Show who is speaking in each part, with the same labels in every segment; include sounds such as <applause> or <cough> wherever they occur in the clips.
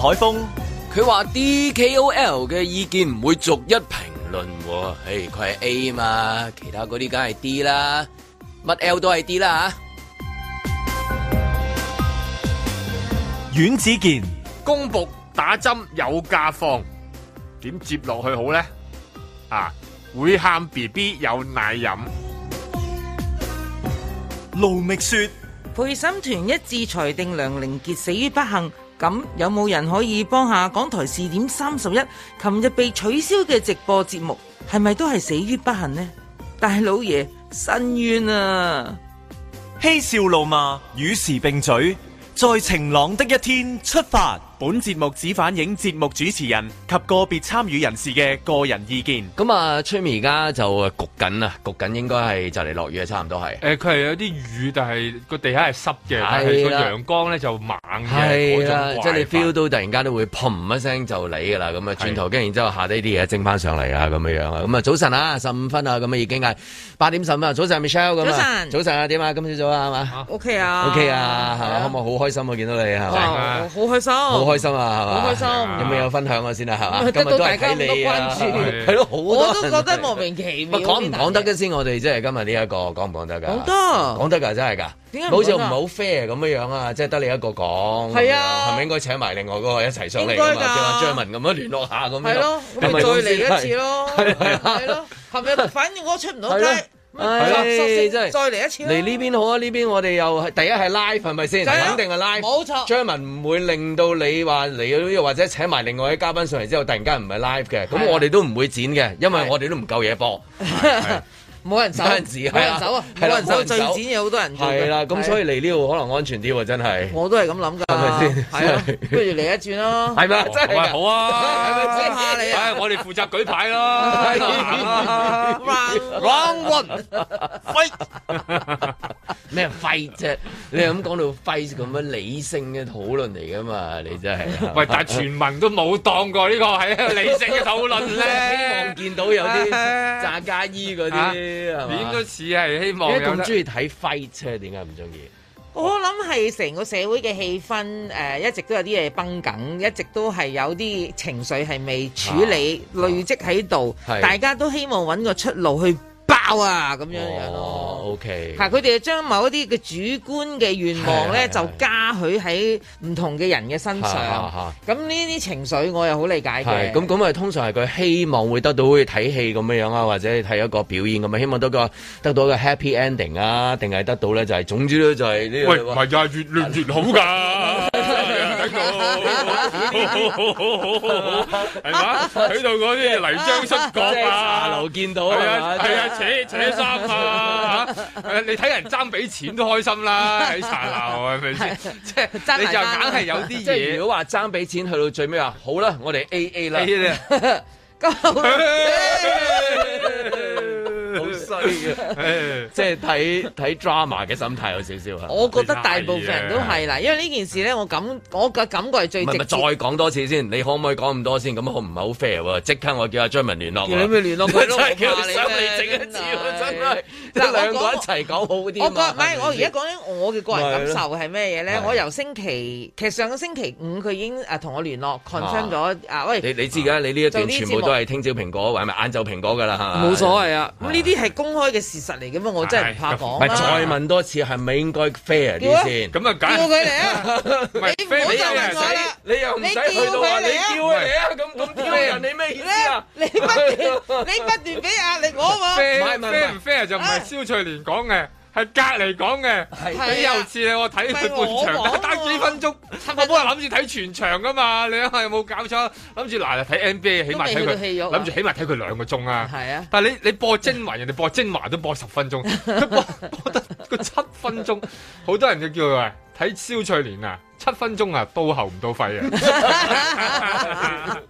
Speaker 1: 海峰，
Speaker 2: 佢話 DKOL 嘅意見唔會逐一評論喎，唉，佢係 A 嘛，其他嗰啲梗係 D 啦，乜 L 都係 D 啦嚇。
Speaker 1: 阮子健，
Speaker 3: 公仆打針有假放，點接落去好呢？啊，會喊 B B 有奶飲，
Speaker 1: 盧覓雪，
Speaker 4: 陪審團一致裁定梁凌傑死於不幸，咁有冇人可以幫下港台視點三十一？琴日被取消嘅直播節目係咪都係死於不幸呢？大老爺申冤啊！
Speaker 1: 嬉笑怒罵，與時並舉，在晴朗的一天出發。
Speaker 5: 本節目只反映節目主持人及個別參與人士嘅個人意見。
Speaker 2: 咁啊，出面而家就誒焗緊啊，焗緊應該係就嚟落雨啊，差唔 <laughs> 多係。
Speaker 6: 誒，佢係有啲雨，但係個地下係濕嘅，但係
Speaker 2: 係
Speaker 6: 個
Speaker 2: 啦
Speaker 6: 陽光咧就猛
Speaker 2: 啊
Speaker 6: 嘅
Speaker 2: 係啦
Speaker 6: 嗰，種
Speaker 2: 即係你 feel
Speaker 6: 怪法
Speaker 2: 到突然間都會砰一聲就嚟㗎啦，咁啊轉頭跟住然之後下低啲嘢蒸翻上嚟啊，咁樣樣啊，咁啊早晨啊，十五分啊，咁啊已經係八點十五啊，早晨 Michelle 咁啊，
Speaker 4: 早晨
Speaker 2: 早晨啊點啊，今朝早啊係嘛
Speaker 6: 啊
Speaker 4: O K 啊
Speaker 2: ，OK 啊，係嘛，可唔可以好開心啊，見到你係嘛，
Speaker 4: 哇好開心，
Speaker 2: 好
Speaker 4: 好
Speaker 2: 開心啊，係嘛，
Speaker 4: 哦好開心
Speaker 2: 有冇有分享我先啊，係嘛，
Speaker 4: 得
Speaker 2: 今
Speaker 4: 到
Speaker 2: 日都係睇你啊
Speaker 4: 大家咁多關
Speaker 6: 注
Speaker 2: <laughs> 係咯，好多
Speaker 4: 我都
Speaker 2: 人
Speaker 4: 覺得莫名其
Speaker 2: <laughs>
Speaker 4: 妙。
Speaker 2: 喂，講唔講得
Speaker 4: 呢
Speaker 2: 嘅先？我哋即係今日呢一個講唔講得㗎？
Speaker 4: 講得
Speaker 2: 講得㗎，真係㗎。
Speaker 4: 點解唔講得啊
Speaker 2: 好似唔係好 fair 咁樣樣啊！即係得你一個講，
Speaker 4: 係啊
Speaker 2: 咁樣係咪應該請埋另外嗰個一齊上嚟
Speaker 4: 應該
Speaker 2: 㗎
Speaker 4: 㗎
Speaker 2: 嘛？叫阿張文咁樣聯絡下咁樣。
Speaker 4: 單嘢係咯，咁
Speaker 2: 咪
Speaker 4: 咪再
Speaker 2: 公司
Speaker 4: 嚟一次咯，
Speaker 2: 係係啊
Speaker 4: 係咯，係咪？反正我出唔到街，咪
Speaker 2: 係咯
Speaker 4: 索
Speaker 2: 唉
Speaker 4: 性
Speaker 2: 真係
Speaker 4: 再嚟一次咯
Speaker 2: 嚟呢邊好啊！呢邊我哋又係第一係 live 係咪先？
Speaker 4: 係啊
Speaker 2: 肯定係 live。
Speaker 4: 冇
Speaker 2: <laughs>
Speaker 4: 錯
Speaker 2: 張文唔會令到你話嚟到呢度，或者請埋另外啲嘉賓上嚟之後，突然間唔係 live 嘅，咁我哋都唔會剪嘅，因為我哋都唔夠嘢播。
Speaker 4: 冇人手，
Speaker 2: 嗰陣時係
Speaker 4: 冇
Speaker 2: 啦
Speaker 4: 人手啊，
Speaker 2: 係
Speaker 4: 冇
Speaker 2: 啦
Speaker 4: 人手啊，
Speaker 2: 冇
Speaker 4: 最
Speaker 2: 人手
Speaker 4: 剪有好多人做嘅。
Speaker 2: 係啦，咁所以
Speaker 4: 係
Speaker 2: 嚟呢度可能安全啲喎，真係。
Speaker 4: 我都係咁諗㗎，
Speaker 2: 係咪先
Speaker 4: 係啊
Speaker 2: 真係
Speaker 4: 不如嚟一轉咯，
Speaker 2: 係咪？真係
Speaker 6: 喂
Speaker 2: 㗎
Speaker 3: <laughs>
Speaker 6: 好啊，
Speaker 2: 係咪先
Speaker 4: 幫下你
Speaker 6: 唉
Speaker 4: 啊
Speaker 6: 我哋負責舉牌啦，
Speaker 4: ，round
Speaker 2: Round one，咩廢啫？你係咁講到廢咁樣理性嘅討論嚟噶嘛？你真 <laughs> 係
Speaker 6: <laughs> 喂，但係全民都冇當過呢個係一個理性嘅討論
Speaker 3: <laughs>
Speaker 2: 希望
Speaker 6: 咧，
Speaker 2: 見到有 <laughs> 啲炸家衣嗰
Speaker 6: 啊
Speaker 2: 啲
Speaker 6: 應
Speaker 2: 係嘛
Speaker 6: 該？似係希望
Speaker 2: 點解
Speaker 6: 有
Speaker 2: 咁
Speaker 6: 得
Speaker 2: 中意睇 fight 啫？點解唔中意？
Speaker 4: 我諗係成個社會嘅氣氛，誒、一直都有啲嘢崩緊，一直都係有啲情緒係未處理、
Speaker 2: 啊
Speaker 4: 累積喺度，
Speaker 2: 係
Speaker 4: 大家都希望揾個出路去爆啊咁樣樣
Speaker 2: 哦
Speaker 4: 咯。
Speaker 2: ，OK，
Speaker 4: 嚇！佢哋就將某一啲嘅主觀嘅願望
Speaker 2: 係
Speaker 4: 咧，
Speaker 2: 係
Speaker 4: 就加許喺唔同嘅人嘅身
Speaker 2: 係係係
Speaker 4: 上。咁呢啲情緒我又好理解
Speaker 2: 係
Speaker 4: 嘅。 <laughs>
Speaker 2: 咁咁啊，通常係佢希望會得到好似睇戲咁樣樣啊，或者睇一個表演咁啊，希望得個得到一個 happy ending 啊，定係得到咧就係總之咧就係呢
Speaker 6: 喂，
Speaker 2: 個
Speaker 6: 唔係啊，越亂越好㗎，睇到，係嘛？睇到嗰啲泥漿摔角
Speaker 2: 即係茶
Speaker 6: 啊
Speaker 2: 樓。見到
Speaker 6: 係
Speaker 2: 嘛
Speaker 6: 啊，
Speaker 2: 即
Speaker 6: 係啊，扯扯衫啊，誒，你睇人爭俾錢都開心啦，喺茶樓係咪先？即係
Speaker 4: 爭
Speaker 6: 你
Speaker 4: 埋
Speaker 6: 就
Speaker 4: 單
Speaker 6: 硬
Speaker 4: <laughs>
Speaker 6: 係有啲
Speaker 2: 即係
Speaker 6: 嘢
Speaker 2: 如果話爭俾錢，去到最尾話好啦，我哋 A
Speaker 6: <laughs>
Speaker 2: A 啦，
Speaker 6: 你咧，
Speaker 2: <laughs> 好衰嘅，
Speaker 6: 誒
Speaker 2: 即係睇睇 drama 嘅心態有少少啊。
Speaker 4: 我覺得大部分人都係啦，因為呢件事咧，我感我嘅感覺係最
Speaker 2: 唔
Speaker 4: 直
Speaker 2: 係咪
Speaker 4: 接
Speaker 2: 再講多次先？你可唔可以講咁多先？咁好唔係好 fair 喎？即刻我叫阿張文聯絡
Speaker 4: 叫你咪
Speaker 2: 我。
Speaker 4: 聯絡佢
Speaker 2: 啊 <laughs> 真
Speaker 4: 咯，
Speaker 2: 係
Speaker 4: 我怕
Speaker 2: 叫佢
Speaker 4: 你
Speaker 2: 上
Speaker 4: 咩
Speaker 2: 嚟整一次喎！真係，即
Speaker 4: 啊嗱我
Speaker 2: 係兩個
Speaker 4: 講
Speaker 2: 一齊講好啲嘛。
Speaker 4: 我覺
Speaker 2: <laughs>
Speaker 4: 唔係，我而家
Speaker 2: 講
Speaker 4: 講緊我嘅個人感受係咩嘢咧
Speaker 2: 係？
Speaker 4: 我由星期其實上個星期五佢已經誒同我聯絡 confirm 咗啊，
Speaker 2: 你
Speaker 4: 喂，
Speaker 2: 你知㗎，你呢一
Speaker 4: 做
Speaker 2: 段
Speaker 4: 呢啲
Speaker 2: 全部都係聽朝蘋果，或者咪晏晝蘋果㗎啦，係嘛？
Speaker 4: 冇所謂啊。咁呢啲係公開嘅事實嚟嘅嘛，我真係唔怕
Speaker 2: 唔
Speaker 4: 講
Speaker 2: 係
Speaker 4: 啦。
Speaker 2: 再問多次，係咪應該 fair
Speaker 4: 叫啊
Speaker 2: 啲先？
Speaker 6: 咁啊，梗
Speaker 4: 叫
Speaker 6: 係
Speaker 4: 佢嚟
Speaker 2: <laughs>
Speaker 4: 啊！
Speaker 6: 唔係
Speaker 4: 你唔好
Speaker 2: 你
Speaker 4: 再
Speaker 6: à,
Speaker 2: 又唔
Speaker 4: 問我
Speaker 2: 使
Speaker 4: 啦，
Speaker 2: 你又唔使去到話你叫佢嚟啊！咁咁叫人你咩意思啊？
Speaker 4: 你不 <laughs> 斷你不斷俾壓力我啊嘛。
Speaker 2: 唔係
Speaker 6: fair
Speaker 2: 唔係
Speaker 6: fair 唔 fair 就唔係蕭翠蓮講嘅，係隔離講嘅。
Speaker 4: 係啊
Speaker 6: 你又似你我睇佢半
Speaker 4: 唔係我講喎
Speaker 6: 場，得幾分鐘，我本來諗住睇全場噶嘛，你啊係有冇搞錯？諗住嗱睇 NBA，起碼睇
Speaker 4: 啊都未去到戲
Speaker 6: 佢，
Speaker 4: 肉啊
Speaker 6: 諗住起碼睇佢兩個鐘啊。
Speaker 4: 係啊，
Speaker 6: 但係你你播精華，人哋播精華都播十分
Speaker 4: <laughs>
Speaker 6: 鐘，佢播播得個七分鐘，好多人就叫佢喂睇蕭翠蓮啊，七分鐘啊， <laughs> 到喉唔到肺啊！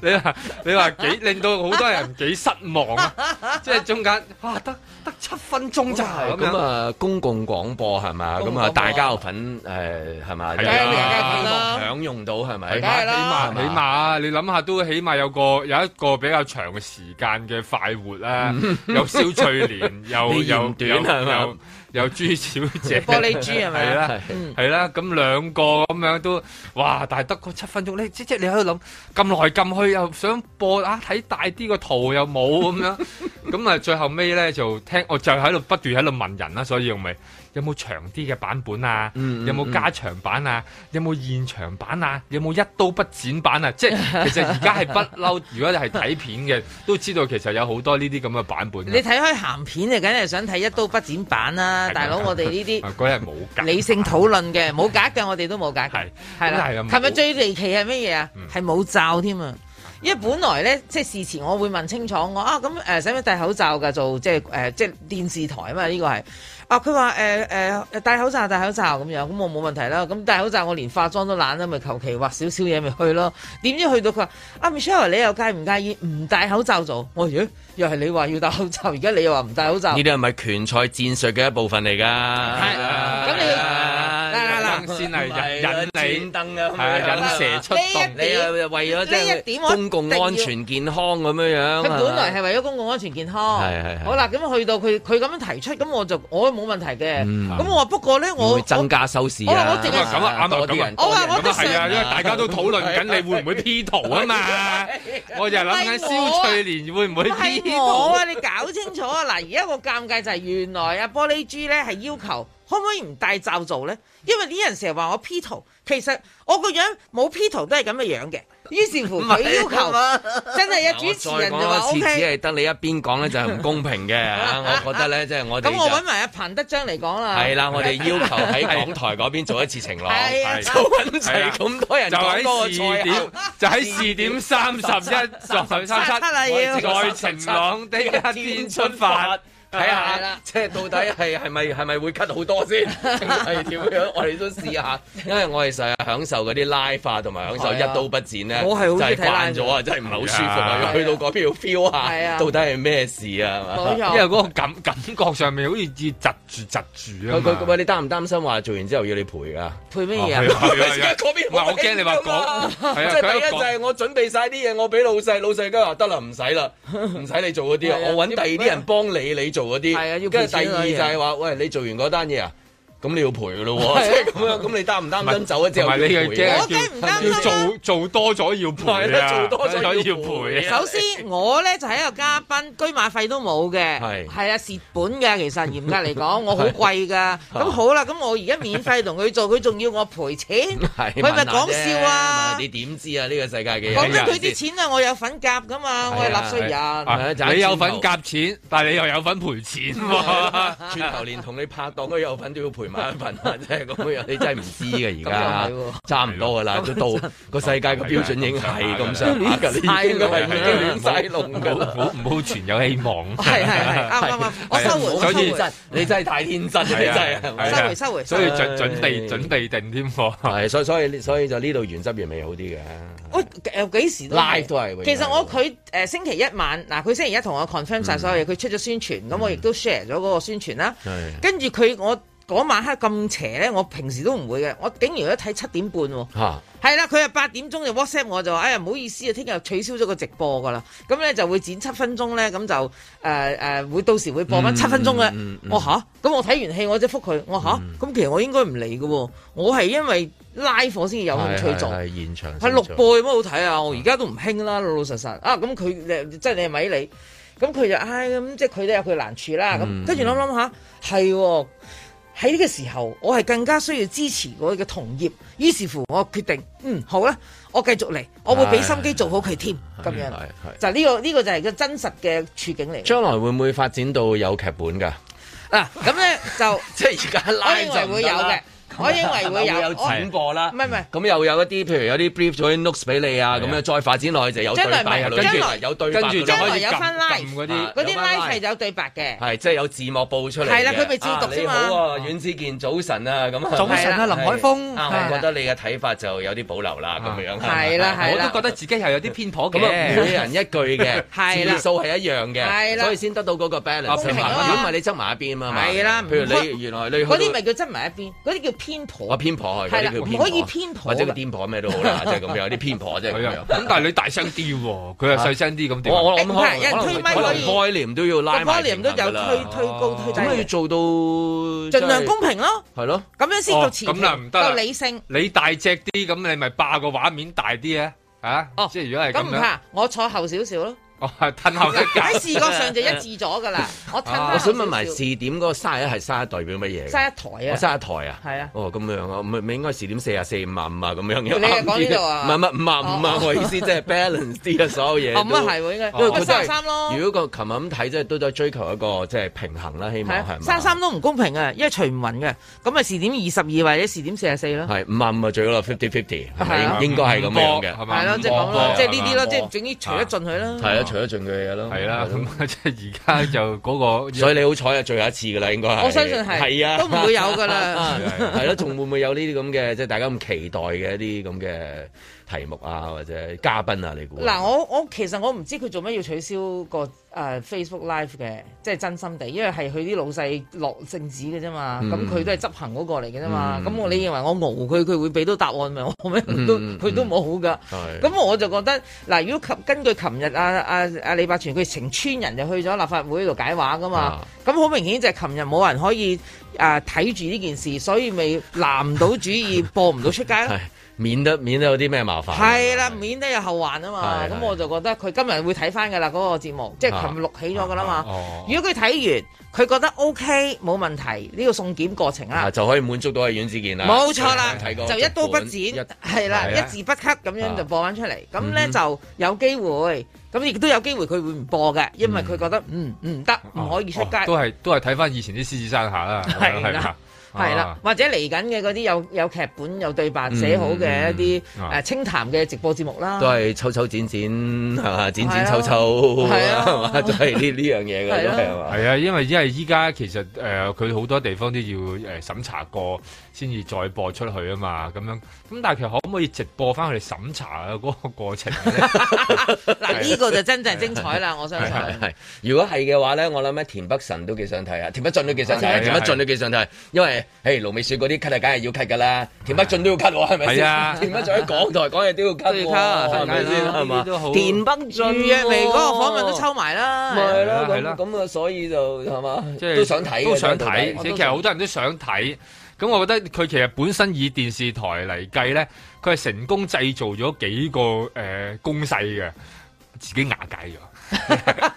Speaker 6: 你話你話幾令到好多人幾失望啊！即係中間哇得得七分鐘咋咁
Speaker 2: 咁
Speaker 6: 樣，
Speaker 2: 啊，公共廣播係嘛？
Speaker 4: 公
Speaker 2: 咁
Speaker 4: 共廣
Speaker 2: 啊，
Speaker 4: 播
Speaker 2: 大家有份誒係
Speaker 6: 係
Speaker 2: 嘛？
Speaker 6: 啊
Speaker 2: 即係
Speaker 6: 梗
Speaker 4: 係啦
Speaker 2: 享用到係咪？
Speaker 4: 梗係
Speaker 6: 起
Speaker 4: 啦
Speaker 6: 碼起碼你諗下都起碼有個有一個比較長嘅時間嘅快活啦，有蕭翠蓮，又
Speaker 2: 嗯 <laughs> 你嫌
Speaker 6: 又
Speaker 2: 短
Speaker 6: 又
Speaker 2: 係嘛
Speaker 6: 又有朱小姐。
Speaker 4: <laughs> 玻璃珠係咪
Speaker 6: 係
Speaker 4: 啊？
Speaker 6: 啦，係啦，咁兩個咁樣都，哇！但係得嗰七分鐘，你即即你喺度諗，撳來撳去又想播啊，睇大啲個圖又冇咁樣，
Speaker 4: <laughs>
Speaker 6: 咁啊最後尾咧就聽，我就喺度不斷喺度問人啦，所以我咪有冇長啲嘅版本啊？
Speaker 4: 嗯
Speaker 6: 有冇加長版啊？有冇現場版啊？有冇一刀不剪版啊？即係
Speaker 4: <laughs>
Speaker 6: 其實而家係不嬲，如果你係睇片嘅，都知道其實有好多呢啲咁嘅版本嘅。
Speaker 4: 你睇開鹹片啊，梗係想睇一刀不剪版啦，
Speaker 6: 係
Speaker 4: 大佬，我哋呢啲 <laughs>
Speaker 6: 啊嗰日冇㗎
Speaker 4: 理性討論嘅，冇假嘅，我哋都冇假嘅
Speaker 6: 係，
Speaker 4: 係
Speaker 6: 咁但係嗯又
Speaker 4: 啦。
Speaker 6: 冇
Speaker 4: 琴日最離奇係乜嘢啊？係冇罩添啊！因為本來咧，即係事前我會問清楚我啊，咁誒使唔使戴口罩㗎？做即係誒即係電視台啊嘛，呢個係啊，佢話誒誒戴口罩戴口罩咁樣，咁我冇問題啦。咁戴口罩我連化妝都懶啦，咪求其畫少少嘢咪去咯。點知去到佢話啊 Michelle，你又介唔介意唔戴口罩做？我話咦，又係你話要戴口罩，而家你又話唔戴口罩
Speaker 2: 呢。啲係咪拳賽戰術嘅一部分嚟㗎？
Speaker 4: 係咁你啊嗱嗱
Speaker 6: 燈先啊係引
Speaker 2: 係啦
Speaker 6: 引你
Speaker 2: 專。登啊，
Speaker 6: 係啊，引蛇出洞。
Speaker 2: 你又為咗即
Speaker 4: 呢一
Speaker 2: 係
Speaker 4: 點我
Speaker 2: 公共安全健康咁樣樣。
Speaker 4: 佢本來係為咗公共安全健康，
Speaker 2: 係係係
Speaker 4: 好啦，咁去到佢佢咁樣提出，咁我就我冇問題嘅。咁我話不過咧，
Speaker 2: 嗯會唔
Speaker 4: 我
Speaker 2: 會增加收視
Speaker 4: 我我
Speaker 2: 啊？
Speaker 4: 淨係
Speaker 6: 咁啊啱啊
Speaker 2: 多啲人
Speaker 4: 咁啊我話我
Speaker 2: 多啲人
Speaker 6: 咁啊係啊，因為大家都討論緊你會唔會 P 圖啊嘛，
Speaker 2: <laughs>
Speaker 6: 我就係諗緊蕭翠蓮會唔會
Speaker 4: 唔
Speaker 6: P
Speaker 4: 係我
Speaker 6: 圖？
Speaker 4: 啊，你搞清楚啊！嗱，而家個尷尬就係原來啊玻璃珠咧係要求可唔可以唔戴罩做咧？因為啲人成日話我 P 圖，其實我個樣冇 P 圖都係咁嘅樣嘅。於是乎佢
Speaker 2: 啊
Speaker 4: 要求真係有
Speaker 2: 我
Speaker 4: 主
Speaker 2: 再
Speaker 4: 持人就話
Speaker 2: 講
Speaker 4: O
Speaker 2: 一次，只
Speaker 4: K。
Speaker 2: 係得你一邊講咧，就係唔公平嘅。啊我覺得咧，即係我哋
Speaker 4: 咁我揾啊
Speaker 2: 就
Speaker 4: 埋阿彭德章嚟講啦。
Speaker 2: 係啦，我哋要求喺港台嗰邊做一次情郎，
Speaker 4: 係
Speaker 2: <laughs>
Speaker 4: 啊
Speaker 6: 係
Speaker 2: 就揾齊咁多人
Speaker 6: 就
Speaker 2: 講嗰
Speaker 6: 喺四
Speaker 2: 個啊賽
Speaker 6: 點
Speaker 2: 後，
Speaker 6: 就喺四點三十一作三
Speaker 4: 七啦
Speaker 2: 啊
Speaker 4: 要
Speaker 6: 在晴
Speaker 4: <laughs>
Speaker 6: 朗的一天出發。
Speaker 2: 睇
Speaker 4: 係啊啦
Speaker 2: 下，即係到底係係咪係咪會 cut 好
Speaker 4: <laughs>
Speaker 2: 多先，定係點樣？我哋都試下，因為我哋成日享受嗰啲拉化同埋享受
Speaker 4: 係啊
Speaker 2: 一刀不剪咧，
Speaker 4: 我係好中意
Speaker 2: 就係
Speaker 4: 睇拉
Speaker 2: 慣咗啊，真係唔係好舒服
Speaker 6: 係
Speaker 2: 啊！
Speaker 6: 啊
Speaker 2: 去到嗰邊要 feel
Speaker 4: 係啊
Speaker 2: 下，到底係咩事啊？係嘛
Speaker 4: 冇
Speaker 6: 因為
Speaker 4: 錯。
Speaker 6: 嗰個感感覺上面好似要窒住窒住啊
Speaker 2: 佢佢
Speaker 6: 嘛
Speaker 2: 喂，。你擔唔擔心話做完之後要你賠㗎？
Speaker 4: 配乜嘢啊？
Speaker 2: 哦 <laughs>
Speaker 6: 係
Speaker 2: 嗰邊
Speaker 6: 唔係我驚你話講，係啊，
Speaker 2: 即
Speaker 6: 佢
Speaker 2: 係第
Speaker 6: 一
Speaker 2: 一就
Speaker 6: 講
Speaker 2: 係我準備晒啲嘢，我俾老細，老細跟住話得啦，唔使啦，唔使你做嗰啲啊
Speaker 4: 係，啊
Speaker 2: 我揾第二啲人幫你，你做嗰啲。
Speaker 4: 係啊要賠
Speaker 2: 跟住第
Speaker 4: 錢嗰
Speaker 2: 二
Speaker 4: 啲嘢
Speaker 2: 就係話，喂，你做完嗰單嘢啊，咁你要賠噶咯喎，即係咁樣，咁你擔唔擔心走咗之後
Speaker 6: 同埋你
Speaker 2: 要
Speaker 6: 又
Speaker 2: 賠
Speaker 4: <laughs>
Speaker 2: 啊
Speaker 6: 驚
Speaker 4: 我梗唔擔心啊
Speaker 6: 要
Speaker 4: 啦
Speaker 6: 做做多咗要賠啊，
Speaker 2: 係啦做多咗
Speaker 6: 要
Speaker 2: 要賠
Speaker 6: 賠 <laughs>
Speaker 2: 啊
Speaker 6: 啊。
Speaker 4: 首先我咧就係一個嘉賓，居馬費都冇嘅，
Speaker 2: 係
Speaker 4: 係啊蝕本嘅。其實嚴格嚟講，我好貴㗎。咁好啦，咁我而家免費同佢做，佢仲要我賠錢，
Speaker 2: 係啊
Speaker 4: 佢咪
Speaker 2: 問下啫
Speaker 4: 講笑啊
Speaker 2: 問下？你點知啊？呢個世界嘅嘢
Speaker 4: 講緊
Speaker 6: 得
Speaker 4: 佢啲錢啊，我有份夾㗎嘛，我係納稅人。
Speaker 2: 係啊就係
Speaker 6: 你有份
Speaker 2: 轉頭
Speaker 6: 夾錢，但係你又有份賠錢
Speaker 2: <laughs>
Speaker 6: 喎。
Speaker 4: <laughs>
Speaker 2: 轉頭連同你拍檔都有份都要賠埋一份啊！即係咁樣，你真係唔知嘅
Speaker 4: 咁又
Speaker 2: 而
Speaker 4: 係喎
Speaker 2: 家，差唔多噶啦，都到個世界個標準已經係咁上下㗎，你已經係亂晒龍㗎
Speaker 6: 唔
Speaker 2: 啦。
Speaker 6: 好唔好存有希望。
Speaker 4: 係係係，啱啱啱，我收回
Speaker 2: 唔
Speaker 4: 我
Speaker 6: 所
Speaker 4: 收
Speaker 2: 好
Speaker 6: 以
Speaker 4: 回
Speaker 2: 天真，
Speaker 4: <laughs>
Speaker 2: 你真係太天真，你
Speaker 6: 係
Speaker 2: 真
Speaker 6: 啊
Speaker 2: 係。
Speaker 6: 係啊
Speaker 4: 收回收回
Speaker 6: 所
Speaker 4: 收回。
Speaker 6: 以準準備準備定添喎。
Speaker 2: 係，所以所以所以就呢度原汁原味好啲嘅。
Speaker 4: 喂，誒幾時
Speaker 2: Live 都係永遠
Speaker 4: 其實我佢誒星期一晚嗱，佢星期一同我 confirm 晒所有嘢，佢出咗宣傳，咁我亦都 share 咗嗰個宣傳啦。跟住佢我嗰晚黑咁邪咧，我平時都唔會嘅，我竟然都睇七點半喎。
Speaker 2: 嚇，
Speaker 4: 係啦，佢啊八點鐘就 WhatsApp 我就話，哎呀唔好意思啊，聽日取消咗個直播㗎啦，咁咧就會剪七分鐘咧，咁就誒誒會到時會
Speaker 2: 嗯
Speaker 4: 播翻七分鐘嘅、我吓，咁我睇完戲我即復佢，我吓，
Speaker 2: 嗯
Speaker 4: 咁、其實我應該唔嚟嘅喎，我係因為拉火先至有興趣做。
Speaker 2: 係現場
Speaker 4: 係六播有乜好睇啊？我
Speaker 2: 嗯
Speaker 4: 而家都唔興啦，老老實實啊！咁佢誒即係你係咪你？咁佢就唉咁，即係佢都有佢難處啦。
Speaker 2: 嗯
Speaker 4: 咁跟住諗諗下，係喎喺呢個時候，我係更加需要支持我嘅同業。於是乎，我決定嗯好啦，我繼續嚟，我會俾心機做好佢添咁樣
Speaker 2: 係係。
Speaker 4: 就呢個呢個就係個真實嘅處境嚟。
Speaker 2: 將來會唔會發展到有劇本㗎？
Speaker 4: 嗱咁咧
Speaker 2: <laughs>
Speaker 4: 就。
Speaker 2: 即係而家
Speaker 4: 我認為
Speaker 2: live 就唔
Speaker 4: 會
Speaker 2: 得
Speaker 4: 有
Speaker 2: 啦啊
Speaker 4: 嘅，我認為會有
Speaker 2: 有轉播
Speaker 4: 我
Speaker 2: 啦
Speaker 4: 唔。係唔係。
Speaker 2: 咁又有一啲，譬如有啲 brief 咗啲 notes 俾你啊，咁樣再發展落去就有對白
Speaker 4: 將來
Speaker 2: 㗎啦，跟
Speaker 4: 唔係
Speaker 2: 住
Speaker 4: 將來
Speaker 2: 有對白
Speaker 6: 跟
Speaker 2: 㗎啦，
Speaker 6: 住就
Speaker 4: 將
Speaker 6: 可
Speaker 4: 來
Speaker 6: 以
Speaker 4: 有
Speaker 6: 撳
Speaker 4: 翻 live
Speaker 6: 撳嗰啲。
Speaker 4: 嗰啲
Speaker 2: 有
Speaker 4: live
Speaker 2: live
Speaker 4: 係有對白嘅，
Speaker 2: 係即係有字幕報出嚟嘅。
Speaker 4: 係啦佢咪照讀啫嘛
Speaker 2: 啊你好啊，阮子健，早晨啊，咁啊。
Speaker 5: 早晨啊，
Speaker 4: 係啦
Speaker 5: 林海峰。
Speaker 2: 啊，
Speaker 4: 係啦啊
Speaker 2: 我覺得你嘅睇法就有啲保留啦，咁樣。啊
Speaker 4: 係啦係
Speaker 6: 我
Speaker 4: 啦
Speaker 6: 都覺得自己係有啲偏頗
Speaker 2: 咁啊，每
Speaker 6: 嘅。
Speaker 2: 人一句嘅，
Speaker 4: <laughs> 係啦
Speaker 2: 字數係一樣
Speaker 4: 係
Speaker 2: 嘅，
Speaker 4: 啦
Speaker 2: 所以先得到嗰個 balance
Speaker 6: 公平啊
Speaker 2: 平衡
Speaker 4: 嘛
Speaker 2: 如果唔係你執埋一邊啊嘛。
Speaker 4: 係啦
Speaker 2: 譬如
Speaker 4: 唔可
Speaker 2: 你原來你去到
Speaker 4: 嗰啲咪叫執埋一邊，嗰啲叫偏
Speaker 2: 我
Speaker 4: 頗，
Speaker 2: 偏頗
Speaker 4: 係
Speaker 2: 係嗰
Speaker 4: 啦
Speaker 2: 啲叫
Speaker 4: 唔
Speaker 2: 偏
Speaker 4: 可以
Speaker 2: 頗
Speaker 4: 偏頗啊
Speaker 2: 或者叫
Speaker 4: 㗎
Speaker 2: 癲婆咩都好啦，即係咁樣有啲偏頗即係
Speaker 6: 係
Speaker 2: 咁
Speaker 6: 啊
Speaker 2: 樣，。
Speaker 6: 咁但係你大聲啲喎，佢又細聲啲咁點
Speaker 2: 我
Speaker 6: 啊？
Speaker 2: 我諗可
Speaker 4: 唔係有人
Speaker 2: 能
Speaker 4: 推咪
Speaker 2: 可
Speaker 4: 可
Speaker 2: 能
Speaker 4: 以
Speaker 2: volume 都要拉
Speaker 4: 個
Speaker 2: 埋
Speaker 4: volume 都有
Speaker 2: 平衡㗎啦
Speaker 4: 推推高推
Speaker 2: 咁
Speaker 4: 低
Speaker 2: 要
Speaker 4: 嘅，
Speaker 2: 做到
Speaker 4: 盡量公平咯，
Speaker 2: 係咯。
Speaker 4: 咁樣
Speaker 2: Ờ,
Speaker 4: 先夠持
Speaker 6: 哦咁嗱
Speaker 4: 平，
Speaker 6: 唔得啦
Speaker 4: 夠理性。
Speaker 6: 你大隻啲，咁你咪霸個畫面大啲啊！啊，
Speaker 4: 哦
Speaker 6: 即係如果係
Speaker 4: 咁唔
Speaker 6: 咁樣，
Speaker 4: 怕，我坐後少
Speaker 2: <laughs>
Speaker 4: 少咯。
Speaker 6: 我係褪後一格。
Speaker 4: 喺視覺上就一致咗噶啦。我褪翻
Speaker 2: 我
Speaker 4: 後啊少
Speaker 2: 想
Speaker 4: 少
Speaker 2: 問埋試點嗰個三一係三一代表乜
Speaker 4: 嘥一
Speaker 2: 嘢嘅？我
Speaker 4: 台啊，
Speaker 2: 三一台啊，
Speaker 4: 係啊
Speaker 2: 哦咁樣啊，咪咪應該時點四啊四五啊五啊咁樣嘅。 <laughs>
Speaker 4: 你係講呢度啊
Speaker 2: 唔係唔係五啊五啊
Speaker 4: 哦，
Speaker 2: 我意思即
Speaker 4: <laughs>
Speaker 2: 係 balance 啲啊，所有嘢
Speaker 4: 哦
Speaker 2: 都。
Speaker 4: 咁啊係喎，應該
Speaker 2: 因為佢
Speaker 4: 咁
Speaker 2: 都
Speaker 4: 三
Speaker 2: 係
Speaker 4: 十三咯，
Speaker 2: 如果個琴日咁睇，即係都在追求一個即係平衡啦，希望
Speaker 4: 係
Speaker 2: 係
Speaker 4: 啊
Speaker 2: 嘛，
Speaker 4: 三十三都唔公平啊，因為除唔勻嘅，咁咪時點二十二或者時點四十四咯，
Speaker 2: 係五啊五啊最好啦，fifty fifty
Speaker 4: 係
Speaker 2: 係
Speaker 4: 啊
Speaker 2: 咪應應該係咁樣嘅？
Speaker 6: 係嘛
Speaker 4: 係咯，即係咁咯，即係呢啲
Speaker 2: 係
Speaker 4: 咯，
Speaker 2: 嘛
Speaker 4: 即係總之除得盡佢啦。
Speaker 2: 係啊，除咗盡佢嘅嘢咯，
Speaker 6: 係啦，
Speaker 2: 咯
Speaker 6: 咁即係而家就嗰個，
Speaker 2: 所以你好彩啊，最後一次噶啦，應該係。
Speaker 4: 我相信係
Speaker 2: 係啊，
Speaker 4: 都唔會有㗎
Speaker 2: <laughs>
Speaker 4: 啦
Speaker 2: 係咯，仲會唔會有呢啲咁嘅，即係大家咁期待嘅一啲咁嘅題目啊，或者嘉賓啊？你估？
Speaker 4: 嗱，我我其實我唔知佢做咩要取消個誒、呃 Facebook Live 嘅，即係真心地，因為係佢啲老細落聖旨嘅啫嘛，
Speaker 2: 嗯
Speaker 4: 咁佢、都係執行嗰個嚟嘅啫嘛，咁、我你認為我熬佢，佢會俾到答案咪？我咩佢都
Speaker 2: 嗯
Speaker 4: 佢都冇噶。
Speaker 2: 係
Speaker 4: 咁我就覺得嗱，如果及根據琴日啊啊啊李百全佢成村人就去咗立法會度解話噶嘛
Speaker 2: 啊，
Speaker 4: 咁好、明顯就係琴日冇人可以啊睇住呢件事，所以咪攬唔到主意，播唔到出街咯
Speaker 2: 係。免得免得有啲咩麻煩？啊
Speaker 4: 係啦，免得有後患啊嘛。
Speaker 2: 係
Speaker 4: 咁
Speaker 2: 係
Speaker 4: 我就覺得佢今日會睇翻㗎啦，嗰個節目即係琴日錄起咗㗎啦
Speaker 6: 哦
Speaker 4: 嘛。如果佢睇完，佢覺得 OK 冇問題，呢個送檢過程
Speaker 2: 啊
Speaker 4: 啦，
Speaker 2: 就可以滿足到阿阮之健啦。
Speaker 4: 冇錯啦，
Speaker 2: 睇過
Speaker 4: 就一刀不
Speaker 2: 一
Speaker 4: 剪，係啦，
Speaker 6: 係
Speaker 4: 一
Speaker 6: 啊
Speaker 4: 字不咳咁樣就
Speaker 2: 啊
Speaker 4: 播翻出嚟。咁咧就有機會，咁亦都有機會佢會唔播嘅，因為佢覺得嗯唔得，唔可以出街
Speaker 6: 哦。都係都係睇翻以前啲獅子山下啦，
Speaker 4: 係啦
Speaker 6: 嘛
Speaker 4: 係啦，，
Speaker 6: 啊
Speaker 4: 或者嚟緊嘅嗰啲有有劇本有對白寫好嘅一啲
Speaker 6: 嗯啊
Speaker 4: 誒清談嘅直播節目啦，
Speaker 2: 都係抽抽剪剪係嘛，剪剪抽抽
Speaker 4: 係啊
Speaker 2: 係嘛，都係呢呢樣嘢嘅
Speaker 4: 係
Speaker 2: 都
Speaker 4: 啊
Speaker 2: 係嘛。
Speaker 6: 係啊，因為因為依家其實誒佢好多地方都要誒審查過先至再播出去啊嘛，咁樣咁但係其實可唔可以直播翻佢哋審查嘅嗰個過程 <laughs> 咧？
Speaker 4: 嗱呢個就真正精彩啦，我相信。
Speaker 2: 係係，如果係嘅話咧，我諗咧田北辰都幾想睇啊，田北俊都幾想睇
Speaker 6: 係
Speaker 2: 啊，
Speaker 6: 啊
Speaker 2: 田北俊都幾想睇，因為誒盧美雪嗰啲 cut 啊，梗係要 cut 噶啦，田北俊都要 cut 喎，係咪
Speaker 6: 係
Speaker 2: 先
Speaker 6: 啊？
Speaker 2: <laughs> 田北俊喺港台講嘢都要 cut
Speaker 4: 都要 cut，
Speaker 2: 喎，係咪
Speaker 6: 係
Speaker 2: 先
Speaker 6: 啊
Speaker 2: 係嘛
Speaker 6: 呢啲都好？
Speaker 2: 田北俊
Speaker 4: 預約嚟嗰個訪問都
Speaker 2: 喎。
Speaker 4: 抽埋啦，
Speaker 2: 咪係
Speaker 6: 係啦係
Speaker 2: 咯，咁
Speaker 6: 啦
Speaker 2: 咁啊，所以就係嘛，
Speaker 6: 即係
Speaker 2: 都想睇嘅，
Speaker 6: 都想
Speaker 2: 到底
Speaker 6: 睇。其實好多人都想睇。咁我覺得佢其實本身以電視台嚟計咧，佢係成功製造咗幾個誒、呃攻勢嘅，自己瓦解咗，自
Speaker 2: 啊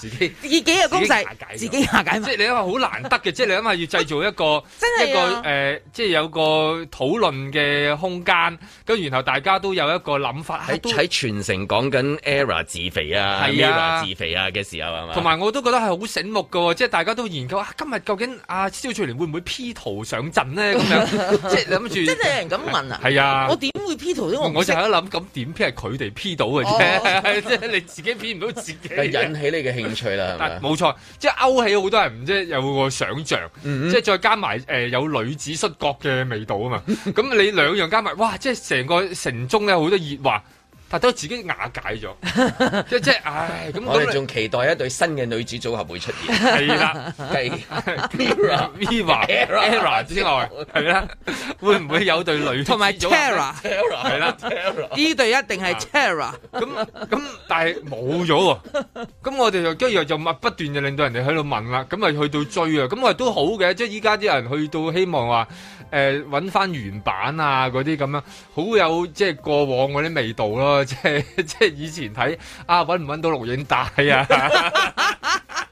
Speaker 6: 己。
Speaker 4: 自己嘅攻勢自
Speaker 6: 自
Speaker 4: 己
Speaker 6: 己
Speaker 4: 下解
Speaker 6: 即
Speaker 4: 埋，
Speaker 6: 係你諗下好難得嘅，即係你諗下要製造一個
Speaker 4: <laughs> 真係啊
Speaker 6: 一個誒、呃即係有個討論嘅空間，跟然後大家都有一個諗法啊
Speaker 2: 喺
Speaker 6: 喺度。
Speaker 2: 喺全城講緊 ERA 自肥啊
Speaker 6: 係啊
Speaker 2: ，ERA 自肥啊嘅時候係嘛？
Speaker 6: 同埋我都覺得係好醒目嘅喎，即係大家都研究啊，今日究竟阿蕭翠蓮會唔會 P 圖上陣咧？咁
Speaker 4: <laughs>
Speaker 6: 樣即係諗住
Speaker 4: 真係有人咁問啊！
Speaker 6: 係啊
Speaker 4: 我點會 P 圖啫？我
Speaker 6: 我
Speaker 4: 唔
Speaker 6: 我
Speaker 4: 識
Speaker 6: 就。
Speaker 4: 哦
Speaker 6: 喺度諗，咁點 P 係佢哋 P 到嘅啫， <laughs> 即係你自己 P 唔到自己。
Speaker 2: 就引起你嘅興趣啦，係
Speaker 6: 但
Speaker 2: 咪？
Speaker 6: 冇錯，即係勾起好多人即係有個想像，
Speaker 2: 嗯
Speaker 6: 即係再加埋誒、呃有女子摔角嘅味道啊
Speaker 2: <laughs>
Speaker 6: 嘛。咁你兩樣加埋，哇！即係成個城中咧好多熱話，但都自己瓦解
Speaker 2: <laughs>
Speaker 6: 咗，即即係唉咁
Speaker 2: 我
Speaker 6: 咁
Speaker 2: 哋
Speaker 6: 你
Speaker 2: 仲期待一對新嘅女子組合會出 <laughs> 現，
Speaker 6: 係啦。
Speaker 2: 係 ERA。
Speaker 6: Viva、
Speaker 2: Era
Speaker 6: Era 之外，係啦，會唔會有對女
Speaker 4: 同埋
Speaker 2: <laughs>
Speaker 4: Terra
Speaker 6: 係啊啦，
Speaker 4: 呢對一定係 Terra，
Speaker 6: 咁咁，但係冇咗喎。咁我哋就跟住就密不斷就令到人哋喺度問啦，咁咪去到追啊。咁我哋都好嘅，即係依家啲人去到希望話誒揾翻原版啊嗰啲咁樣，好有即係過往嗰啲味道咯。 <laughs> 即係即係以前睇啊，揾唔揾到錄影帶啊？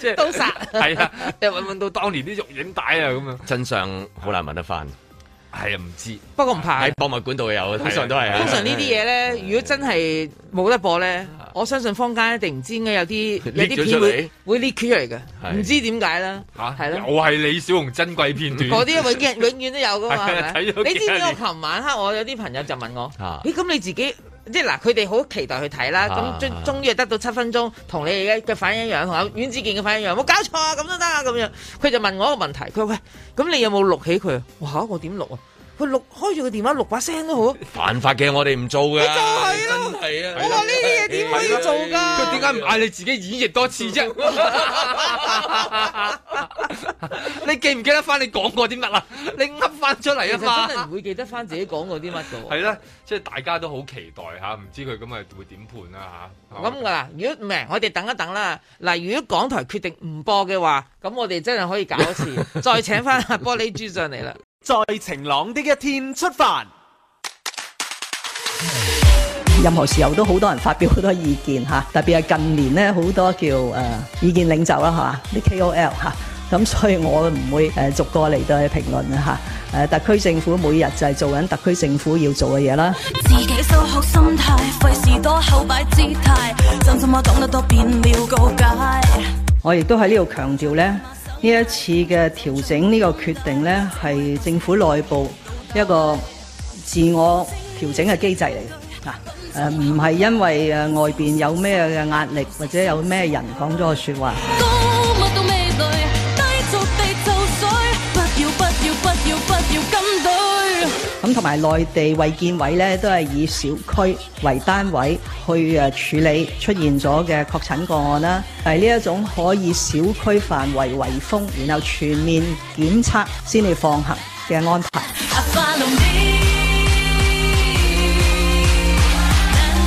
Speaker 6: 即係
Speaker 4: 都殺
Speaker 6: <laughs> 係啊，即係揾唔揾到當年啲錄影帶啊咁樣。
Speaker 2: <laughs> 真相好難問得翻，
Speaker 6: 係啊，唔知。
Speaker 4: 不過唔怕
Speaker 2: 喺。博物館度有，通常都係啊。
Speaker 4: 通常呢啲嘢咧，如果真係冇得播咧，
Speaker 6: 啊
Speaker 4: 我相信坊間一定唔知點解
Speaker 6: <laughs>
Speaker 4: 有啲有啲
Speaker 2: leak 咗出
Speaker 4: 片
Speaker 2: 嚟
Speaker 4: 會會 leak 出嚟嘅，
Speaker 2: 係
Speaker 4: 唔知點解啦，
Speaker 6: 嚇，
Speaker 4: 係咯。
Speaker 6: 又係李小龍珍貴片段。
Speaker 4: 嗰啲永遠
Speaker 6: <laughs>
Speaker 4: 永遠都有噶嘛，
Speaker 6: 係
Speaker 4: 係
Speaker 6: 啊
Speaker 4: 咪？你
Speaker 6: 睇
Speaker 4: 知
Speaker 6: 咗幾
Speaker 4: 唔
Speaker 6: 多
Speaker 4: 知
Speaker 6: 年
Speaker 4: 我琴晚黑我有啲朋友就問我
Speaker 2: 啊，
Speaker 4: 咦咁你自己即係嗱，佢哋好期待去睇啦，
Speaker 2: 啊
Speaker 4: 咁終終於得到七分鐘，同你而家嘅反應一樣，同阿阮志健嘅反應一樣，冇搞錯啊，咁都得啊，咁樣。佢就問我一個問題，佢話喂，咁你有冇錄起佢啊？哇，我點錄啊？佢錄開住個電話錄把聲都好啊。
Speaker 2: 犯法嘅我哋唔做嘅，
Speaker 4: 你做係咯
Speaker 2: 真係啊！啊
Speaker 4: 我話呢啲嘢點可以做㗎？
Speaker 6: 佢點解唔嗌你自己演繹多次
Speaker 2: <laughs>
Speaker 6: 啫？你記唔記得翻你講過啲乜啊？你噏翻出嚟
Speaker 4: 其
Speaker 6: 啊
Speaker 4: 實
Speaker 6: 嘛
Speaker 4: 真係！唔會記得翻自己講過啲乜嘅喎。
Speaker 6: 係啊啦，即係大家都好期待嚇，唔知佢咁啊會點判啦嚇。哦
Speaker 4: 咁㗎啦，如果唔係，我哋等一等啦。嗱，如果港台決定唔播嘅話，咁我哋真係可以搞一次，
Speaker 6: <laughs>
Speaker 4: 再請翻阿玻璃珠上嚟啦。
Speaker 5: 在晴朗的一天出發。
Speaker 7: 任何時候都好多人發表好多意 <laughs> 見嚇，特別係近年咧好多叫誒、呃意見領袖啦嚇，啲 KOL 嚇，咁所以我唔會誒、呃逐個嚟到去評論啦嚇。誒、呃特區政府每日就係做緊特區政府要做嘅嘢啦。
Speaker 8: 自己收好心態，費事多後擺姿態，真心話講得多變了告解。
Speaker 7: 我亦都喺呢度強調咧，呢一次嘅調整呢個決定咧係政府內部一個自我調整嘅機制嚟嘅啊。誒唔係因為誒外邊有咩嘅壓力或者有咩人講咗個説話。
Speaker 8: 高乜都未累，低俗地就水，不要不要不要不要跟隊。
Speaker 7: 咁同埋內地衛健委咧，都係以小區為單位去誒處理出現咗嘅確診個案啦。係呢一種可以小區範圍圍封，然後全面檢測先至放行嘅安排。
Speaker 8: I follow me。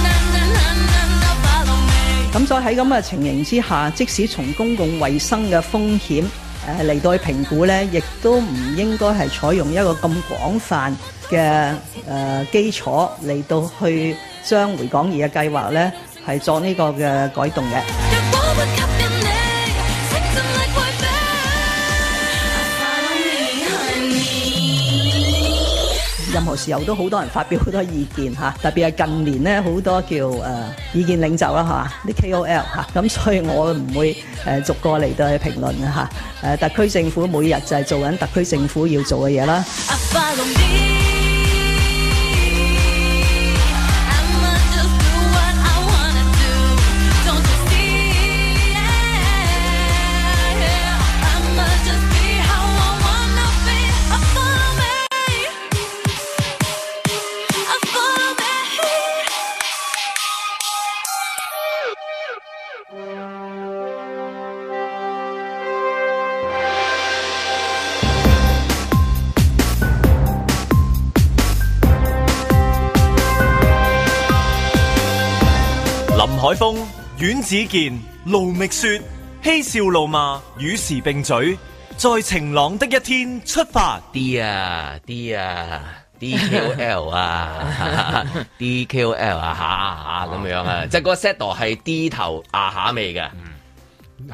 Speaker 8: Na, na, na, na, na, na, follow me
Speaker 7: 咁所以喺咁嘅情形之下，即使從公共衛生嘅風險誒嚟到去評估咧，亦都唔應該係採用一個咁廣泛嘅誒、呃基礎嚟到去呃將回港易嘅計劃咧係作呢個嘅改動嘅。
Speaker 8: 若果不吸引你，請盡力為彼。I follow me, honey。
Speaker 7: 任何時候都好多人發表好多意 <laughs> 見嚇，特別係近年咧好多叫誒、呃意見領袖啦嚇，啲 KOL 嚇，咁 <laughs> 所以我唔會誒、呃逐個嚟到去評論嚇。誒、呃特區政府每日就係做緊特區政府要做嘅嘢啦。
Speaker 8: I follow me. I'ma just do what I wanna do. Don't you see? Yeah, yeah. I'ma just be how I wanna be. I follow me. I follow me.
Speaker 1: 林海峰、阮子健、卢觅雪，嬉笑怒骂，与时并举，在晴朗的一天出发。
Speaker 2: D 啊 D 啊 DQL 啊 <laughs> DQL 啊下下咁樣啊，即係嗰個 set 係 D 頭啊下尾嘅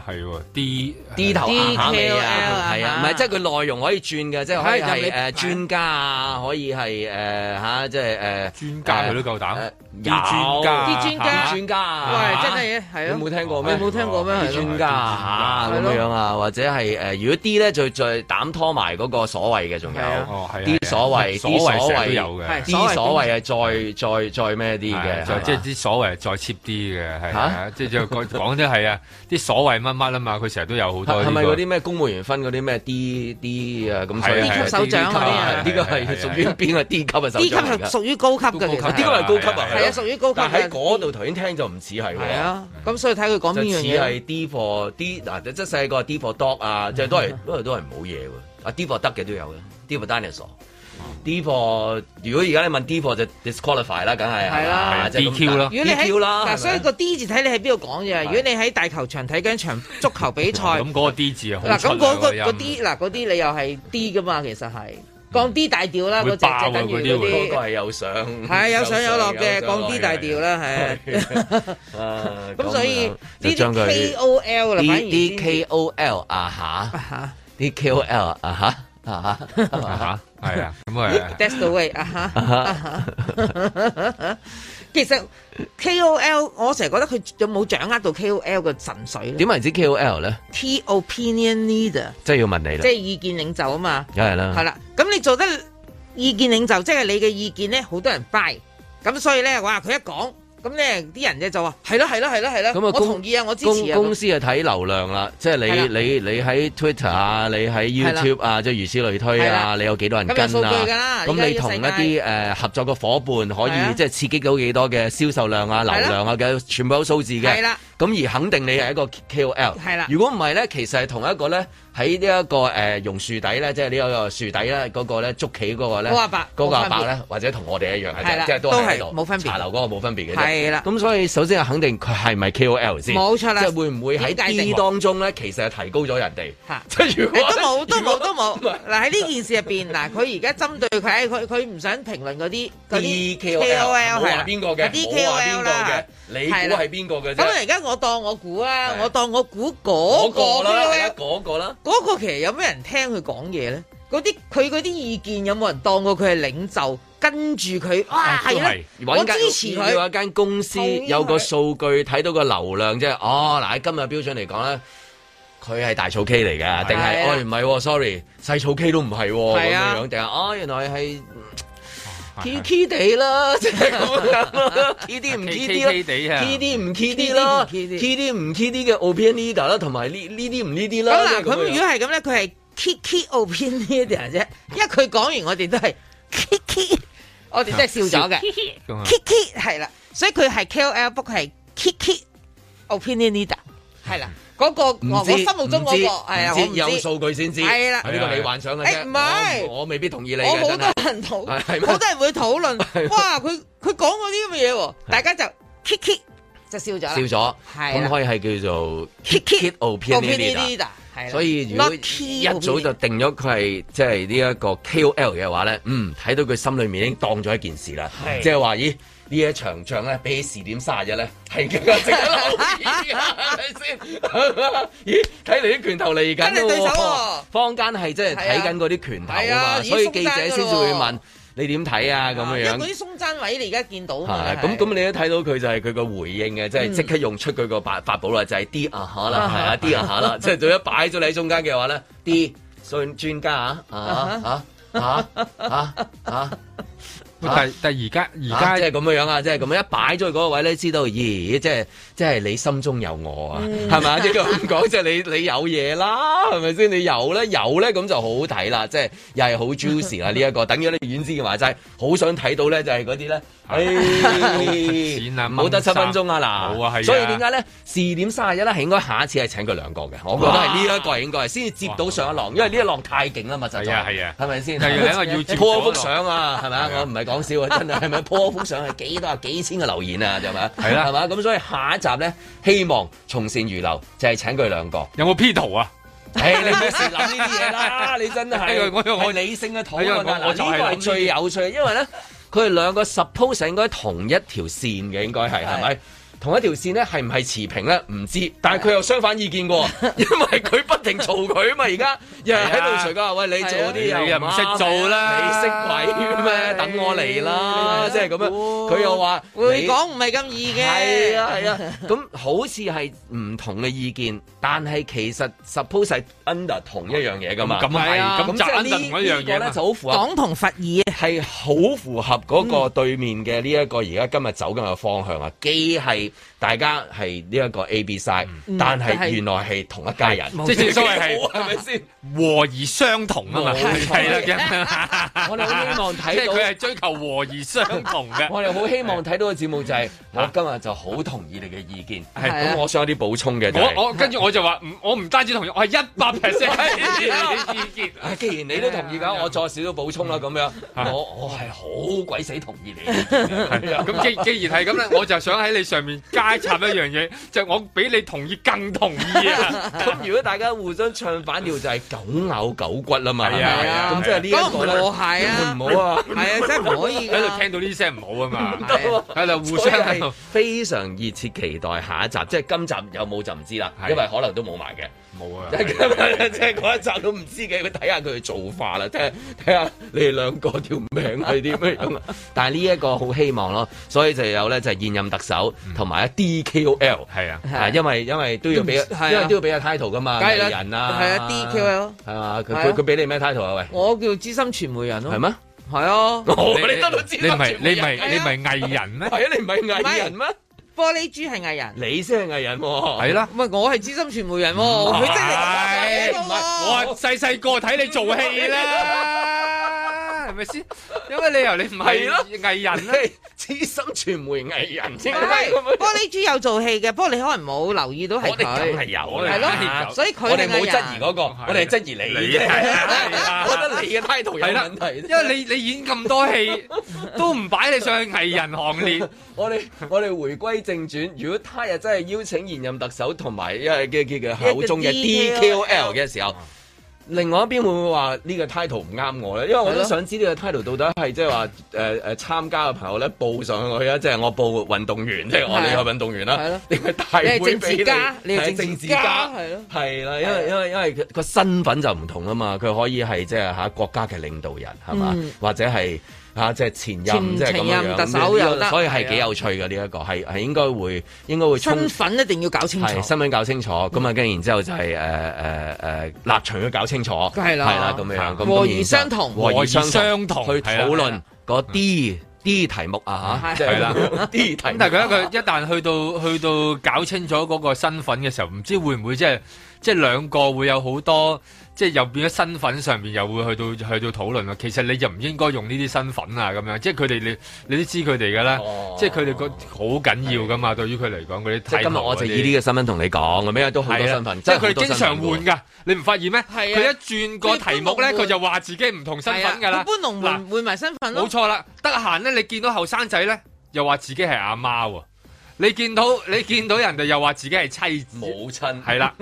Speaker 6: 係喎，D
Speaker 2: D 頭啊下尾
Speaker 4: DQL 啊
Speaker 2: 啊，係啊，唔係即係佢內容可以轉嘅，即係可以
Speaker 6: 係入
Speaker 2: 係
Speaker 6: 你
Speaker 2: 誒專家啊，可以係誒嚇即係誒
Speaker 6: 專家佢都夠膽
Speaker 2: 誒
Speaker 6: 啲
Speaker 2: 有
Speaker 6: 專家
Speaker 4: 啲專家
Speaker 2: 專家啊，
Speaker 4: 喂，真係嘅，係
Speaker 2: 你
Speaker 4: 咯，
Speaker 2: 冇聽過咩？
Speaker 4: 你冇聽過咩係咯
Speaker 2: 專家啊
Speaker 4: 係
Speaker 2: 咁
Speaker 4: 咯
Speaker 2: 樣啊，或者係誒、呃如果 D 咧，再再膽拖埋嗰個所謂嘅，仲有
Speaker 4: 係啊
Speaker 6: 哦係啊
Speaker 2: D
Speaker 6: 係啊
Speaker 2: 所謂
Speaker 6: 所謂
Speaker 2: D 所謂
Speaker 6: 成日都有嘅
Speaker 4: 係
Speaker 2: D 所謂係再再再咩啲嘅，
Speaker 6: 就
Speaker 2: 係
Speaker 6: 即係
Speaker 2: 嘛
Speaker 6: 啲所謂再 cheap 啲嘅，係
Speaker 2: 嚇
Speaker 6: 啊，即係就講講啲係啊，啲所謂乜乜啊嘛，佢成日都有好多
Speaker 2: 係
Speaker 6: 呢
Speaker 2: 係咪
Speaker 6: 個
Speaker 2: 嗰啲咩公務員分嗰啲咩 D D 啊咁所以
Speaker 6: 係啊係啊 D 級
Speaker 4: 首長嗰啲啊
Speaker 2: 呢個係屬於邊個 D 級嘅首
Speaker 4: 呢級
Speaker 2: 長嚟
Speaker 4: 係
Speaker 2: 㗎？
Speaker 4: 屬於高級嘅，
Speaker 6: 都高級
Speaker 4: 其
Speaker 6: 啊
Speaker 4: 實
Speaker 2: D 級係高級啊，
Speaker 4: 係啊，屬於高級
Speaker 2: 但
Speaker 4: 嘅。
Speaker 2: 喺嗰度頭先聽就唔似係
Speaker 4: 係
Speaker 2: 喎。
Speaker 4: 啊，咁所以睇佢講
Speaker 2: 就
Speaker 4: 邊樣
Speaker 2: 似
Speaker 4: 嘢。
Speaker 2: 係 D for D 嗱，即係細個 D for dog
Speaker 4: 嗯
Speaker 2: 啊，即係都係 <laughs> 都係都係唔好嘢喎。啊 D for 得嘅都有嘅，D for dinosaur，D
Speaker 4: 嗯
Speaker 2: for 如果而家你問 D for 就 disqualify 啦，梗係
Speaker 4: 係啦
Speaker 2: 係嘛即係咁
Speaker 6: DQ 啦
Speaker 4: 如果你喺
Speaker 2: DQ E 啦，係咪
Speaker 4: 嗱，所以個 D 字睇你喺邊度講啫。如果你喺大球場睇緊場足球比
Speaker 2: <laughs>
Speaker 4: 賽，
Speaker 6: 咁嗰個 D 字啊，
Speaker 4: 嗱
Speaker 6: 好
Speaker 4: 咁
Speaker 6: 出啊
Speaker 4: 嗰個
Speaker 6: 個音
Speaker 4: 嗰啲嗱嗰啲你又係 D 噶嘛，其實係降 D 大調啦，嗰
Speaker 6: 會
Speaker 4: 只
Speaker 6: 爆啊
Speaker 4: 即係等於
Speaker 6: 嗰啲
Speaker 4: 嗰
Speaker 6: 會
Speaker 2: 嗰個
Speaker 4: 啲
Speaker 2: 係有上
Speaker 4: 係有上有落嘅
Speaker 2: <laughs> 有上有
Speaker 4: 降 D 大調啦，係。
Speaker 2: 啊
Speaker 4: <laughs> 咁所以
Speaker 2: 樣
Speaker 4: 呢
Speaker 2: <laughs> 就
Speaker 4: 啲
Speaker 2: 將佢
Speaker 4: KOL 啦，反而
Speaker 2: D D
Speaker 4: 先 <laughs>
Speaker 2: K O L 啊嚇
Speaker 4: 啊
Speaker 2: d K O L 啊嚇啊
Speaker 4: <laughs>
Speaker 2: 嚇係嘛
Speaker 6: 啊嚇係啊，咁啊
Speaker 4: 嚇 that's the way 啊哈啊哈 <laughs> 其實 KOL 我成日覺得佢有冇掌握到 KOL 嘅神髓咧
Speaker 2: 點為之 K O L 咧？
Speaker 4: ？Key opinion leader
Speaker 2: 即係要問你啦
Speaker 4: 即，係意見領袖啊嘛。
Speaker 2: 梗係啦
Speaker 4: 係。啦，咁你做得意見領袖，即係你嘅意見咧，好多人 buy，咁所以咧，哇，佢一講咁咧啲人咧就話係啦係啦係啦係啦，
Speaker 2: 咁啊
Speaker 4: 我
Speaker 2: 公
Speaker 4: 同意啊，我支
Speaker 2: 公
Speaker 4: 持啊。
Speaker 2: 公司係睇流量啦，即係
Speaker 4: 係
Speaker 2: 你
Speaker 4: 啦
Speaker 2: 你你喺 Twitter 啊，你喺 YouTube 啊，即係如此類推
Speaker 4: 係
Speaker 2: 啊，
Speaker 4: 啦
Speaker 2: 你有幾多人
Speaker 4: 咁有數
Speaker 2: 跟
Speaker 4: 據㗎
Speaker 2: 啊
Speaker 4: 啦？
Speaker 2: 咁
Speaker 4: 而
Speaker 2: 你
Speaker 4: 家呢個
Speaker 2: 同一
Speaker 4: 世界
Speaker 2: 啲誒合作嘅伙伴可
Speaker 4: 係
Speaker 2: 以
Speaker 4: 啊
Speaker 2: 即係刺激到幾多嘅銷售量啊、流
Speaker 4: 係啦
Speaker 2: 量啊嘅，全部有數字嘅
Speaker 4: 係啦。
Speaker 2: 咁而肯定你係一個 KOL。
Speaker 4: 係啦
Speaker 2: 如果唔係咧，其實係同一個咧喺呢一個誒榕樹底咧，即係呢一個樹底咧嗰個咧捉棋嗰個咧，
Speaker 4: 嗰個阿伯
Speaker 2: 嗰個阿伯
Speaker 4: 冇分別
Speaker 2: 咧，或者同我哋一樣
Speaker 4: 係
Speaker 2: 係
Speaker 4: 啦
Speaker 2: 即係都
Speaker 4: 都
Speaker 2: 係
Speaker 4: 係
Speaker 2: 喺度
Speaker 4: 冇分別
Speaker 2: 茶樓嗰個冇分別嘅啫。
Speaker 4: 係啦
Speaker 2: 咁所以首先係肯定佢係咪 KOL 先，
Speaker 4: 冇錯啦
Speaker 2: 即係會唔會喺
Speaker 4: 點界
Speaker 2: D
Speaker 4: 定
Speaker 2: 當中咧，其實係提高咗人哋 <laughs>
Speaker 4: 嚇，
Speaker 2: 即係
Speaker 4: 誒
Speaker 2: 如果
Speaker 4: 都冇，都
Speaker 2: 如果
Speaker 4: 冇，都冇。嗱喺呢件事入邊，嗱佢而家針對佢，佢佢唔想
Speaker 2: <laughs>
Speaker 4: 評論嗰啲 E 嗰啲
Speaker 2: D E KOL 冇
Speaker 4: 啊係
Speaker 2: 啊話
Speaker 4: 啦
Speaker 2: 邊個嘅，
Speaker 4: 嗰啲
Speaker 2: 冇話
Speaker 4: KOL
Speaker 2: 邊個嘅
Speaker 4: 啦。，
Speaker 2: 你
Speaker 4: 係
Speaker 2: 估
Speaker 4: 啦
Speaker 2: 係邊個嘅
Speaker 4: 啊咁啊
Speaker 2: 啫？
Speaker 4: 而家我當我估啊，
Speaker 2: 係
Speaker 4: 我當我估
Speaker 2: 嗰
Speaker 4: 啊嗰個
Speaker 2: 個啦，係
Speaker 4: KOL
Speaker 2: 啦，嗰個啦，
Speaker 4: 嗰個其實有咩人聽佢講嘢咧？嗰啲佢嗰啲意見有冇人當過佢係領袖，跟住佢哇
Speaker 3: 都
Speaker 4: 係啦
Speaker 3: 係，
Speaker 4: 我
Speaker 2: 啊揾間
Speaker 4: 支持
Speaker 2: 要啊
Speaker 4: 佢啊
Speaker 2: 一間公司有個數據睇到個流量即係哦，嗱喺今日標準嚟講咧。佢係大草 K 嚟嘅，定係
Speaker 4: 係啊
Speaker 2: 哦唔係喎，sorry，細草 K 都唔係喎，咁
Speaker 4: 係啊
Speaker 2: 樣樣定係哦原來係 K
Speaker 6: 啊
Speaker 2: K 地啦，即係咁 <laughs> 樣啦，K 啲唔 K 啲啦
Speaker 6: K 地啊
Speaker 2: ，K 啲唔 K 啲啦
Speaker 4: K 啲唔 K 啲
Speaker 2: ，K 啲唔 K 啲嘅 opinion leader 啦，同埋呢呢啲唔呢啲啦。
Speaker 4: 咁嗱，
Speaker 2: 即係
Speaker 4: 咁
Speaker 2: 樣
Speaker 4: 如果係咁咧，佢係 Kiki opinion 啫，因為佢講完我哋都係 Kiki，我哋真係
Speaker 2: <laughs>
Speaker 4: 笑咗嘅
Speaker 6: 啊
Speaker 4: Kiki 係啦，所以佢係 KOL，不過係 Kiki opinion leader 係啦，嗰個我
Speaker 2: 唔
Speaker 4: 我
Speaker 2: 知
Speaker 4: 心目中嗰
Speaker 2: 唔知
Speaker 4: 個係啊，我唔
Speaker 2: 唔知有
Speaker 4: 知，
Speaker 2: 數據先知。
Speaker 4: 係啦
Speaker 2: 呢個你幻想嘅啫。
Speaker 4: 誒唔係
Speaker 2: 我我未必同意你
Speaker 4: 我
Speaker 2: 嘅，
Speaker 4: 好
Speaker 2: 真係。
Speaker 4: 多人討，
Speaker 2: <laughs> 係係咩
Speaker 4: 好多人會討論
Speaker 2: <laughs> 係咩，
Speaker 4: 哇！佢佢講嗰啲咁嘅嘢喎，大家就 Kiki 就笑咗啦，
Speaker 2: 笑咗，
Speaker 4: 係啦
Speaker 2: 咁可以係叫做
Speaker 4: Kiki
Speaker 2: Kid
Speaker 4: opinion
Speaker 2: Opinion Leader。
Speaker 4: leader 係啦
Speaker 2: 所以如果
Speaker 4: Not key
Speaker 2: 一早就定咗佢係即係呢一個 KOL 嘅話咧，嗯，睇到佢心裏面已經當咗一件事啦，即係話咦。呢一場仗咧，比起時點卅日咧，係更加值得留意啊！係咪先？ <laughs> 咦，睇嚟啲拳頭嚟緊
Speaker 4: 跟你對手
Speaker 2: 喎
Speaker 4: 喎，
Speaker 2: 坊間係真係睇緊嗰啲拳頭
Speaker 4: 係
Speaker 2: 啊
Speaker 4: 啊
Speaker 2: 嘛，
Speaker 4: 已經
Speaker 2: 所以記者
Speaker 4: 鬆
Speaker 2: 先
Speaker 4: 單㗎
Speaker 2: 至會
Speaker 4: 咯
Speaker 2: 問你點睇啊咁樣
Speaker 4: 因為。
Speaker 2: 樣
Speaker 4: 嗰啲松山位你而家見到啊嘛
Speaker 2: 係
Speaker 4: 係
Speaker 2: 咁咁，你都睇到佢就係佢個回應嘅，即係即刻用出佢個法法寶啦，就係 D 啊下啦，係啊 D 啊 <laughs> 下啦，即係到一擺咗你喺中間嘅話咧，D 信專家啊啊啊啊啊！
Speaker 6: 但但而家而
Speaker 2: 而家
Speaker 6: 家
Speaker 2: 即係咁樣樣啊，即係咁樣一擺咗佢嗰個位咧，知道咦，即係即係你心中有我啊，係咪？即係咁講，即係你你有嘢啦，係咪先？你有咧有咧，咁就好好睇啦，即係又係好
Speaker 6: <laughs>
Speaker 2: juicy 啦呢一個，等於你遠之嘅話齋，好想睇到咧就係嗰啲
Speaker 6: <laughs>
Speaker 2: 咧，
Speaker 6: 哎剪啊 <laughs>
Speaker 2: 誒，冇得七分鐘啊嗱，
Speaker 6: 冇啊係啊
Speaker 2: 所以點解咧四點三十一咧係應該下一次係請佢兩個嘅，我覺得係呢一個係應該係先接到上一浪，因為呢一浪太勁啦嘛，就
Speaker 6: 哦係啊係啊
Speaker 2: 係咪先？
Speaker 6: 但係另一個要接咗
Speaker 2: 鋪一幅
Speaker 6: 落
Speaker 2: 相啊，係咪啊？我唔係講笑啊，真係係咪鋪一幅相係幾多啊？幾千嘅留言啊，係咪啊？
Speaker 6: 係啦
Speaker 2: 係嘛？咁所以下一集咧，希望從善如流，就係請佢兩個。
Speaker 6: 有冇 P 圖啊？
Speaker 2: 唉，你冇時諗呢啲嘢啦， <laughs> 你真
Speaker 6: 因為
Speaker 2: 係
Speaker 6: 哎我
Speaker 2: 係理性嘅討論
Speaker 6: 因為
Speaker 2: 啊！
Speaker 6: 我
Speaker 2: 嗱
Speaker 6: 我
Speaker 2: 呢
Speaker 6: 就
Speaker 2: 個
Speaker 6: 係諗呢啲
Speaker 2: 係最有趣，因為咧佢哋兩個 suppose 係應該同一條線嘅，應該係係咪？同一條線咧係唔係持平咧？唔知，但係佢又相反意見
Speaker 6: <laughs>
Speaker 2: 喎，因為佢不停嘈佢啊嘛，而家又係喺度嘈佢話：喂，你做啲
Speaker 6: 啊你
Speaker 2: 嘢
Speaker 6: 又唔識做啦
Speaker 2: 你識鬼咩？等我嚟啦，即係咁樣。佢又話
Speaker 4: 會
Speaker 2: 你
Speaker 4: 講唔係咁易嘅，
Speaker 2: 係啊係啊，咁好似係唔同嘅意見，但係其實 suppose 係 under 同一樣嘢噶嘛。
Speaker 6: 咁係咁
Speaker 2: 咁
Speaker 6: 就
Speaker 2: 即係
Speaker 6: under 同一樣嘢
Speaker 2: 呢
Speaker 6: 嘛
Speaker 2: 個咧就好符合，
Speaker 4: 講同佛耳
Speaker 2: 係好符合嗰個對面嘅呢一個而家今日走緊嘅方向啊，既係大家係呢一個 A B side，但
Speaker 4: 但係
Speaker 2: 係原來係同一家人，
Speaker 6: 嗯即係正所謂
Speaker 2: 幾好
Speaker 6: 係
Speaker 2: 啊 <laughs> 係咪先？
Speaker 6: 和而相同啊嘛，
Speaker 2: 冇錯
Speaker 6: 係啦
Speaker 2: 我哋好希望
Speaker 6: 咁，即係
Speaker 2: <laughs> 睇
Speaker 6: 佢
Speaker 2: 到。
Speaker 6: 係追求和而相同嘅。
Speaker 2: <laughs> 我哋好希望睇到嘅節目就係、我今日就好同意你嘅意見，
Speaker 6: 係
Speaker 2: 咁我想有啲補充嘅、就係
Speaker 6: 我我跟住我就話唔，我唔單止同意，我係一百 percent
Speaker 2: <laughs>
Speaker 6: 意見。
Speaker 2: 啊，既然你都同
Speaker 6: 係啊係
Speaker 2: 意㗎，
Speaker 6: 啊
Speaker 2: 我再少少補充啦，咁樣，我我係好鬼死同意你嘅意見嘅。
Speaker 6: 咁既既然係咁咧，我就想喺你上面加插一樣嘢，就係我比你同意更同意啊！
Speaker 2: 咁如果大家互相唱反調，就係狗咬狗骨啦嘛。
Speaker 6: 係啊
Speaker 2: 係咪
Speaker 6: 係啊
Speaker 2: 咁即係呢
Speaker 4: 嗰
Speaker 2: 一
Speaker 4: 個唔
Speaker 2: 個咧，
Speaker 4: 和諧啊
Speaker 2: 唔，好啊。
Speaker 4: 係啊，真係唔可以
Speaker 6: 喺度
Speaker 4: 㗎。
Speaker 6: 聽到呢聲唔好啊嘛，
Speaker 4: 係啊
Speaker 6: 喺度互
Speaker 2: 所以
Speaker 6: 相喺
Speaker 2: 係
Speaker 6: 度
Speaker 2: 非常熱切期待下一集，即係今集有冇就唔知啦，
Speaker 6: 係
Speaker 2: 因為可能都冇埋嘅。
Speaker 6: 冇啊
Speaker 2: <laughs> 即！係嗰一集都唔知嘅，佢睇下佢嘅做法啦，即係睇下你哋兩個條命係點樣啊！ <laughs> 但係呢一個好希望咯，所以就有咧就係現任特首同埋一 DKOL
Speaker 6: 係啊，
Speaker 2: 啊，因為因為都要俾，
Speaker 4: 係啊
Speaker 2: 因為都要俾個 title 噶嘛，
Speaker 4: 梗係啦
Speaker 2: 藝人啊，
Speaker 4: 係啊，DQL
Speaker 2: 係嘛，佢
Speaker 4: 係啊
Speaker 2: 佢佢俾你咩 title 啊？喂，
Speaker 4: 我叫資深傳媒人咯，
Speaker 2: 係咩？
Speaker 4: 系啊，
Speaker 2: <laughs> 我哋得到知
Speaker 6: 你唔係你唔係
Speaker 4: 啊
Speaker 6: 你唔係藝人咩？
Speaker 2: 係啊，你唔係藝人咩？
Speaker 4: 玻璃珠係藝人，
Speaker 2: 你先係藝人喎。
Speaker 6: 係啦。
Speaker 4: 唔係我係資深傳媒人喎，佢真係
Speaker 6: 係
Speaker 4: 咁
Speaker 6: 唔
Speaker 4: 講喎
Speaker 6: 係我細細個睇你做戲啦，係咪先？因為你由你唔
Speaker 2: 係咯
Speaker 6: 係藝人啦。
Speaker 2: 係 <laughs> 資深傳媒藝人
Speaker 4: 唔
Speaker 2: 先
Speaker 4: 係玻璃珠有做戲嘅，不過你可能冇留意到係
Speaker 2: 我哋梗係
Speaker 4: 佢，
Speaker 2: 有
Speaker 6: 我
Speaker 2: 啦
Speaker 6: 哋
Speaker 4: 係
Speaker 6: 梗係
Speaker 4: 咯，
Speaker 6: 有
Speaker 4: 所以佢
Speaker 2: 我哋
Speaker 4: 係啊藝
Speaker 2: 冇
Speaker 4: 人
Speaker 2: 質疑嗰個，我哋係質疑你
Speaker 3: 你
Speaker 2: 啫。
Speaker 6: 啊
Speaker 2: <laughs> 我覺得你嘅態度有
Speaker 6: 係啦
Speaker 2: 問題。
Speaker 6: 因為你你演咁多戲，都唔擺你上去藝人行列，
Speaker 2: 我哋我哋回歸正傳，如果他日真係邀請現任特首同埋因為嘅嘅嘅口中嘅
Speaker 4: 一個 DKOL
Speaker 2: DKOL 嘅時候，另外一邊會唔會話呢個 title 唔啱我咧？因為我
Speaker 4: 係
Speaker 2: 都
Speaker 4: 咯
Speaker 2: 想知呢個 title 到底係即係話誒誒參加嘅朋友咧報上去啊，即係我報運動員，即係我哋個運動員
Speaker 4: 啊係
Speaker 2: 啦
Speaker 4: 咯，
Speaker 2: 定係大
Speaker 4: 你係
Speaker 2: 會
Speaker 4: 政
Speaker 2: 俾
Speaker 4: 治家，你係
Speaker 2: 係
Speaker 4: 政
Speaker 2: 政
Speaker 4: 治
Speaker 2: 治
Speaker 4: 家，
Speaker 2: 家。
Speaker 4: 係咯。啊
Speaker 2: 係啦，因為因為因為佢個身份就唔同啊嘛，佢可以係即係嚇國家嘅領導人係嘛，
Speaker 4: 嗯
Speaker 2: 或者係嚇即係前任
Speaker 4: 前
Speaker 2: 即係咁樣
Speaker 4: 前任
Speaker 2: 樣，
Speaker 4: 特首又得啊
Speaker 2: 所以係幾有趣嘅呢一個係係應該會應該會
Speaker 4: 身
Speaker 2: 衝
Speaker 4: 份一定要搞清楚。
Speaker 2: 係新聞搞清楚，咁
Speaker 4: 嗯
Speaker 2: 啊跟住然之後就係誒誒誒立場要搞清楚，
Speaker 4: 梗係啦
Speaker 2: 係啦咁樣咁
Speaker 4: 和而
Speaker 2: 咁然之後
Speaker 4: 相同
Speaker 2: 和而相
Speaker 6: 和而相同
Speaker 2: 去
Speaker 6: 係啦
Speaker 2: 討論嗰啲啲題目
Speaker 4: 嗯
Speaker 2: 啊嚇，即係
Speaker 6: 係啦
Speaker 2: <laughs> 啲題
Speaker 6: 咁
Speaker 2: 目
Speaker 6: 但係佢一個一旦去到去到搞清楚嗰個身份嘅時候，唔知會唔會即係即係兩個會有好多即係又變咗身份上面又會去到去到討論啦。其實你就唔應該用呢啲身份啊咁樣，即係佢哋你你都知佢哋㗎啦，
Speaker 2: 哦
Speaker 6: 即係佢哋個好緊要㗎嘛。對於佢嚟講嗰啲
Speaker 2: 即係今日我就以呢個身份同你講，咁樣都好多身份，
Speaker 6: 即係
Speaker 2: 真係好
Speaker 6: 佢
Speaker 2: 多
Speaker 6: 哋經常
Speaker 2: 身份喎
Speaker 6: 換㗎，你唔發現咩？佢
Speaker 4: 係啊
Speaker 6: 一轉個題目
Speaker 4: 佢
Speaker 6: 咧，
Speaker 4: 搬龍門
Speaker 6: 佢就話自己唔同身份㗎
Speaker 4: 係啊
Speaker 6: 啦
Speaker 4: 佢。搬龍門換埋身份咯
Speaker 6: 冇。錯啦，得閒咧，你見到後生仔咧，又話自己係阿媽喎；你見到你見到人哋又話自己係妻子，
Speaker 2: 母親
Speaker 6: 係啊啦，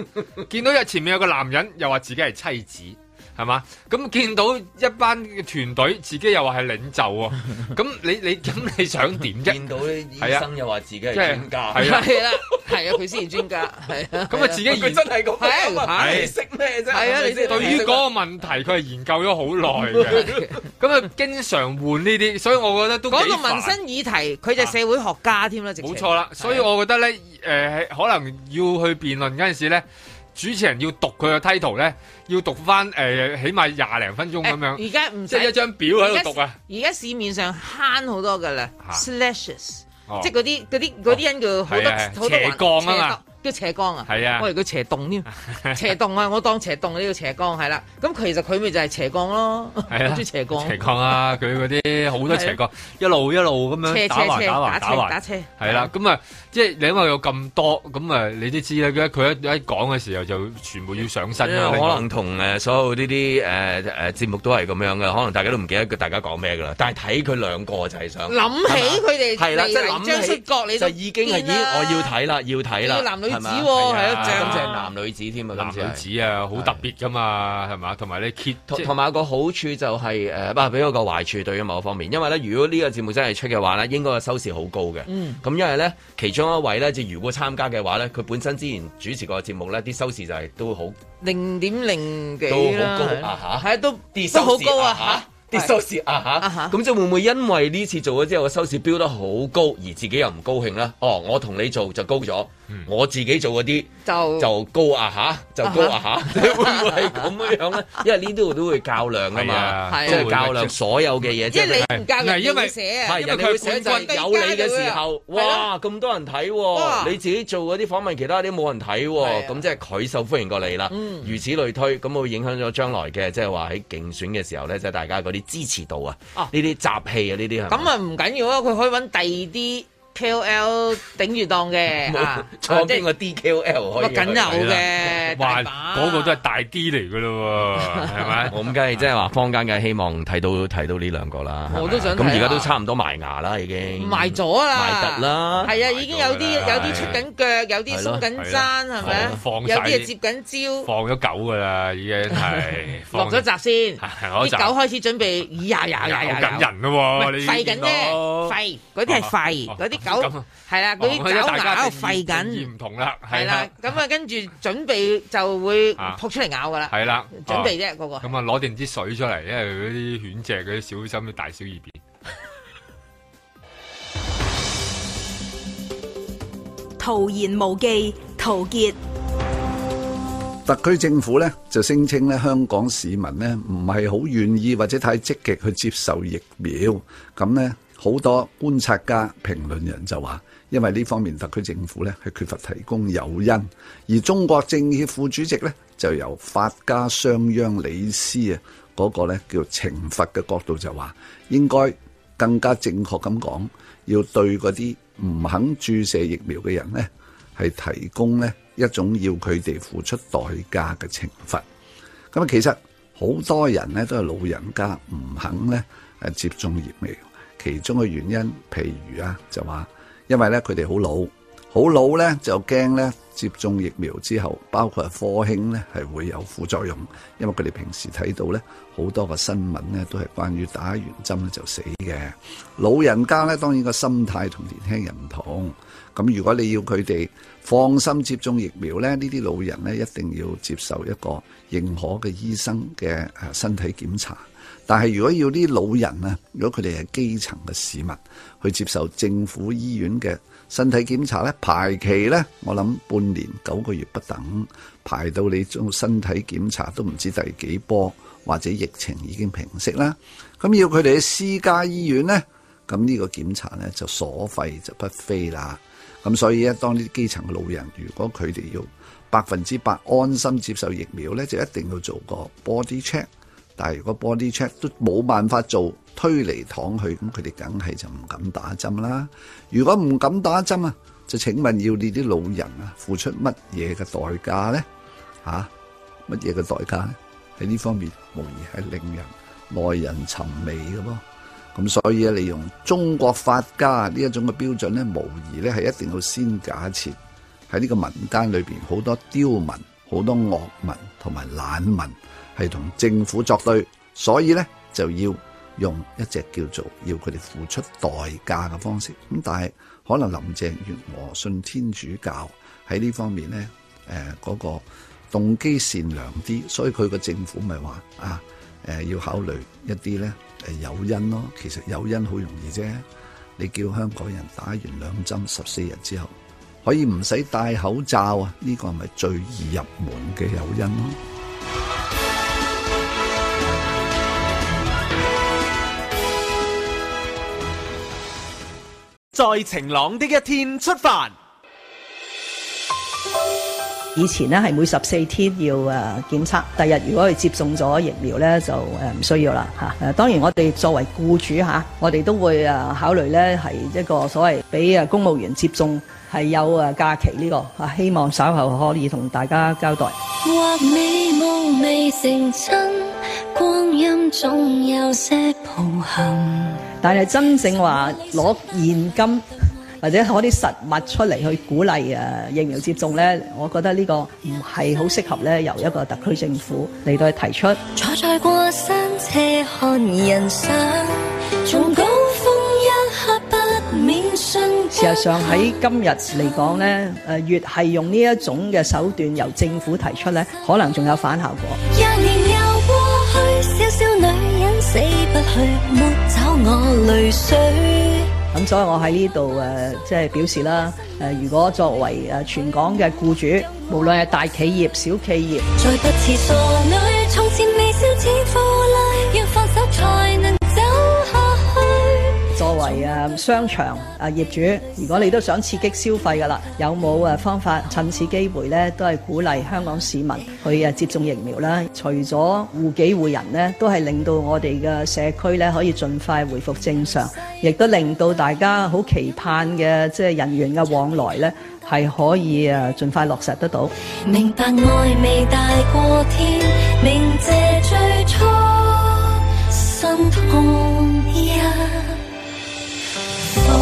Speaker 6: 見到有前面有個男人又話自己係妻子。係嘛？咁見到一班團隊，自己又話係領袖喎。咁你你咁你想點啫？
Speaker 2: 見到啲醫
Speaker 6: 係啊
Speaker 2: 生又話自己係
Speaker 6: 即係
Speaker 2: 專家，
Speaker 6: 係啊
Speaker 4: 係啦，係啊，佢先係專家，係啊。
Speaker 6: 咁啊，自己
Speaker 2: 佢
Speaker 6: 研
Speaker 2: 真係咁
Speaker 4: 係
Speaker 2: 啊嘛，
Speaker 4: 係
Speaker 2: 你識咩啫？
Speaker 4: 係啊你
Speaker 2: 係咪先
Speaker 6: 對於嗰個問題，佢係研究咗好 <laughs> 耐嘅。咁啊，經常換呢啲，所以我覺得都幾
Speaker 4: 講到
Speaker 6: 煩啊
Speaker 4: 民生議題，佢就社會學家添啦，直情啊
Speaker 6: 冇錯啦，所以我覺得咧，誒、可能要去辯論嗰陣時咧，主持人要讀佢嘅 title 咧，要讀翻誒、起碼廿零分鐘咁樣，
Speaker 4: 誒而家唔
Speaker 6: 即係一
Speaker 4: 使，
Speaker 6: 張表喺度讀啊，
Speaker 4: 而家市面上慳好多㗎啦
Speaker 6: 嚇
Speaker 4: ，slashes，
Speaker 6: 哦
Speaker 4: 即係嗰啲嗰啲嗰啲人叫好
Speaker 6: 係啊
Speaker 4: 多好多
Speaker 6: 斜槓啊嘛
Speaker 4: 橫，斜槓叫斜槓啊，
Speaker 6: 係啊
Speaker 4: 我哋叫斜洞
Speaker 6: <laughs>
Speaker 4: 添，斜洞啊，我當斜洞呢叫斜槓係啦，咁其實佢咪就係斜槓咯，
Speaker 6: 係啊
Speaker 4: 中意斜
Speaker 6: 斜
Speaker 4: 槓，
Speaker 6: 槓啊，佢嗰啲好多斜槓，一路一路咁樣
Speaker 4: 啊
Speaker 6: 啊
Speaker 4: 斜斜
Speaker 6: 打橫
Speaker 4: 斜
Speaker 6: 打橫
Speaker 4: 打斜打
Speaker 6: 橫。
Speaker 4: 斜，
Speaker 6: 係啦，咁啊，即係你因為有咁多，咁啊，你都知啦。佢一一講嘅時候就全部要上身啦。
Speaker 2: 可能同誒所有呢啲誒誒節目都係咁樣嘅，可能大家都唔記得佢大家講咩㗎啦。但係睇佢兩個就係想
Speaker 4: 諗起佢哋
Speaker 2: 係啦，即係
Speaker 4: 嚟張
Speaker 2: 諗
Speaker 4: 出
Speaker 2: 起
Speaker 4: 角，你
Speaker 2: 就已經係已
Speaker 4: 癲啦
Speaker 2: 我要睇啦，要睇啦，
Speaker 4: 要男女子
Speaker 2: 係嘛
Speaker 4: 喎
Speaker 2: 係
Speaker 4: 係
Speaker 6: 咯
Speaker 2: 啊
Speaker 6: 正
Speaker 2: 咁就係男女子添啊，
Speaker 6: 男
Speaker 2: 咁就係
Speaker 6: 女子啊，好特別噶嘛，係嘛？同埋你揭
Speaker 2: 同
Speaker 6: 即係
Speaker 2: 同埋有個好處就係、誒，不、過俾我個壞處對於某方面，因為咧，如果呢個節目真係出嘅話咧，應該個收視好高嘅。咁、
Speaker 4: 嗯
Speaker 2: 因為咧，其中一位咧，就如果參加嘅話咧，佢本身之前主持過嘅節目咧，啲收視就係都好
Speaker 4: 零點零幾
Speaker 2: 都
Speaker 4: 啦，
Speaker 2: 好高啊嚇
Speaker 4: 係啊都
Speaker 2: 啲
Speaker 4: 都好
Speaker 2: 收視
Speaker 4: 高
Speaker 2: 嚇
Speaker 4: 啊嚇，
Speaker 2: 啲收視啊
Speaker 4: 啊
Speaker 2: 嚇，
Speaker 4: 哈
Speaker 2: 咁就會唔會因為呢次做咗之後個收視飆得好高，而自己又唔高興啦？哦，我同你做就高咗，
Speaker 6: 嗯
Speaker 2: 我自己做嗰啲。
Speaker 4: 就
Speaker 2: 就高啊吓，就高啊吓， <laughs> 會唔會係咁樣咧？因為呢度都會較量噶
Speaker 6: 係啊
Speaker 2: 嘛，
Speaker 4: 係啊
Speaker 2: 即係較量所有嘅嘢，即
Speaker 4: 因
Speaker 2: 係
Speaker 4: 為你唔教
Speaker 6: 係
Speaker 4: 人，
Speaker 6: 因為
Speaker 4: 你寫啊，
Speaker 2: 係人哋會寫就係有你嘅時候，哇咁多人睇
Speaker 4: 哇
Speaker 2: 喎，你自己做嗰啲訪問，其他啲冇人睇
Speaker 4: 係
Speaker 2: 喎，
Speaker 4: 啊嗯
Speaker 2: 咁即係佢受歡迎過你啦。如此類推，咁會影響咗將來嘅，即係話喺競選嘅時候咧，即係大家嗰啲支持度啊，呢
Speaker 4: 啊
Speaker 2: 啲集氣啊，呢啲係咪
Speaker 4: 咁啊唔緊要啊，佢可以揾第二啲 KOL 頂住檔嘅，
Speaker 2: 冇
Speaker 4: 啊
Speaker 2: 錯邊
Speaker 4: 啊
Speaker 2: 個 DQL
Speaker 4: 即
Speaker 2: 可
Speaker 4: 係
Speaker 2: 以
Speaker 4: 梗
Speaker 2: 去
Speaker 4: 有嘅，
Speaker 6: 哇，
Speaker 4: 大把
Speaker 6: 嗰個都係大 D 嚟噶咯， <laughs> 係咪？
Speaker 2: 我咁梗係即係話坊間嘅希望睇到睇到呢兩個啦，
Speaker 4: 我都
Speaker 2: 係咪
Speaker 4: 想睇
Speaker 2: 咁
Speaker 4: 啊
Speaker 2: 而家都差唔多埋牙啦，已經
Speaker 4: 賣咗啦，
Speaker 2: 賣突啦
Speaker 4: 係啊，已經有啲有啲出緊腳，有啲鬆緊
Speaker 6: 係
Speaker 4: 踭，係咪啊
Speaker 6: 放
Speaker 4: 有
Speaker 6: 晒
Speaker 4: 啲係接緊招，
Speaker 6: 放咗狗噶啦，已經 <laughs> 係
Speaker 4: 落咗閘先，
Speaker 6: 係
Speaker 4: 啲
Speaker 6: 落咗閘
Speaker 4: 狗開始準備，呀呀呀
Speaker 6: 咬
Speaker 4: 呀
Speaker 6: 緊
Speaker 4: 呀！
Speaker 6: 人咯喎，你
Speaker 4: 吠緊啫，
Speaker 6: 吠
Speaker 4: 吠嗰啲係
Speaker 6: 哦
Speaker 4: 吠，嗰啲
Speaker 6: 咁
Speaker 4: 狗
Speaker 6: 啊
Speaker 4: 係啦，嗰啲狗牙喺度吠緊，
Speaker 6: 唔同啦，
Speaker 4: 係
Speaker 6: 係
Speaker 4: 啦
Speaker 6: 啦，，
Speaker 4: 咁啊跟住準備就會
Speaker 6: 啊
Speaker 4: 撲出嚟咬噶啦，
Speaker 6: 係啦，
Speaker 4: 準備
Speaker 6: 哦。
Speaker 4: 啫嗰個係。
Speaker 6: 咁啊，攞定支水出嚟，因為嗰啲犬隻嗰啲小心啲大小二便。
Speaker 9: 徒言無忌，陶傑。特區政府咧就聲稱咧，香港市民咧唔係好願意或者太積極去接受疫苗，咁咧好多觀察家、評論人就話，因為呢方面特區政府咧係缺乏提供誘因，而中國政協副主席咧就由法家商鞅李斯啊嗰個咧叫懲罰嘅角度就話，應該更加正確咁講，要對嗰啲唔肯注射疫苗嘅人咧。係提供呢一種要佢哋付出代價嘅懲罰。咁啊，其實好多人呢都係老人家唔肯呢誒接種疫苗，其中嘅原因譬如啊就話，因為呢佢哋好老，好老呢就驚呢接種疫苗之後，包括係科興呢係會有副作用，因為佢哋平時睇到呢好多個新聞呢都係關於打完針呢就死嘅。老人家呢當然個心態同年輕人唔同。咁如果你要佢哋放心接種疫苗咧，呢啲老人咧一定要接受一個認可嘅醫生嘅誒身體檢查。但係如果要啲老人啊，如果佢哋係基層嘅市民去接受政府醫院嘅身體檢查咧，排期咧，我諗半年九個月不等，排到你做身體檢查都唔知第幾波，或者疫情已經平息啦。咁要佢哋喺私家醫院咧，咁呢個檢查咧就所費就不菲啦。咁所以咧，當呢啲基層嘅老人，如果佢哋要百分之百安心接受疫苗咧，就一定要做個 body check。但係如果 body check 都冇辦法做，推嚟搪去，咁佢哋梗係就唔敢打針啦。如果唔敢打針啊，就請問要你啲老人啊付出乜嘢嘅代價咧？嚇、乜嘢嘅代價咧？喺呢方面，無疑係令人耐人尋味嘅噃。咁所以咧，利用中國法家呢一種嘅標準咧，無疑咧係一定要先假設喺呢個民間裏邊好多刁民、好多惡民同埋懶民係同政府作對，所以咧就要用一隻叫做要佢哋付出代價嘅方式。咁但係可能林鄭月娥信天主教喺呢方面咧，誒、嗰、個動機善良啲，所以佢個政府咪話啊誒、要考慮一啲咧誒誘因咯。其實誘因好容易啫，你叫香港人打完兩針十四日之後，可以唔使戴口罩啊，呢、個係咪最易入門嘅誘因咯？
Speaker 5: 在晴朗的一天出發。
Speaker 7: 以前咧係每十四天要誒、呃、檢測，第日如果佢接種咗疫苗咧，就誒呃唔、需要啦嚇。誒、當然我哋作為僱主嚇、我哋都會誒、呃考慮咧係一個所謂俾誒公務員接種係有誒假期呢、個嚇、希望稍後可以同大家交代。
Speaker 8: 或美夢未成真，光陰總有些抱憾。
Speaker 7: 但係真正話攞現金 <laughs> 或者攞啲實物出嚟去鼓勵誒、呃疫苗接種咧，我覺得呢個唔係好適合咧，由一個特區政府嚟到去提出。
Speaker 8: 坐在過山車看人生，從高峰一刻不免瞬
Speaker 7: 事
Speaker 8: 間
Speaker 7: 實上喺今日嚟講咧，誒越係用呢一種嘅手段由政府提出咧，可能仲有反效果。
Speaker 8: 一年又過去，小小女人死不去，抹走我淚水。
Speaker 7: 咁所以我喺呢度誒，即係表示啦，誒、如果作為誒、全港嘅僱主，無論係大企業、小企業，
Speaker 8: 再不似傻女，從前微笑似負累，要放手才能走下去。
Speaker 7: 作為誒、商場誒、業主，如果你都想刺激消費㗎啦，有冇誒、啊方法趁此機會咧，都係鼓勵香港市民去誒、接種疫苗啦。除咗護己護人咧，都係令到我哋嘅社區咧可以盡快回復正常，亦都令到大家好期盼嘅即係人員嘅往來咧係可以誒、盡快落實得到。
Speaker 8: 明白愛未大過天，明謝最初心痛一方。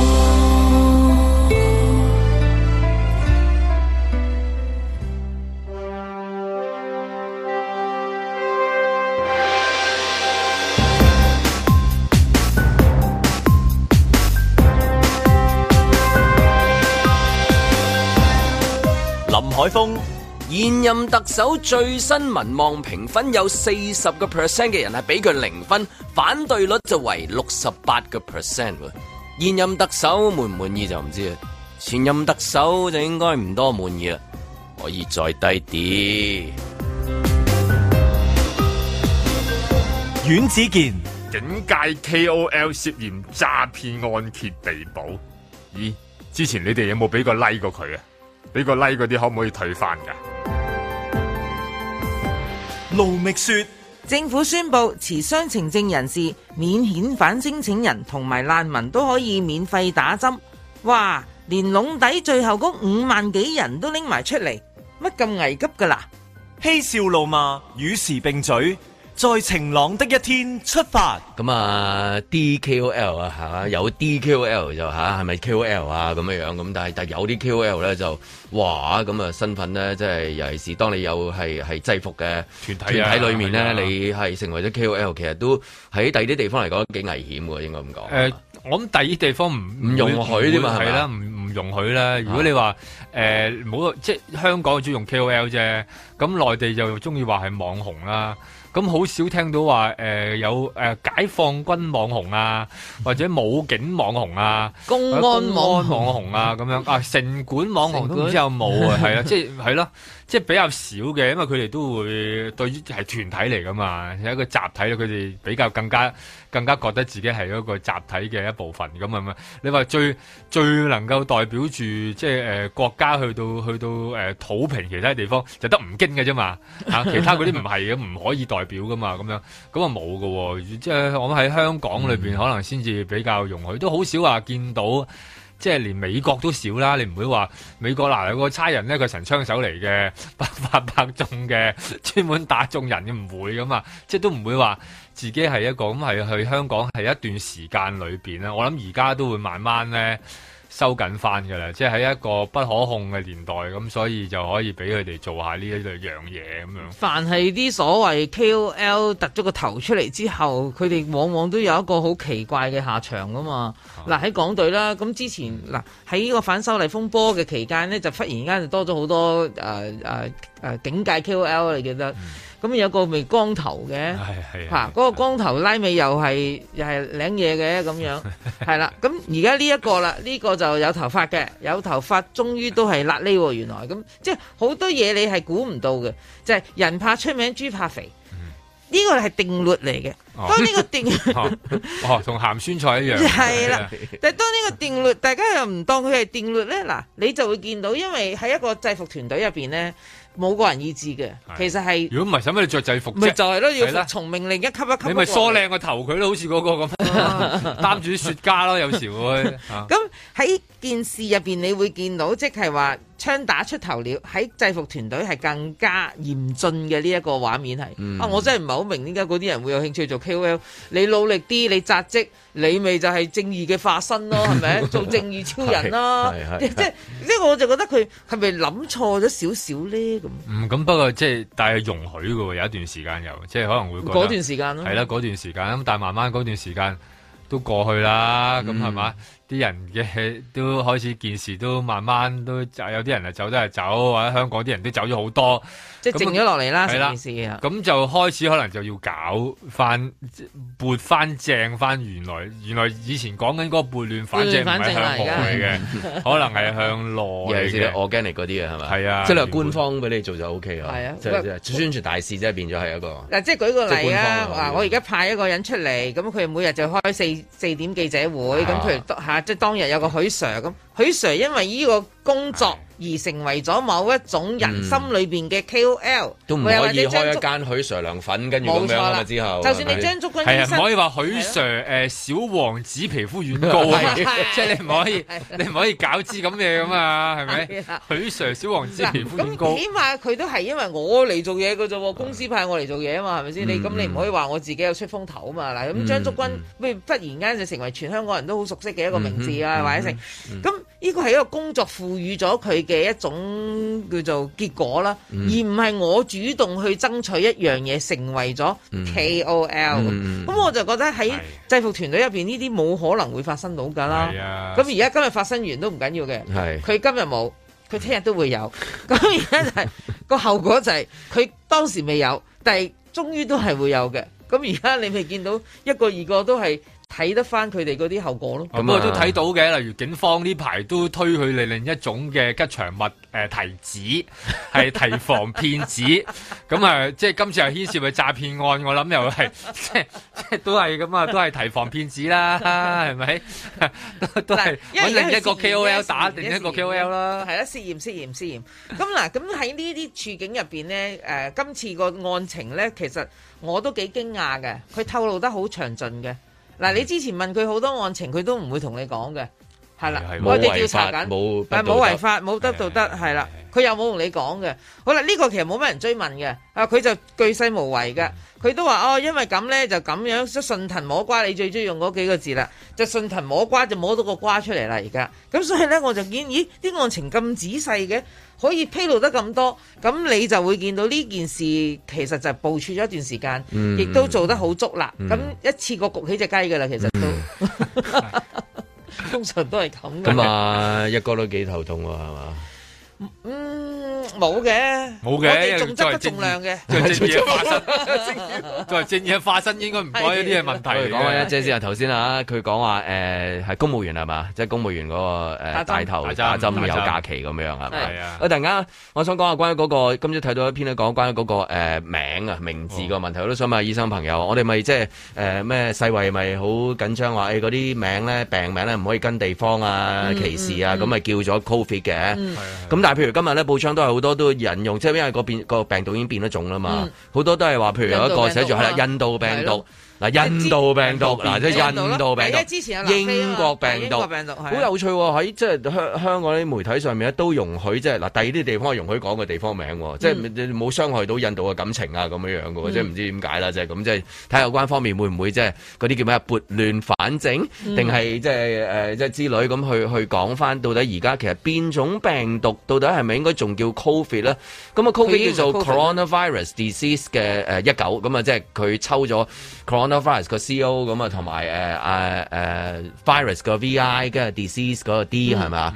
Speaker 1: 林海峰、
Speaker 2: 現任特首最新民望評分有四十個 percent 嘅人係俾佢零分，反對率就為六十八個 percent 喎。現啊任特首滿唔滿意就唔知啦，前任特首就應該唔多滿意啦。啊可以再低
Speaker 1: 阮子健、
Speaker 3: 警界 KOL 涉嫌詐騙案揭被捕。咦？之前你哋有冇俾個 like 過佢啊？俾個 like 嗰啲可唔可以退翻㗎？
Speaker 1: 卢觅雪、
Speaker 4: 政府宣布，持雙程證人士、免遣返申請人同埋難民都可以免費打針。哇！連籠底最後嗰五萬幾人都拎埋出嚟，乜咁危急㗎啦？
Speaker 1: 嬉笑怒罵，與時並嘴，在晴朗的一天出發。
Speaker 2: 啲。咁啊，DKOL 啊，係嘛？有 DKOL 就吓，係咪 KOL 啊咁樣樣咁？但係但係有啲 KOL 咧就哇咁啊身份咧，即係尤其是當你有係係制服嘅
Speaker 6: 團體啊
Speaker 2: 團體裏面
Speaker 6: 係啊
Speaker 2: 咧，你係成為咗 KOL，其實都喺第二啲地方嚟講幾危險喎，應該咁講。
Speaker 6: 誒，我諗第二地方唔
Speaker 2: 唔容許添
Speaker 6: 唔
Speaker 2: 嘛
Speaker 6: 會
Speaker 2: 係咪
Speaker 6: 係啦，唔唔容許啦。如果你話誒唔好即係香港主要用 KOL 啫，咁內地就中意話係網紅啦。咁好少聽到話誒、有誒、解放軍網紅啊，或者武警網紅啊。
Speaker 4: 公安
Speaker 6: 公
Speaker 4: 網
Speaker 6: 安網紅啊，咁樣啊，城管網紅都唔知有冇 <laughs> 啊，係啊，即係係咯，即係比較少嘅，因為佢哋都會對於係團體嚟噶嘛，係一個集體，佢哋比較更加更加覺得自己係一個集體嘅一部分咁啊嘛。你話最最能夠代表住即係誒、呃、國家去到去到誒、呃、土平其他地方，就得吳京嘅啫嘛， <laughs> 嚇、其他嗰啲唔係嘅，唔可以代表噶嘛，咁樣咁啊冇嘅喎，即係我諗喺香港裏邊可能先至比較容許，都好少話見到。即係連美國都少啦，你唔會話美國嗱有個差人咧，佢神槍手嚟嘅，百發百中嘅，專門打中人嘅，唔會噶嘛，即係都唔會話自己係一個咁係去香港係一段時間裏邊咧，我諗而家都會慢慢咧收緊翻㗎啦，即係喺一個不可控嘅年代，咁所以就可以俾佢哋做下呢一類樣嘢咁樣。
Speaker 4: 凡係啲所謂 KOL 突咗個頭出嚟之後，佢哋往往都有一個好奇怪嘅下場噶嘛。嗱喺港隊啦，咁之前嗱喺呢個反修例風波嘅期間呢，就忽然間就多咗好多誒誒誒警界 KOL 你記得，咁有個咪光頭嘅。
Speaker 6: 啊係係
Speaker 4: 嚇，嗰、個光頭拉尾又係又係領嘢嘅咁
Speaker 6: <laughs>
Speaker 4: 樣，係啦。咁而家呢一個啦，呢、個就有頭髮嘅，有頭髮終於都係辣呢喎。原來咁即係好多嘢你係估唔到嘅，就係、人怕出名，豬怕肥。呢個係定律嚟嘅。
Speaker 6: 嗯哦
Speaker 4: 當呢個
Speaker 6: <laughs>
Speaker 4: 定
Speaker 6: 哦哦，同鹹酸菜一樣。
Speaker 4: 係
Speaker 6: 啊
Speaker 4: 啦，但係當呢個定律，大家又唔當佢係定律咧，嗱，你就會見到，因為喺一個制服團隊入邊咧，冇個人意志嘅，其實係
Speaker 6: 如果唔係，使乜你着制服
Speaker 4: 咪就
Speaker 6: 啫？
Speaker 4: 係咯，
Speaker 6: 係
Speaker 4: 要
Speaker 6: 啦
Speaker 4: 服從命令一級一級。
Speaker 6: 你咪梳靚個頭，佢都好似嗰個咁啊，
Speaker 4: <laughs>
Speaker 6: 擔住啲雪茄咯，有時會。啊
Speaker 4: 咁喺件事入邊，你會見到即係話槍打出頭鳥，喺制服團隊係更加嚴峻嘅呢一個畫面係。
Speaker 6: 嗯
Speaker 4: 啊，我真係唔係好明點解嗰啲人會有興趣做 KOL。你努力啲，你扎職，你咪就係正義嘅化
Speaker 6: <laughs>
Speaker 4: 身咯，係咪？做正義超人啦
Speaker 2: 係係，
Speaker 4: 即
Speaker 2: 係
Speaker 4: 即即我就覺得佢係咪諗錯咗少少咧？咁
Speaker 6: 嗯，咁不過即係，但係容許嘅喎，有一段時間又即係可能會覺得
Speaker 4: 嗰段時間咯
Speaker 6: 係，啦，嗰段時間咁，但係慢慢嗰段時間都過去啦，咁
Speaker 4: 嗯
Speaker 6: 係嘛？啲人嘅都開始件事都慢慢都有啲人係走得係走，或者香港啲人都走咗好多，
Speaker 4: 即係靜咗落嚟啦，
Speaker 6: 啊係啦
Speaker 4: 成件事啊。
Speaker 6: 咁就開始可能就要搞翻撥翻正翻原來原來以前講緊嗰個撥亂反正唔
Speaker 4: 撥亂反
Speaker 6: 係
Speaker 4: 正啦
Speaker 6: 向紅嚟
Speaker 4: <laughs>
Speaker 6: 嘅，可能係向內
Speaker 2: 尤其是你
Speaker 6: 嘅。
Speaker 2: organic 嗰啲啊，係咪？
Speaker 6: 係啊
Speaker 2: 即係你話官方俾你做就 O K 啊。
Speaker 4: 係啊
Speaker 2: 即係即係宣傳大使，即係變咗係一個。
Speaker 4: 嗱，即係舉個
Speaker 2: 即係
Speaker 4: 例
Speaker 2: 官
Speaker 4: 啊！
Speaker 2: 方啊
Speaker 4: 嗱，我而家派一個人出嚟，咁佢每日就開四四點記者會，咁
Speaker 2: 啊
Speaker 4: 譬如當嚇，即係當日有個許 Sir 咁，許 Sir 因為呢個工作而成為咗某一種人心裏邊嘅 KOL，
Speaker 2: 嗯都唔
Speaker 4: 又或
Speaker 2: 可以
Speaker 4: 者張
Speaker 2: 開
Speaker 4: 竹
Speaker 2: 一間許 Sir 涼粉，跟住
Speaker 4: 冇
Speaker 2: 咁
Speaker 4: 錯
Speaker 2: 樣啊
Speaker 4: 啦，
Speaker 2: 嘛之後。
Speaker 4: 就算你
Speaker 2: 係
Speaker 4: 張竹君
Speaker 6: 係
Speaker 4: 醫
Speaker 6: 啊，唔可以
Speaker 4: 生，
Speaker 6: 話許 Sir 誒小王子皮膚軟膏
Speaker 4: <laughs>
Speaker 6: 啊嘛，即係你唔可以，你唔可以搞支咁嘢咁啊，係咪？
Speaker 4: 啊係啦
Speaker 6: 許 Sir 小王子
Speaker 4: 嗱
Speaker 6: 皮膚軟膏
Speaker 4: 咁，起碼佢都係因為我嚟做嘢嘅啫喎，公司派我嚟做嘢啊嘛，係咪
Speaker 6: 嗯
Speaker 4: 先？你咁你唔可以話我自己有出風頭啊嘛。嗱，咁張竹君咩
Speaker 6: 嗯
Speaker 4: 忽然間就成為全香港人都好熟悉嘅一個名字啊，或者成咁呢個係一個工作賦予咗佢嘅一種叫做結果啦，而
Speaker 6: 嗯
Speaker 4: 唔係我主動去爭取一樣嘢成為咗
Speaker 6: 嗯
Speaker 4: KOL 咁。咁我就覺得喺制服團隊入邊呢啲冇可能會發生到㗎啦
Speaker 6: 係。啊
Speaker 4: 咁，而家今日發生完都唔緊要嘅。
Speaker 2: 係
Speaker 4: 佢今日冇，佢聽日都會有。 <laughs> 咁而家就係、個後果就係、佢當時未有，但係終於都係會有嘅。咁而家你咪見到一個二個都係睇得翻佢哋嗰啲後果咯。
Speaker 2: 咁啊
Speaker 6: 咁我都睇到嘅，例如警方呢排都推佢哋另一種嘅吉祥物誒、呃提子， <laughs> 係提防騙子。咁啊、即係今次又牽涉去詐騙案，我諗又係 <laughs> 即係即係都係咁啊，都係提防騙子啦，係咪？ <laughs> 都都係
Speaker 4: 因為
Speaker 6: 揾另一個
Speaker 4: 而家係涉嫌
Speaker 6: KOL 打另一個
Speaker 4: 涉嫌
Speaker 6: KOL 啦。
Speaker 4: 係啦，涉嫌涉嫌涉嫌。咁嗱，咁喺呢啲處境入邊咧，誒、今次個案情咧，其實我都幾驚訝嘅，佢透露得好詳盡嘅。嗱，你之前問佢好多案情，佢都唔會同你講嘅，係啦
Speaker 6: 係，係
Speaker 4: 我哋
Speaker 2: 冇違
Speaker 4: 調查
Speaker 2: 法
Speaker 4: 緊，
Speaker 2: 冇不
Speaker 4: 但係
Speaker 2: 道
Speaker 4: 冇
Speaker 2: 德
Speaker 4: 違法，冇得道德，
Speaker 6: 係係
Speaker 4: 係啦，佢又冇同你講嘅。好啦，呢個其實冇乜人追問嘅，啊，佢就巨細無遺嘅，佢都話哦，因為咁咧就咁樣，即順藤摸瓜，你最中意用嗰幾個字啦，就順藤摸瓜就摸到個瓜出嚟啦，而家，咁所以咧我就見，咦，啲案情咁仔細嘅。可以披露得咁多，咁你就會見到呢件事其實就部署咗一段時間，
Speaker 2: 嗯
Speaker 4: 亦、都做得好足啦。咁、一次過焗起只雞㗎啦，其實都、 <laughs> 通常都
Speaker 6: <laughs>
Speaker 4: 係咁嘅。
Speaker 2: 嗯咁啊，一哥都幾頭痛喎，係嘛？
Speaker 4: 嗯，冇嘅，
Speaker 6: 冇
Speaker 4: 我
Speaker 6: 嘅，
Speaker 4: 哋重質不重量嘅。
Speaker 6: <laughs> 作為正義嘅化身， <laughs> 作為正義嘅化身，應該唔講呢啲嘅問題
Speaker 2: 我哋
Speaker 6: 嚟
Speaker 2: 講下
Speaker 6: 嘅
Speaker 2: 一。姐先啊，頭先啊，佢講話誒係公務員係嘛，即係公務員嗰個
Speaker 4: 打
Speaker 2: 誒
Speaker 4: 針
Speaker 2: 帶頭打
Speaker 6: 打針
Speaker 2: 針有
Speaker 6: 打針
Speaker 2: 假期咁樣係咪？
Speaker 6: 係啊
Speaker 2: 我突然間我想講下關於嗰個，今朝睇到一篇咧講關於嗰個誒名啊名字個問題，我都想問下醫生朋友，我哋咪即係誒咩世衞咪好緊張話誒嗰啲名咧病名咧唔可以跟地方
Speaker 4: 嗯
Speaker 2: 啊歧視啊，咁咪叫咗 Covid 嘅。咁但係譬如今日咧報章都係好多都引用，即係因為個變個病毒已經變咗種啦嘛
Speaker 4: 嗯，
Speaker 2: 好多都係話譬如有一個寫住係啦印度病
Speaker 4: 係
Speaker 2: 毒
Speaker 4: 咯。
Speaker 2: 嗱，印度病毒
Speaker 4: <laughs>
Speaker 2: 嗱，即係印度病
Speaker 4: 係啊之前
Speaker 2: 毒、
Speaker 4: 有南非啊
Speaker 2: 英
Speaker 4: 嘛
Speaker 2: 國病毒
Speaker 4: 英國。病毒係啊
Speaker 2: 好有趣喎！喺即係香香港啲媒體上面咧，都容許即係嗱，第二啲地方係容許講個地方名喎，即係你冇傷害到印度嘅感情啊咁樣樣嘅喎，即係唔知點解啦，即係咁即係睇下有關方面會唔會即係嗰啲叫咩啊撥亂反正，
Speaker 4: 嗯
Speaker 2: 定係即係誒即係之類咁去去講翻到底而家其實變種病毒到底係咪應該仲叫 Covid 咧？咁啊
Speaker 4: 佢已經
Speaker 2: ，Covid
Speaker 4: 係
Speaker 2: 叫做
Speaker 4: Covid 啦
Speaker 2: coronavirus disease 嘅誒一九，咁啊即係佢抽咗 coronavirus 個 CO 咁啊，同埋誒誒誒 virus 個 VI 跟住 disease 嗰個 D
Speaker 4: 嗯
Speaker 2: 係咪啊？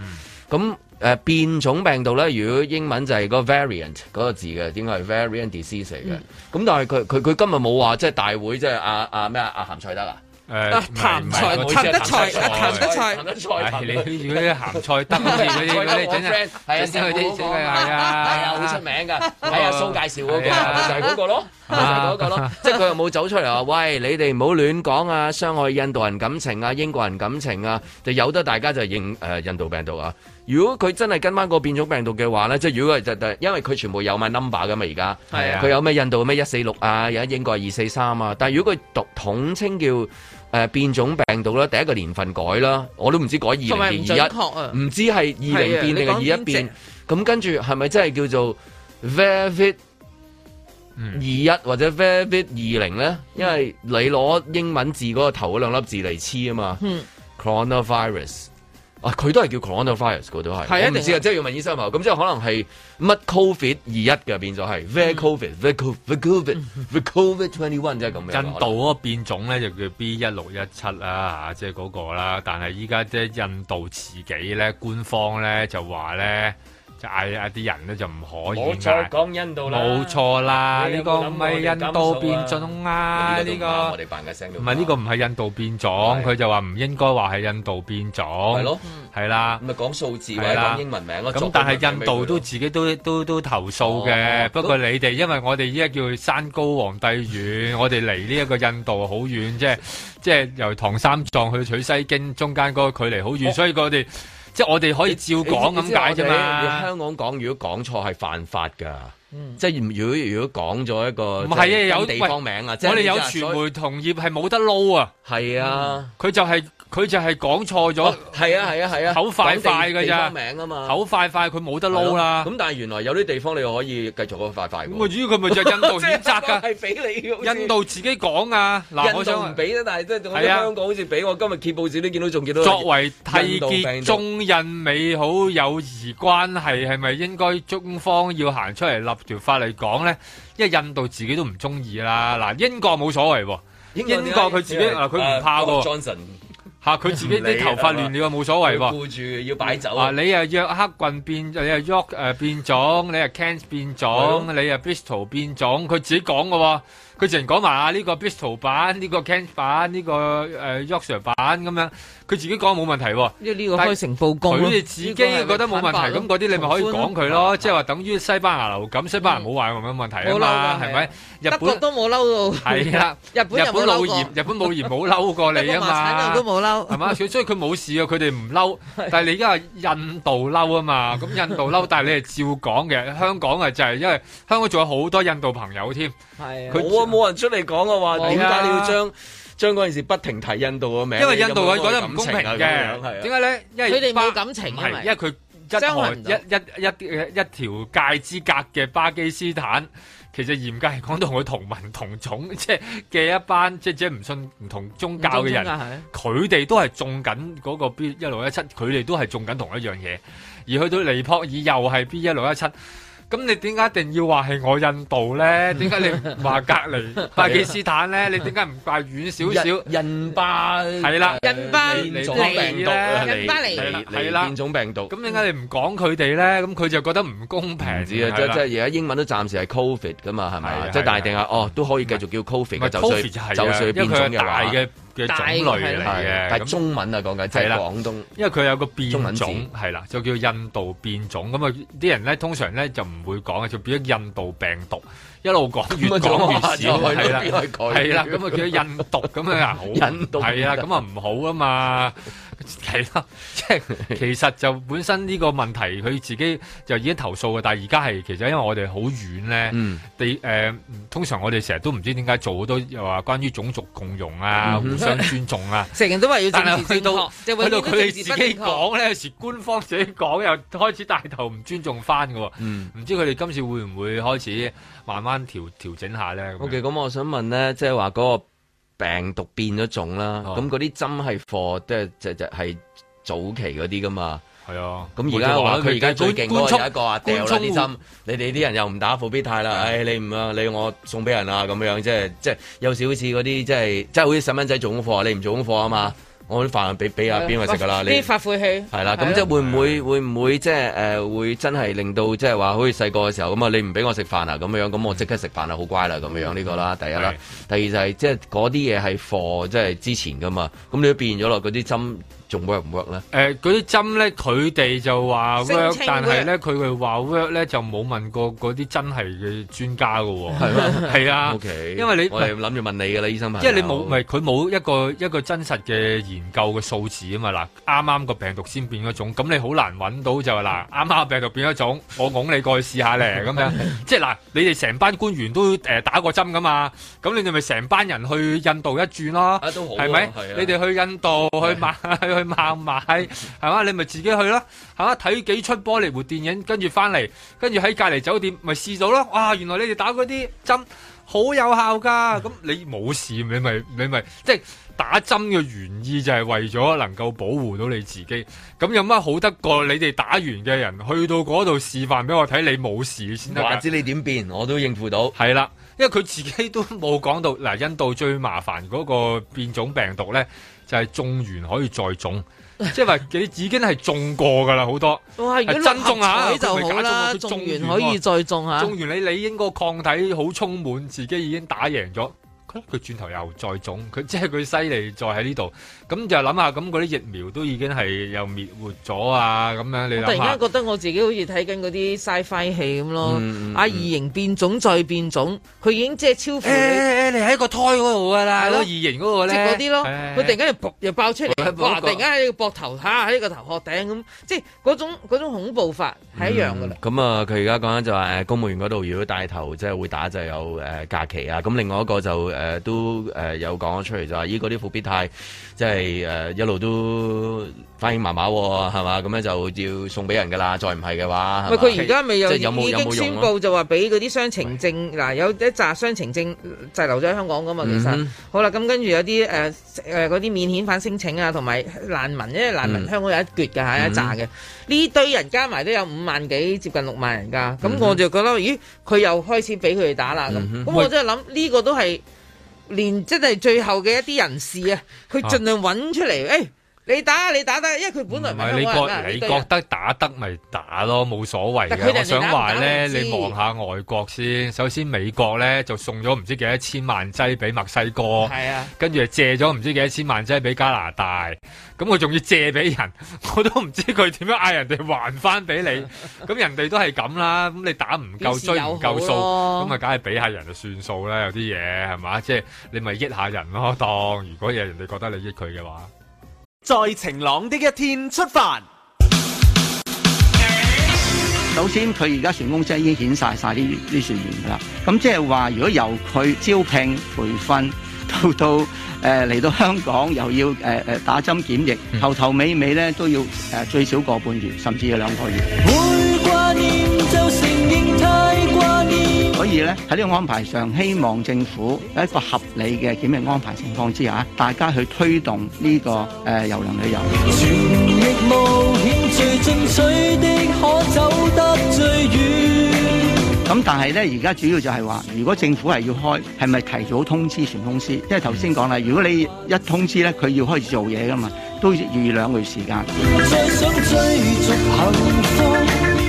Speaker 2: 咁誒變種病毒咧，如果英文就係嗰個 variant 嗰個字嘅，點解係 variant disease 嚟嘅？咁但係佢佢佢今日冇話即係大會即係阿阿咩啊阿鹹菜德啊，
Speaker 6: 誒
Speaker 4: 啊
Speaker 6: 唔係
Speaker 4: 譚
Speaker 6: 唔係
Speaker 4: 才
Speaker 6: 我
Speaker 4: 譚
Speaker 6: 知
Speaker 4: 德
Speaker 6: 係
Speaker 4: 才啊譚德才
Speaker 2: 譚德才
Speaker 6: 唉
Speaker 2: 譚
Speaker 6: 你
Speaker 2: 德才
Speaker 6: 嗰啲鹹菜
Speaker 2: <laughs>
Speaker 6: 得好似嗰啲嗰啲整
Speaker 2: 係
Speaker 6: 係
Speaker 2: 啊，
Speaker 6: 整佢啲整佢
Speaker 2: 係
Speaker 6: 係
Speaker 2: 啊，
Speaker 6: 啊，
Speaker 2: 係啊，好出名噶，係啊，蘇介紹嗰個
Speaker 6: 係啊
Speaker 2: 就係嗰個咯，就係嗰個咯，即係佢又冇走出嚟話，喂，你哋唔好亂講啊，傷害印度人感情啊，英國人感情啊，就由得大家就認誒印度病毒啊。如果佢真係跟翻個變種病毒嘅話咧，即係如果係就就因為佢全部有埋 number 噶嘛，而家
Speaker 6: 係啊
Speaker 2: 佢有咩印度咩一四六啊，有英國二四三啊，但係如果佢讀統稱叫誒變種病毒啦，第一個年份改啦，我都唔知改二零
Speaker 4: 同
Speaker 2: 二
Speaker 4: 埋唔準
Speaker 2: 二一。嗯
Speaker 4: 確啊，
Speaker 2: 唔知係二
Speaker 4: 係啊
Speaker 2: 零變定係
Speaker 4: 你講
Speaker 2: 二
Speaker 4: 邊
Speaker 2: 一
Speaker 4: 隻
Speaker 2: 變，咁跟住係咪真係叫做 Velvet
Speaker 6: 嗯
Speaker 2: 二一或者 Velvet 二零咧？
Speaker 4: 嗯
Speaker 2: 因為你攞英文字嗰個頭嗰兩粒字嚟黐啊嘛
Speaker 4: 嗯
Speaker 2: ，coronavirus。啊！佢都係叫 coronavirus，佢都係，
Speaker 4: 係啊
Speaker 2: 我唔知
Speaker 4: 一定
Speaker 2: 啊，
Speaker 4: 係
Speaker 2: 即係要問醫生啊。咁即係可能係乜 covid 二一嘅變咗
Speaker 4: 嗯
Speaker 2: 係 very covid very covid very covid very covid twenty one 即係咁樣。
Speaker 6: 印度嗰個變種咧就叫 B 一六一七啦，嚇即係嗰個啦。但係依家即係印度自己咧，官方咧就話咧，就嗌嗌啲人咧就唔可以嗌。
Speaker 2: 講印度
Speaker 6: 冇錯啦，
Speaker 2: 你
Speaker 6: 呢
Speaker 2: 有冇
Speaker 6: 個
Speaker 2: 諗
Speaker 6: 唔
Speaker 2: 過我哋
Speaker 6: 係印度變種啊，呢個
Speaker 2: 我哋扮嘅聲都
Speaker 6: 唔係呢個唔係印度變種，佢就話唔應該話係印度變種，
Speaker 2: 係咯。
Speaker 6: 係啦。
Speaker 2: 咪講數字或
Speaker 6: 係
Speaker 2: 者
Speaker 6: 啦
Speaker 2: 講英文名咯。
Speaker 6: 咁
Speaker 2: 哦作
Speaker 6: 但
Speaker 2: 個
Speaker 6: 係印度
Speaker 2: 名俾
Speaker 6: 都
Speaker 2: 佢咯
Speaker 6: 自己都都都投訴
Speaker 2: 哦
Speaker 6: 嘅，不過你哋因為我哋依家叫山高皇帝
Speaker 2: <laughs>
Speaker 6: 遠，我哋離呢一個印度好遠，即係即係由唐三藏去取西經中間嗰個距離好遠，
Speaker 2: 哦
Speaker 6: 所以我哋即係我哋可以照講咁解啫
Speaker 2: 你知
Speaker 6: 嘛。
Speaker 2: 香港講如果講錯係犯法㗎，即係如果如果講咗一個
Speaker 6: 嗯唔係啊
Speaker 2: 即係
Speaker 6: 有
Speaker 2: 地方名啊，即係
Speaker 6: 我哋有
Speaker 2: 你知啊
Speaker 6: 傳媒同業係冇得撈啊，
Speaker 2: 所以係啊，
Speaker 6: 佢就係佢就係講錯
Speaker 2: 哦
Speaker 6: 咗
Speaker 2: 係啊係啊係啊，
Speaker 6: 口快快
Speaker 2: 講地
Speaker 6: 㗎咋
Speaker 2: 地方名啊嘛，
Speaker 6: 口快快，佢冇得撈
Speaker 2: 係
Speaker 6: 啦。
Speaker 2: 咯咁但係原來有啲地方你可以繼續講快快
Speaker 6: 咁我
Speaker 2: 喎。
Speaker 6: 主要佢咪就係
Speaker 2: <laughs>
Speaker 6: 印度譴責
Speaker 2: 即係
Speaker 6: 㗎，
Speaker 2: 係俾你㗎好似
Speaker 6: 印度自己講啊。嗱，我
Speaker 2: 印度唔
Speaker 6: 想。
Speaker 2: 俾啦，但係即係我覺
Speaker 6: 係
Speaker 2: 得
Speaker 6: 啊
Speaker 2: 香港好似俾我今日揭報紙都見到，仲見到
Speaker 6: 作為
Speaker 2: 印
Speaker 6: 締
Speaker 2: 度病
Speaker 6: 結
Speaker 2: 毒
Speaker 6: 中印美好友誼關係，係咪應該中方要行出嚟立條法嚟講呢？因為印度自己都唔中意啦。嗱，英國冇所謂喎，
Speaker 2: 英
Speaker 6: 英國佢自己嗱佢唔怕喎
Speaker 2: 啊 Johnson
Speaker 6: 嚇佢自己
Speaker 2: 唔理啊
Speaker 6: 啲頭髮亂了冇所謂
Speaker 2: 佢
Speaker 6: 喎。
Speaker 2: 顧住要擺酒
Speaker 6: 啊！你又約克郡變，你又約誒變種，你又 Cairns 變
Speaker 2: 係
Speaker 6: 種，你又 Bristol 變種，佢自己講嘅喎。佢直情講埋啊呢個 Bristol 版、呢、個 Can 版、呢、個誒 Yorkshire 版咁樣，佢自己講冇問題喎。
Speaker 4: 呢呢個開誠佈公啊
Speaker 6: 佢
Speaker 4: 咯，
Speaker 6: 哋自己覺得冇問題，咁嗰啲你咪可以講佢咯，即係話等於西班牙流感，西班牙冇話咁樣問題啊嘛，
Speaker 4: 冇嬲㗎
Speaker 6: 係咪？日
Speaker 4: 德國
Speaker 6: 本
Speaker 4: 都冇嬲到，
Speaker 6: 係啦，
Speaker 4: <laughs> 日本
Speaker 6: 日
Speaker 4: 又冇
Speaker 6: 本老
Speaker 4: 嬲過
Speaker 6: 嚴，日本老嚴冇嬲過你啊
Speaker 4: 德國麻
Speaker 6: 嘛嗯
Speaker 4: 產，都冇
Speaker 6: 係
Speaker 4: 嬲，
Speaker 6: 嘛？所以所以佢冇事啊，佢哋唔嬲。但係你而家係印度嬲啊嘛，咁印度嬲，但係你係照講嘅。香港啊，就係因為香港仲有好多印度朋友添，
Speaker 4: 係啊
Speaker 6: 佢
Speaker 2: 冇啊，冇人出嚟講啊，話點解你要
Speaker 6: 係
Speaker 2: 將將嗰陣時不停提印度個名？
Speaker 6: 因為印度佢
Speaker 2: 你有冇
Speaker 6: 覺得
Speaker 2: 愛
Speaker 6: 唔公平嘅。
Speaker 2: 感情啊咁樣係啊
Speaker 6: 點解咧？因為
Speaker 4: 佢哋冇
Speaker 6: 巴
Speaker 4: 感情，
Speaker 6: 唔
Speaker 4: 啊因
Speaker 6: 係，
Speaker 4: 為
Speaker 6: 因為佢一
Speaker 4: 傷
Speaker 6: 河
Speaker 4: 害唔
Speaker 6: 一
Speaker 4: 到
Speaker 6: 一一一一條界之隔嘅巴基斯坦，其實嚴格嚟講同佢同文同種， <laughs> 即係嘅一班即係即係唔信唔同宗教嘅人。
Speaker 4: 人
Speaker 6: 佢哋都係中緊嗰個 B 一六一七，佢哋都係中緊同一樣嘢，而去到尼泊爾又係 B 一六一七。咁你點解一定要話係我印度咧？點解你唔話隔離巴基斯坦咧？你點解唔話遠少少？
Speaker 2: 印印巴
Speaker 6: 係啦
Speaker 4: 印巴
Speaker 2: 變種
Speaker 4: 嚟
Speaker 2: 病毒啊
Speaker 4: 印巴嚟
Speaker 2: 嚟
Speaker 6: 係
Speaker 2: 嚟
Speaker 6: 啦
Speaker 2: 變種病毒。
Speaker 6: 咁點解你唔講佢哋咧？咁佢就覺得唔公平。
Speaker 2: 唔知啊，即
Speaker 6: 係啦
Speaker 2: 即係而家英文都暫時係 covid 噶嘛，係
Speaker 6: 係
Speaker 2: 咪？
Speaker 6: 啊
Speaker 2: 即係
Speaker 6: 係啊
Speaker 2: 大定係哦，都可以繼續叫 covid
Speaker 6: 唔係
Speaker 2: 嘅，就算
Speaker 6: Covid 就係
Speaker 2: 就
Speaker 6: 啊
Speaker 2: 算
Speaker 6: 因為
Speaker 2: 變
Speaker 6: 佢
Speaker 2: 種
Speaker 6: 係
Speaker 2: 嘅
Speaker 6: 大
Speaker 2: 話，
Speaker 6: 嘅嘅種
Speaker 4: 大
Speaker 6: 類嚟
Speaker 2: 係
Speaker 6: 嘅。
Speaker 2: 但係
Speaker 6: 咁
Speaker 2: 中文啊講緊，即係
Speaker 6: 係啦
Speaker 2: 廣東。
Speaker 6: 因為佢有個變
Speaker 2: 中文字
Speaker 6: 種係啦，就叫印度變種咁啊！啲人咧通常咧就唔會講嘅，就變咗印度病毒，一路講越
Speaker 2: 咁啊就
Speaker 6: 講越
Speaker 2: 話
Speaker 6: 少，
Speaker 2: 就去到
Speaker 6: 係啦，
Speaker 2: 邊去改
Speaker 6: 係啦，咁啊叫咗印毒咁樣啊，好
Speaker 2: 印度
Speaker 6: 係啦，咁啊唔好啊嘛，係啦，即係其實就本身呢個問題佢自己就已經投訴嘅，但係而家係其實因為我哋好遠咧。
Speaker 2: 嗯，
Speaker 6: 地誒、嗯通常我哋成日都唔知點解做好多又話關於種族共融啊、
Speaker 2: 嗯
Speaker 6: 互相尊重啊，
Speaker 4: 成日都話要
Speaker 6: 但
Speaker 4: 政治
Speaker 6: 係去
Speaker 4: 正
Speaker 6: 到
Speaker 4: 確，
Speaker 6: 去
Speaker 4: 就永
Speaker 6: 到佢
Speaker 4: 遠都
Speaker 6: 哋
Speaker 4: 政
Speaker 6: 自
Speaker 4: 治
Speaker 6: 己
Speaker 4: 不正確。
Speaker 6: 講咧，有時官方自己講又開始帶頭唔尊重翻嘅喎。
Speaker 2: 嗯
Speaker 6: 唔知佢哋今次會唔會開始慢慢調調整下咧咁樣
Speaker 2: ，OK，咁我想問咧，即係話嗰個病毒變咗種啦，
Speaker 6: 哦
Speaker 2: 咁嗰啲針係 for 即係即係即係係早期嗰啲噶嘛，
Speaker 6: 係啊，
Speaker 2: 咁而家話佢而家最勁嗰個有一
Speaker 6: 官
Speaker 2: 個話掉啦
Speaker 6: 官
Speaker 2: 啲針，你哋啲人又唔打伏必泰啦，唉你唔啊你我送俾人啊咁樣，即係即係有少少似嗰啲即係即係好似細蚊仔做功課，你唔做功課啊嘛，我啲飯俾
Speaker 4: 啊
Speaker 2: 俾阿邊個食㗎啦，你
Speaker 4: 啲。發晦氣
Speaker 2: 係啦，咁
Speaker 4: 係啊
Speaker 2: 即係
Speaker 4: 咯
Speaker 2: 會唔會會唔會即係誒會真係令到即係話好似細個嘅時候咁啊？你唔俾我食飯啊咁樣，咁我即刻食飯啦，啊好乖啦咁樣呢個啦，第一啦，第二就嗯係即係嗰啲嘢係貨，即係之前噶嘛，咁你都變咗咯，嗰啲針仲 work 唔 work 咧？
Speaker 6: 誒嗰啲針咧，佢哋就話
Speaker 4: 聲
Speaker 6: work，
Speaker 4: 稱
Speaker 6: 但係
Speaker 4: work
Speaker 6: 咧佢哋話 work 咧就冇問過嗰啲真係嘅專家嘅喎。 <laughs> 係啊
Speaker 2: O K，
Speaker 6: 因為你
Speaker 2: 我哋諗住問你㗎啦，醫生朋
Speaker 6: 因
Speaker 2: 友
Speaker 6: 為你冇，咪佢冇一個一個真實嘅研究嘅數字啊嘛，嗱，啱啱個病毒先變咗種，咁你好難揾到就係嗱，啱啱個病毒變咗種，我拱你過去試下
Speaker 2: <laughs>
Speaker 6: 咧，咁樣，即係嗱，你哋成班官員都誒、呃打過針噶嘛，咁你哋咪成班人去印度一轉咯。
Speaker 2: 啊都好啊，
Speaker 6: 係咪
Speaker 2: 係啊？
Speaker 6: 你哋去印度去買 <laughs> 去孟買係嘛？你咪自己去啦，係嘛？睇幾出玻璃活電影，跟住翻嚟，跟住喺隔離酒店咪試咗咯。哇！原來你哋打嗰啲針好有效㗎，咁你冇事，你咪你咪即係打針嘅原意就係為咗能夠保護到你自己。咁有乜好得過你哋打完嘅人去到嗰度示範俾我睇你冇事先得㗎
Speaker 2: 話知你點變，我都應付到。
Speaker 6: 係啦，因為佢自己都冇講到嗱，印度最麻煩嗰個變種病毒咧，就係、種完可以再
Speaker 4: <laughs>
Speaker 6: 種，即係話佢已經係種過噶啦，好多
Speaker 4: 哇！如果
Speaker 6: 係真中啊
Speaker 4: 六合彩就好啦，
Speaker 6: 佢
Speaker 4: 中
Speaker 6: 中
Speaker 4: 完
Speaker 6: 完
Speaker 4: 可以再中啊下。
Speaker 6: 種完你你應該抗體好充滿，自己已經打贏咗。佢佢轉頭又再種，佢即係佢犀利在喺呢度，咁就諗下咁嗰啲疫苗都已經係又滅活咗啊，咁樣你
Speaker 4: 突
Speaker 6: 諗
Speaker 4: 然
Speaker 6: 下
Speaker 4: 間。覺得我自己好似睇緊嗰啲 sci-fi 戲咁咯
Speaker 2: 嗯嗯，
Speaker 4: 啊異形變種再變種，佢已經即係超乎
Speaker 6: 誒
Speaker 4: 你，
Speaker 6: 誒誒你喺個胎嗰度噶啦，
Speaker 4: 係
Speaker 6: 嗰
Speaker 4: 咯
Speaker 6: 個異形嗰個
Speaker 4: 即
Speaker 6: 咧，
Speaker 4: 係嗰啲咯。
Speaker 6: 誒
Speaker 4: 佢突然間又噗又爆出
Speaker 6: 嗰
Speaker 4: 嚟，
Speaker 6: 個
Speaker 4: 哇！突然間喺個膊頭嚇喺個頭殼頂咁，即係嗰種嗰種恐怖法係一樣噶啦。
Speaker 2: 咁啊，佢而家講緊就話誒，公務員嗰度如果帶頭即係會打就有誒假期啊。咁另外一個就誒都誒有講咗出嚟就話，咦嗰啲復必泰即係誒一路都反應麻麻喎，係嘛？咁咧就要送俾人㗎啦。再唔嗯係嘅話，
Speaker 4: 喂，佢而家咪又
Speaker 2: 即
Speaker 4: 已
Speaker 2: 係有冇有冇
Speaker 4: 經
Speaker 2: 用
Speaker 4: 宣
Speaker 2: 啊
Speaker 4: 布就話俾嗰啲雙程證嗱，有一紮雙程證就留咗喺香港噶嘛，其實
Speaker 2: 嗯
Speaker 4: 好啦，咁跟住有啲誒誒嗰啲免遣返申請啊，同埋難民，因為難民
Speaker 2: 嗯
Speaker 4: 香港有一撅嘅嚇一紮嘅，呢堆人加埋都有五萬幾，接近六萬人㗎，咁我就覺得咦，佢又開始俾佢哋打啦咁，咁我真係諗呢個都係連即係最後嘅一啲人士啊，佢盡量揾出嚟，誒你打你打得，因為佢本來
Speaker 6: 唔
Speaker 4: 係
Speaker 6: 係你
Speaker 4: 香港人啊
Speaker 6: 覺你
Speaker 4: 對
Speaker 6: 覺得打得咪打咯，冇所謂
Speaker 4: 但佢
Speaker 6: 嘅。
Speaker 4: 哋
Speaker 6: 我想話咧，
Speaker 4: 打唔打你
Speaker 6: 你
Speaker 4: 知
Speaker 6: 望下外國先。首先美國咧就送咗唔知幾多千萬劑俾墨西哥，
Speaker 4: 係啊，
Speaker 6: 跟住又借咗唔知幾多千萬劑俾加拿大。咁佢仲要借俾人， <laughs> 我都唔知佢點樣嗌人哋還翻俾
Speaker 4: <laughs>
Speaker 6: 你。咁人哋都係咁啦，咁你打唔
Speaker 4: 表
Speaker 6: 夠
Speaker 4: 示
Speaker 6: 追
Speaker 4: 友
Speaker 6: 唔
Speaker 4: 好
Speaker 6: 夠數，
Speaker 4: 咯
Speaker 6: 咁咪梗係俾下人就算數啦。有啲嘢係嘛，即係你咪益下人咯。當如果有人哋覺得你益佢嘅話。
Speaker 5: 在晴朗的一天出發。
Speaker 10: 首先佢而家船公司已經遣晒晒啲啲船員㗎啦。咁即係話，如果由佢招聘、培訓到到 <laughs> 誒嚟、到香港，又要誒誒、呃打針檢疫，頭頭尾尾咧都要誒、呃最少個半月，甚至要兩個月。所以咧喺呢個安排上，希望政府有一個合理嘅檢疫安排情況之下，大家去推動呢、個誒、呃、遊輪旅遊。咁但係咧，而家主要就係話，如果政府係要開，係咪提早通知船公司？因為頭先講啦，如果你一通知咧，佢要開始做嘢噶嘛，都要兩個月時間。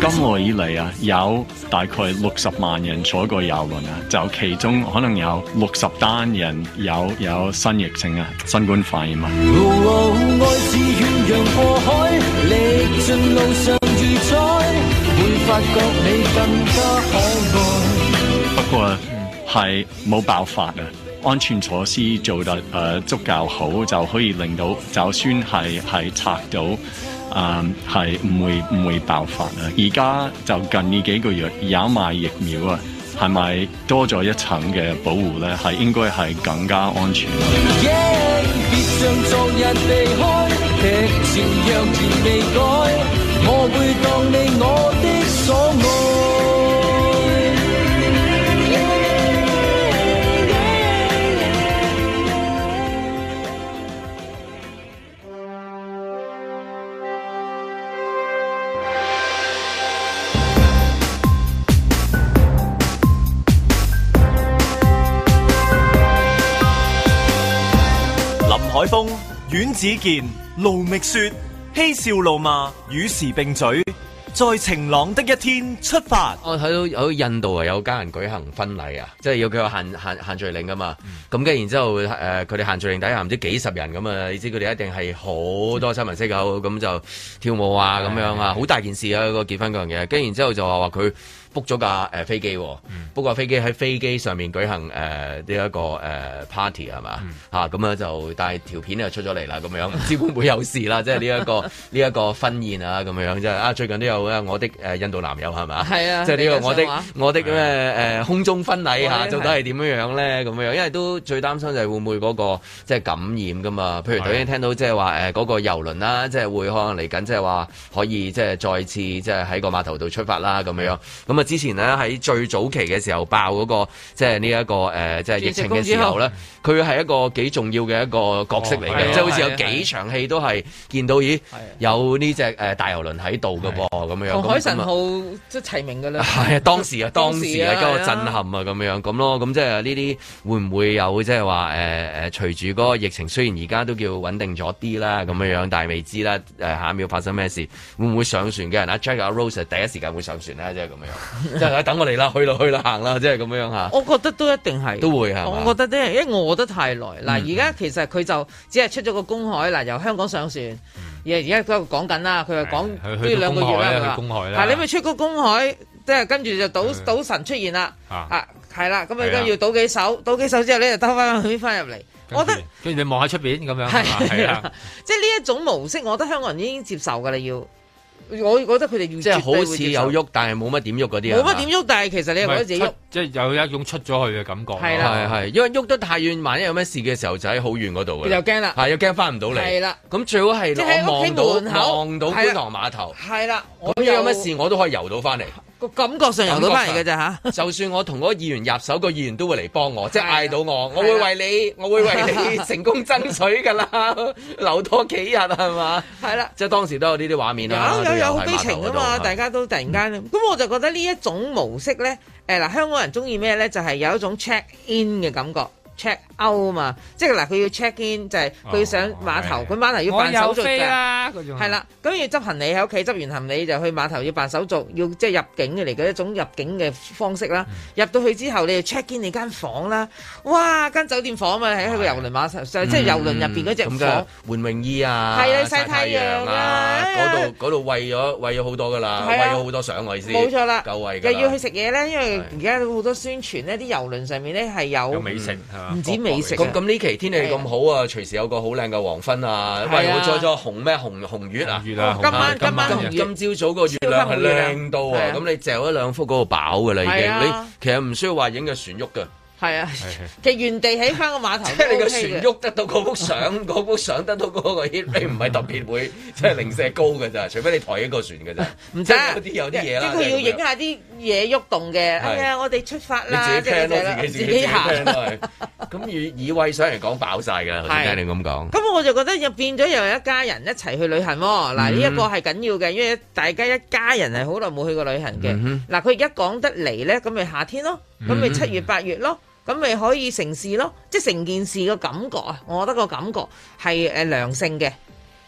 Speaker 11: 今個以嚟啊，有大概六十萬人坐過遊輪啊，就其中可能有六十單人有有新疫情啊，新冠肺炎啊。不過係冇爆發啊，安全措施做得誒、呃足夠好，就可以令到就算係係拆到。啊，係唔會唔會爆發啊！而家就近呢幾個月有埋疫苗啊，係咪多咗一層嘅保護咧？係應該係更加安全。
Speaker 1: 林海峰、阮子健、卢觅雪，嬉笑怒骂，与时并举，在晴朗的一天出发。
Speaker 2: 我哦睇到有印度啊，有家人舉行婚禮啊，即係要佢有限限限聚令噶嘛。咁跟住然之後，誒佢哋限聚令底下唔知幾十人咁啊，你知佢哋一定係好多新聞色友咁就跳舞啊咁樣啊，好大件事啊個結婚嗰樣嘢。跟住然之後就話話佢 book 咗架誒飛機喎，book 架飛機喺飛機上面舉行誒呢一個誒 party 係嘛嚇咁啊就但係條片又出咗嚟啦咁樣，唔知會唔會有事啦？即係呢一個呢一個婚宴啊咁樣即係啊最近都有啊我的誒印度男友係嘛？
Speaker 4: 係啊
Speaker 2: 即係呢
Speaker 4: 你
Speaker 2: 個我
Speaker 4: 想話
Speaker 2: 的我的咩誒空中婚禮
Speaker 4: 我
Speaker 2: 嚇，
Speaker 4: 哋
Speaker 2: 到底係點樣樣咧？咁樣，因為都最擔心就係會唔會嗰個即係感染噶嘛？譬如頭先聽到即係話誒嗰個遊輪啦，即係會可能嚟緊即係話可以即係再次即係喺個碼頭度出發啦咁樣。咁啊之前咧喺最早期嘅時候爆嗰個即係呢一個誒即係疫情嘅時候咧，佢係一個幾重要嘅一個角色嚟
Speaker 6: 哦係啊
Speaker 2: 嘅，即係好似有
Speaker 4: 係啊係
Speaker 2: 幾場戲都係見到咦有呢只誒大遊輪喺度嘅噃咁樣。
Speaker 4: 同哦海神
Speaker 2: 咁啊
Speaker 4: 號即係齊名㗎啦。
Speaker 2: <laughs> 係啊，當時啊，當
Speaker 4: 當
Speaker 2: 時
Speaker 4: 時啊
Speaker 2: 啊，嗰個震撼啊，咁樣咁咯，咁即係呢啲會唔會有即係話誒誒，隨住嗰個疫情，雖然而家都叫穩定咗啲啦，咁樣樣，但係未知啦，誒、下一秒發生咩事，會唔會上船嘅人阿 Jack 阿 Rose 啊第一時間會上船咧，即係咁樣，即係等 <laughs> 我嚟啦，去啦去啦，行啦，即係咁樣嚇。
Speaker 4: 我覺得都一定係，
Speaker 2: 都會係嘛
Speaker 4: 我覺得都係，因為我覺得太耐。嗱，而家其實佢就只係出咗個公海，嗱，由香港上船。而而家佢喺度講緊啦，佢話
Speaker 6: 係
Speaker 4: 講
Speaker 6: 去
Speaker 4: 都要兩個
Speaker 6: 去到公
Speaker 4: 月
Speaker 6: 海啦
Speaker 4: 啦，
Speaker 6: 去公海啦
Speaker 4: 係你咪出個公海，即係跟住就賭
Speaker 6: 係
Speaker 4: 賭神出現啦。
Speaker 6: 啊
Speaker 4: 啊，係啦，咁啊，
Speaker 6: 係啊
Speaker 4: 跟住要賭幾手，賭幾手之後咧就兜翻去翻入嚟。我覺得。
Speaker 6: 跟住你望下出邊咁樣，
Speaker 4: 係
Speaker 6: 係
Speaker 4: 啊
Speaker 6: 啊，
Speaker 4: 即係呢一種模式，我覺得香港人已經接受㗎啦。要我覺得佢哋要
Speaker 2: 即係好
Speaker 4: 絕
Speaker 2: 似
Speaker 4: 對會接受
Speaker 2: 有喐，但係冇乜點喐嗰啲
Speaker 4: 冇
Speaker 2: 啊。
Speaker 4: 乜點喐，但係其實你又覺得自己
Speaker 6: 唔係
Speaker 4: 喐
Speaker 6: 出，即係有一種出咗去嘅感覺咯。
Speaker 4: 係啦
Speaker 2: 係係，因為喐啊得太遠，萬一有咩事嘅時候就喺好遠嗰度
Speaker 4: 佢
Speaker 2: 嘅。
Speaker 4: 就驚啦。
Speaker 2: 係又啊驚翻唔到嚟。
Speaker 4: 係啦，
Speaker 2: 咁最好係
Speaker 4: 即係喺
Speaker 2: 我
Speaker 4: 屋企
Speaker 2: 望到
Speaker 4: 門口
Speaker 2: 望到
Speaker 4: 係啦
Speaker 2: 觀塘碼頭。
Speaker 4: 係啦，我
Speaker 2: 咁有乜事我都可以游到
Speaker 4: <laughs>
Speaker 2: 翻嚟。
Speaker 4: 個感覺上游到翻嚟嘅咋嚇。
Speaker 2: 就算我同嗰個議員入手，個議員都會嚟幫我，即係
Speaker 4: 係啊
Speaker 2: 嗌到
Speaker 4: 係
Speaker 2: 我，
Speaker 4: 啊
Speaker 2: 我會為你，我會為你
Speaker 4: <laughs>
Speaker 2: 成功爭取㗎啦， <laughs> 留多幾日係嘛？
Speaker 4: 係啦。
Speaker 2: 即係當時都有呢啲畫面啦，
Speaker 4: 有
Speaker 2: 都
Speaker 4: 有有好
Speaker 2: 喺
Speaker 4: 悲情
Speaker 2: 碼頭嗰
Speaker 4: 噶
Speaker 2: 度
Speaker 4: 嘛，
Speaker 2: 係嗯
Speaker 4: 大家都突然間咁，我就覺得呢一種模式咧，誒嗱，香港人中意咩咧？就係有一種 check in 嘅感覺，check out 啊嘛，即係嗱，佢要 check in 就係
Speaker 2: 哦
Speaker 4: 佢要上碼頭，佢碼頭要
Speaker 6: 我
Speaker 4: 辦手
Speaker 6: 有
Speaker 4: 續
Speaker 6: 飛啊
Speaker 4: 㗎。
Speaker 6: 啦，嗰種
Speaker 4: 係啦，咁要執行李喺屋企，執完行李就去碼頭要辦手續，要即係入境嘅嚟嘅一種入境嘅方式
Speaker 2: 嗯
Speaker 4: 啦。入到去之後，你就 check in 你間房啦，哇，間酒店房啊，喺喺個郵輪碼頭上，即係郵輪入邊嗰只
Speaker 2: 嗯咁嘅
Speaker 4: 房。
Speaker 2: 換泳衣啊，
Speaker 4: 係啊
Speaker 2: 曬
Speaker 4: 曬太
Speaker 2: 陽
Speaker 4: 陽
Speaker 2: 啊
Speaker 4: 啊，
Speaker 2: 嗰度嗰度喂咗喂咗好多噶啦，喂
Speaker 4: 係啊
Speaker 2: 咗好多相我意思，
Speaker 4: 冇錯啦，
Speaker 2: 夠喂㗎
Speaker 4: 又
Speaker 2: 啦
Speaker 4: 要去食嘢咧，因為而家好多宣傳呢啲郵輪上面咧係有
Speaker 6: 有美食係嘛？
Speaker 4: 唔止美食
Speaker 2: 咁
Speaker 4: 啊，
Speaker 2: 咁呢期天氣咁好啊，隨時有個好靚嘅黃昏啊！喂，
Speaker 4: 係啊
Speaker 2: 我再咗紅咩紅紅月啊！
Speaker 6: 月啦，
Speaker 4: 今晚
Speaker 6: 今
Speaker 4: 今晚
Speaker 6: 晚
Speaker 4: 紅月
Speaker 2: 今今朝早個月亮係靚到
Speaker 4: 係
Speaker 2: 啊！
Speaker 4: 啊
Speaker 2: 咁你嚼一兩幅嗰個飽㗎啦，已
Speaker 4: 係
Speaker 2: 經
Speaker 4: 啊
Speaker 2: 你其實唔需要話影個船喐㗎，
Speaker 4: 係啊，其實原地喺翻個碼頭
Speaker 2: <laughs> 即係你
Speaker 4: 都
Speaker 2: 個
Speaker 4: OK
Speaker 2: 船
Speaker 4: 嘅。
Speaker 2: 喐得到嗰
Speaker 4: <laughs>
Speaker 2: 幅相，嗰幅相得到嗰個 hit rate 唔係特別會即係零舍高㗎咋，除非你抬起個船㗎
Speaker 4: 唔
Speaker 2: 咋，
Speaker 4: 啊
Speaker 2: 即
Speaker 4: 得，
Speaker 2: 係有啲有啲嘢啦，
Speaker 4: 即係佢要
Speaker 2: 即係咁樣
Speaker 4: 影下啲嘢喐動嘅。哎呀，我哋出發
Speaker 2: 你
Speaker 4: 啦，即
Speaker 2: 自己
Speaker 4: 係嗰
Speaker 2: plan
Speaker 4: 隻
Speaker 2: 咯
Speaker 4: 啦，，
Speaker 2: 自己
Speaker 4: 自
Speaker 2: 自己
Speaker 4: 己
Speaker 2: plan
Speaker 4: 行。
Speaker 2: 咯係咁以以位上嚟講飽晒㗎啦，頭先聽你咁講。
Speaker 4: 咁我就覺得又變咗又有一家人一齊去旅行喎、嗱，呢一個係緊要嘅，因為大家一家人係好耐冇去過旅行嘅。嗱、佢而家講得嚟呢，咁咪夏天咯，咁咪七月八月咯。咁咪可以成事咯，即係成件事個感覺啊！我覺得個感覺係誒良性嘅，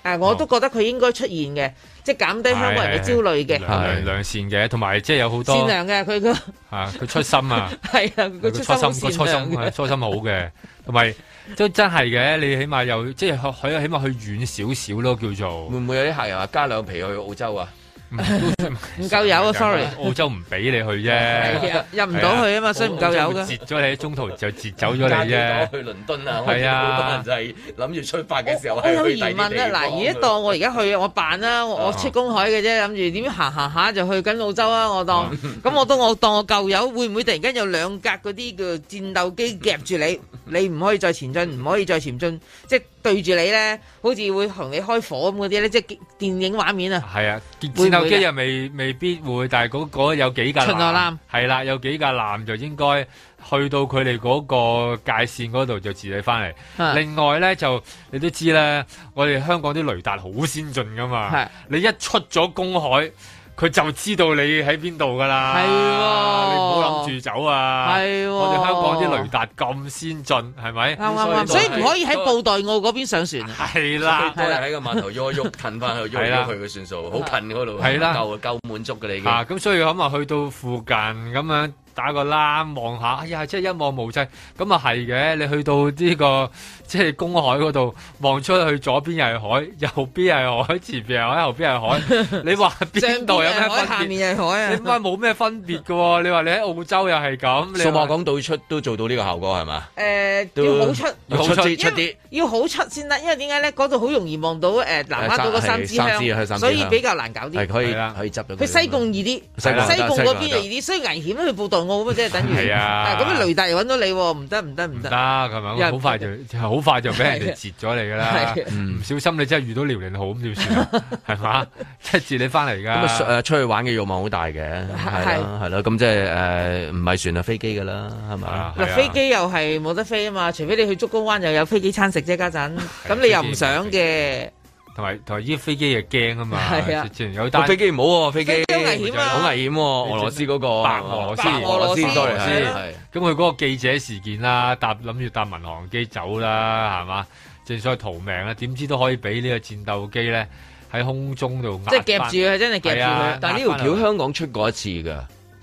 Speaker 4: 誒我都覺得佢應該出現嘅，即係減低香港人嘅焦慮嘅，
Speaker 2: 係
Speaker 6: 良良善嘅，同埋即係有好
Speaker 4: 善
Speaker 6: 多
Speaker 4: 良嘅佢個 <laughs>
Speaker 6: 啊，佢出心啊。
Speaker 4: 係啊， <laughs> 佢個出心好
Speaker 6: 個初心
Speaker 4: 善良
Speaker 6: 係
Speaker 4: <laughs> 嘅，
Speaker 6: 初心好嘅，同埋都真係嘅，你起碼又即係佢起碼去遠少少咯，叫做
Speaker 2: 會唔會有啲客人話加兩皮去澳洲啊？
Speaker 4: <laughs>
Speaker 6: 唔都
Speaker 4: 唔夠油啊，sorry，
Speaker 6: 澳洲唔俾你去
Speaker 4: 係
Speaker 6: 啫，
Speaker 4: 啊入唔到去啊嘛，所以 <laughs> 唔夠油
Speaker 6: 澳洲會
Speaker 4: 嘅。
Speaker 6: 截咗你，中途就截走咗
Speaker 2: 加
Speaker 6: 你
Speaker 2: 幾
Speaker 6: 啫。
Speaker 2: 多去倫敦啊？
Speaker 6: 係啊
Speaker 2: 我見到好多人就係諗住出發嘅時候
Speaker 4: 我
Speaker 2: 係
Speaker 4: 有
Speaker 2: 去
Speaker 4: 疑
Speaker 2: 第二
Speaker 4: 問
Speaker 2: 啲地
Speaker 4: 啊！
Speaker 2: 方
Speaker 4: 嗱，而家當我而家去，我扮
Speaker 6: <laughs>
Speaker 4: 啦，我我出公海嘅啫，諗住點行行下就去緊澳洲啊！
Speaker 6: <laughs>
Speaker 4: 我當
Speaker 6: 嗯
Speaker 4: 咁我當我當我舊友，會唔會突然間有兩格嗰啲叫戰鬥機夾住
Speaker 6: <laughs>
Speaker 4: 你？你唔可以再前進，唔可以再前進，即係對住你咧，好似會同你開火咁嗰啲咧，即係電影畫面啊！
Speaker 6: 係啊，戰
Speaker 4: 會唔會
Speaker 6: 鬥機
Speaker 4: 㗎
Speaker 6: 又未未必會，但係嗰嗰有幾架
Speaker 4: 巡邏艦
Speaker 6: 係啦，有幾架艦就應該去到佢哋嗰個界線嗰度就自己翻嚟。
Speaker 4: 啊
Speaker 6: 另外咧就你都知咧，我哋香港啲雷達好先進噶嘛
Speaker 4: 係，
Speaker 6: 你一出咗公海，佢就知道你喺邊度噶啦。
Speaker 4: 係喎
Speaker 6: 你唔好諗住走啊。
Speaker 4: 係喎啊
Speaker 6: 我哋香港啲雷達咁先進，係咪？
Speaker 4: 啱啱啱，所以唔可以喺布袋澳嗰邊上船啊！
Speaker 6: 係
Speaker 2: <laughs> 佢
Speaker 4: <laughs>
Speaker 6: 啦
Speaker 2: 都。係喺個碼頭喐一喐，近翻去喐一
Speaker 6: 係啦
Speaker 2: 喐去嘅算數，好近嗰度，啊
Speaker 6: 係啦
Speaker 2: 夠夠滿足嘅你已經。
Speaker 6: 啊，咁所以咁啊，去到附近咁樣打個籃望下，哎呀，即係一望無際，咁啊係嘅。你去到呢、個 <laughs> 即係公海嗰度望出去，左邊係海，右邊係海，前邊係海，後邊係
Speaker 4: <laughs>
Speaker 6: 海。你話 <laughs> 邊度有咩
Speaker 4: 上邊係海，
Speaker 6: 分
Speaker 4: 下
Speaker 6: 別？
Speaker 4: 面係海
Speaker 6: 你
Speaker 4: 啊！
Speaker 6: 乜冇咩分別嘅喎？你話你喺澳洲又係咁，你
Speaker 2: 數碼
Speaker 6: 話
Speaker 2: 港倒出都做到呢個效果係嘛？
Speaker 4: 誒，
Speaker 2: 都
Speaker 4: 呃要好出。
Speaker 2: 出啲出
Speaker 4: 因
Speaker 2: 啲
Speaker 4: 為。要好出先得，因為點解咧？嗰度好容易望到誒南丫島嗰三支
Speaker 2: 係三支係三支香
Speaker 4: 香，所以比較難搞
Speaker 2: 係啊
Speaker 4: 啲。
Speaker 2: 可以
Speaker 6: 係啦
Speaker 2: 可以執咗
Speaker 4: 佢西貢易啲，
Speaker 2: 西
Speaker 4: 西
Speaker 2: 貢
Speaker 4: 貢嗰
Speaker 2: 西貢
Speaker 4: 邊就易啲，所以危險去布袋澳咁啊，即係等於
Speaker 6: 係啊
Speaker 4: 咁雷達又揾到你喎，唔得唔得唔
Speaker 6: 唔得
Speaker 4: 得，
Speaker 6: 咁樣，
Speaker 4: 又
Speaker 6: 好快就 <laughs> 好快就俾人
Speaker 4: 係
Speaker 6: 哋
Speaker 4: 啊
Speaker 6: 截咗你噶啦
Speaker 4: 係。
Speaker 6: 唔小心你真係遇到遼寧號咁點算
Speaker 4: <laughs>
Speaker 6: 啊？係嘛，即係截你翻嚟㗎。
Speaker 2: 咁啊，誒出去玩嘅欲望好大嘅，係啦，係啦，咁即係誒唔係船啊飛機㗎啦，係咪？
Speaker 6: 啊係
Speaker 4: 嗱
Speaker 6: 啊
Speaker 4: 飛機又係冇得飛啊嘛，除非你去竹篙灣又有飛機餐食啫，家陣咁你又唔想嘅，
Speaker 6: 同埋同埋依飛機又驚啊嘛，
Speaker 4: 係啊
Speaker 6: 之前有
Speaker 2: 個
Speaker 6: 單
Speaker 2: 飛機唔好喎，飛機
Speaker 4: 飛機好危險啊
Speaker 2: 好危險喎，俄羅斯嗰個
Speaker 6: 白俄羅斯
Speaker 2: 哦白俄羅斯
Speaker 4: 白俄
Speaker 2: sorry
Speaker 4: 羅斯
Speaker 2: 係
Speaker 4: 係
Speaker 2: 係
Speaker 6: 咁佢嗰個記者事件啦，搭諗住搭民航機走啦，係嘛？正所謂逃命啦，點知都可以俾呢個戰鬥機咧喺空中度壓
Speaker 4: 即係夾
Speaker 6: 返
Speaker 4: 住佢，真係夾住
Speaker 6: 係啊
Speaker 4: 佢。
Speaker 2: 但係呢條橋香港出過一次㗎。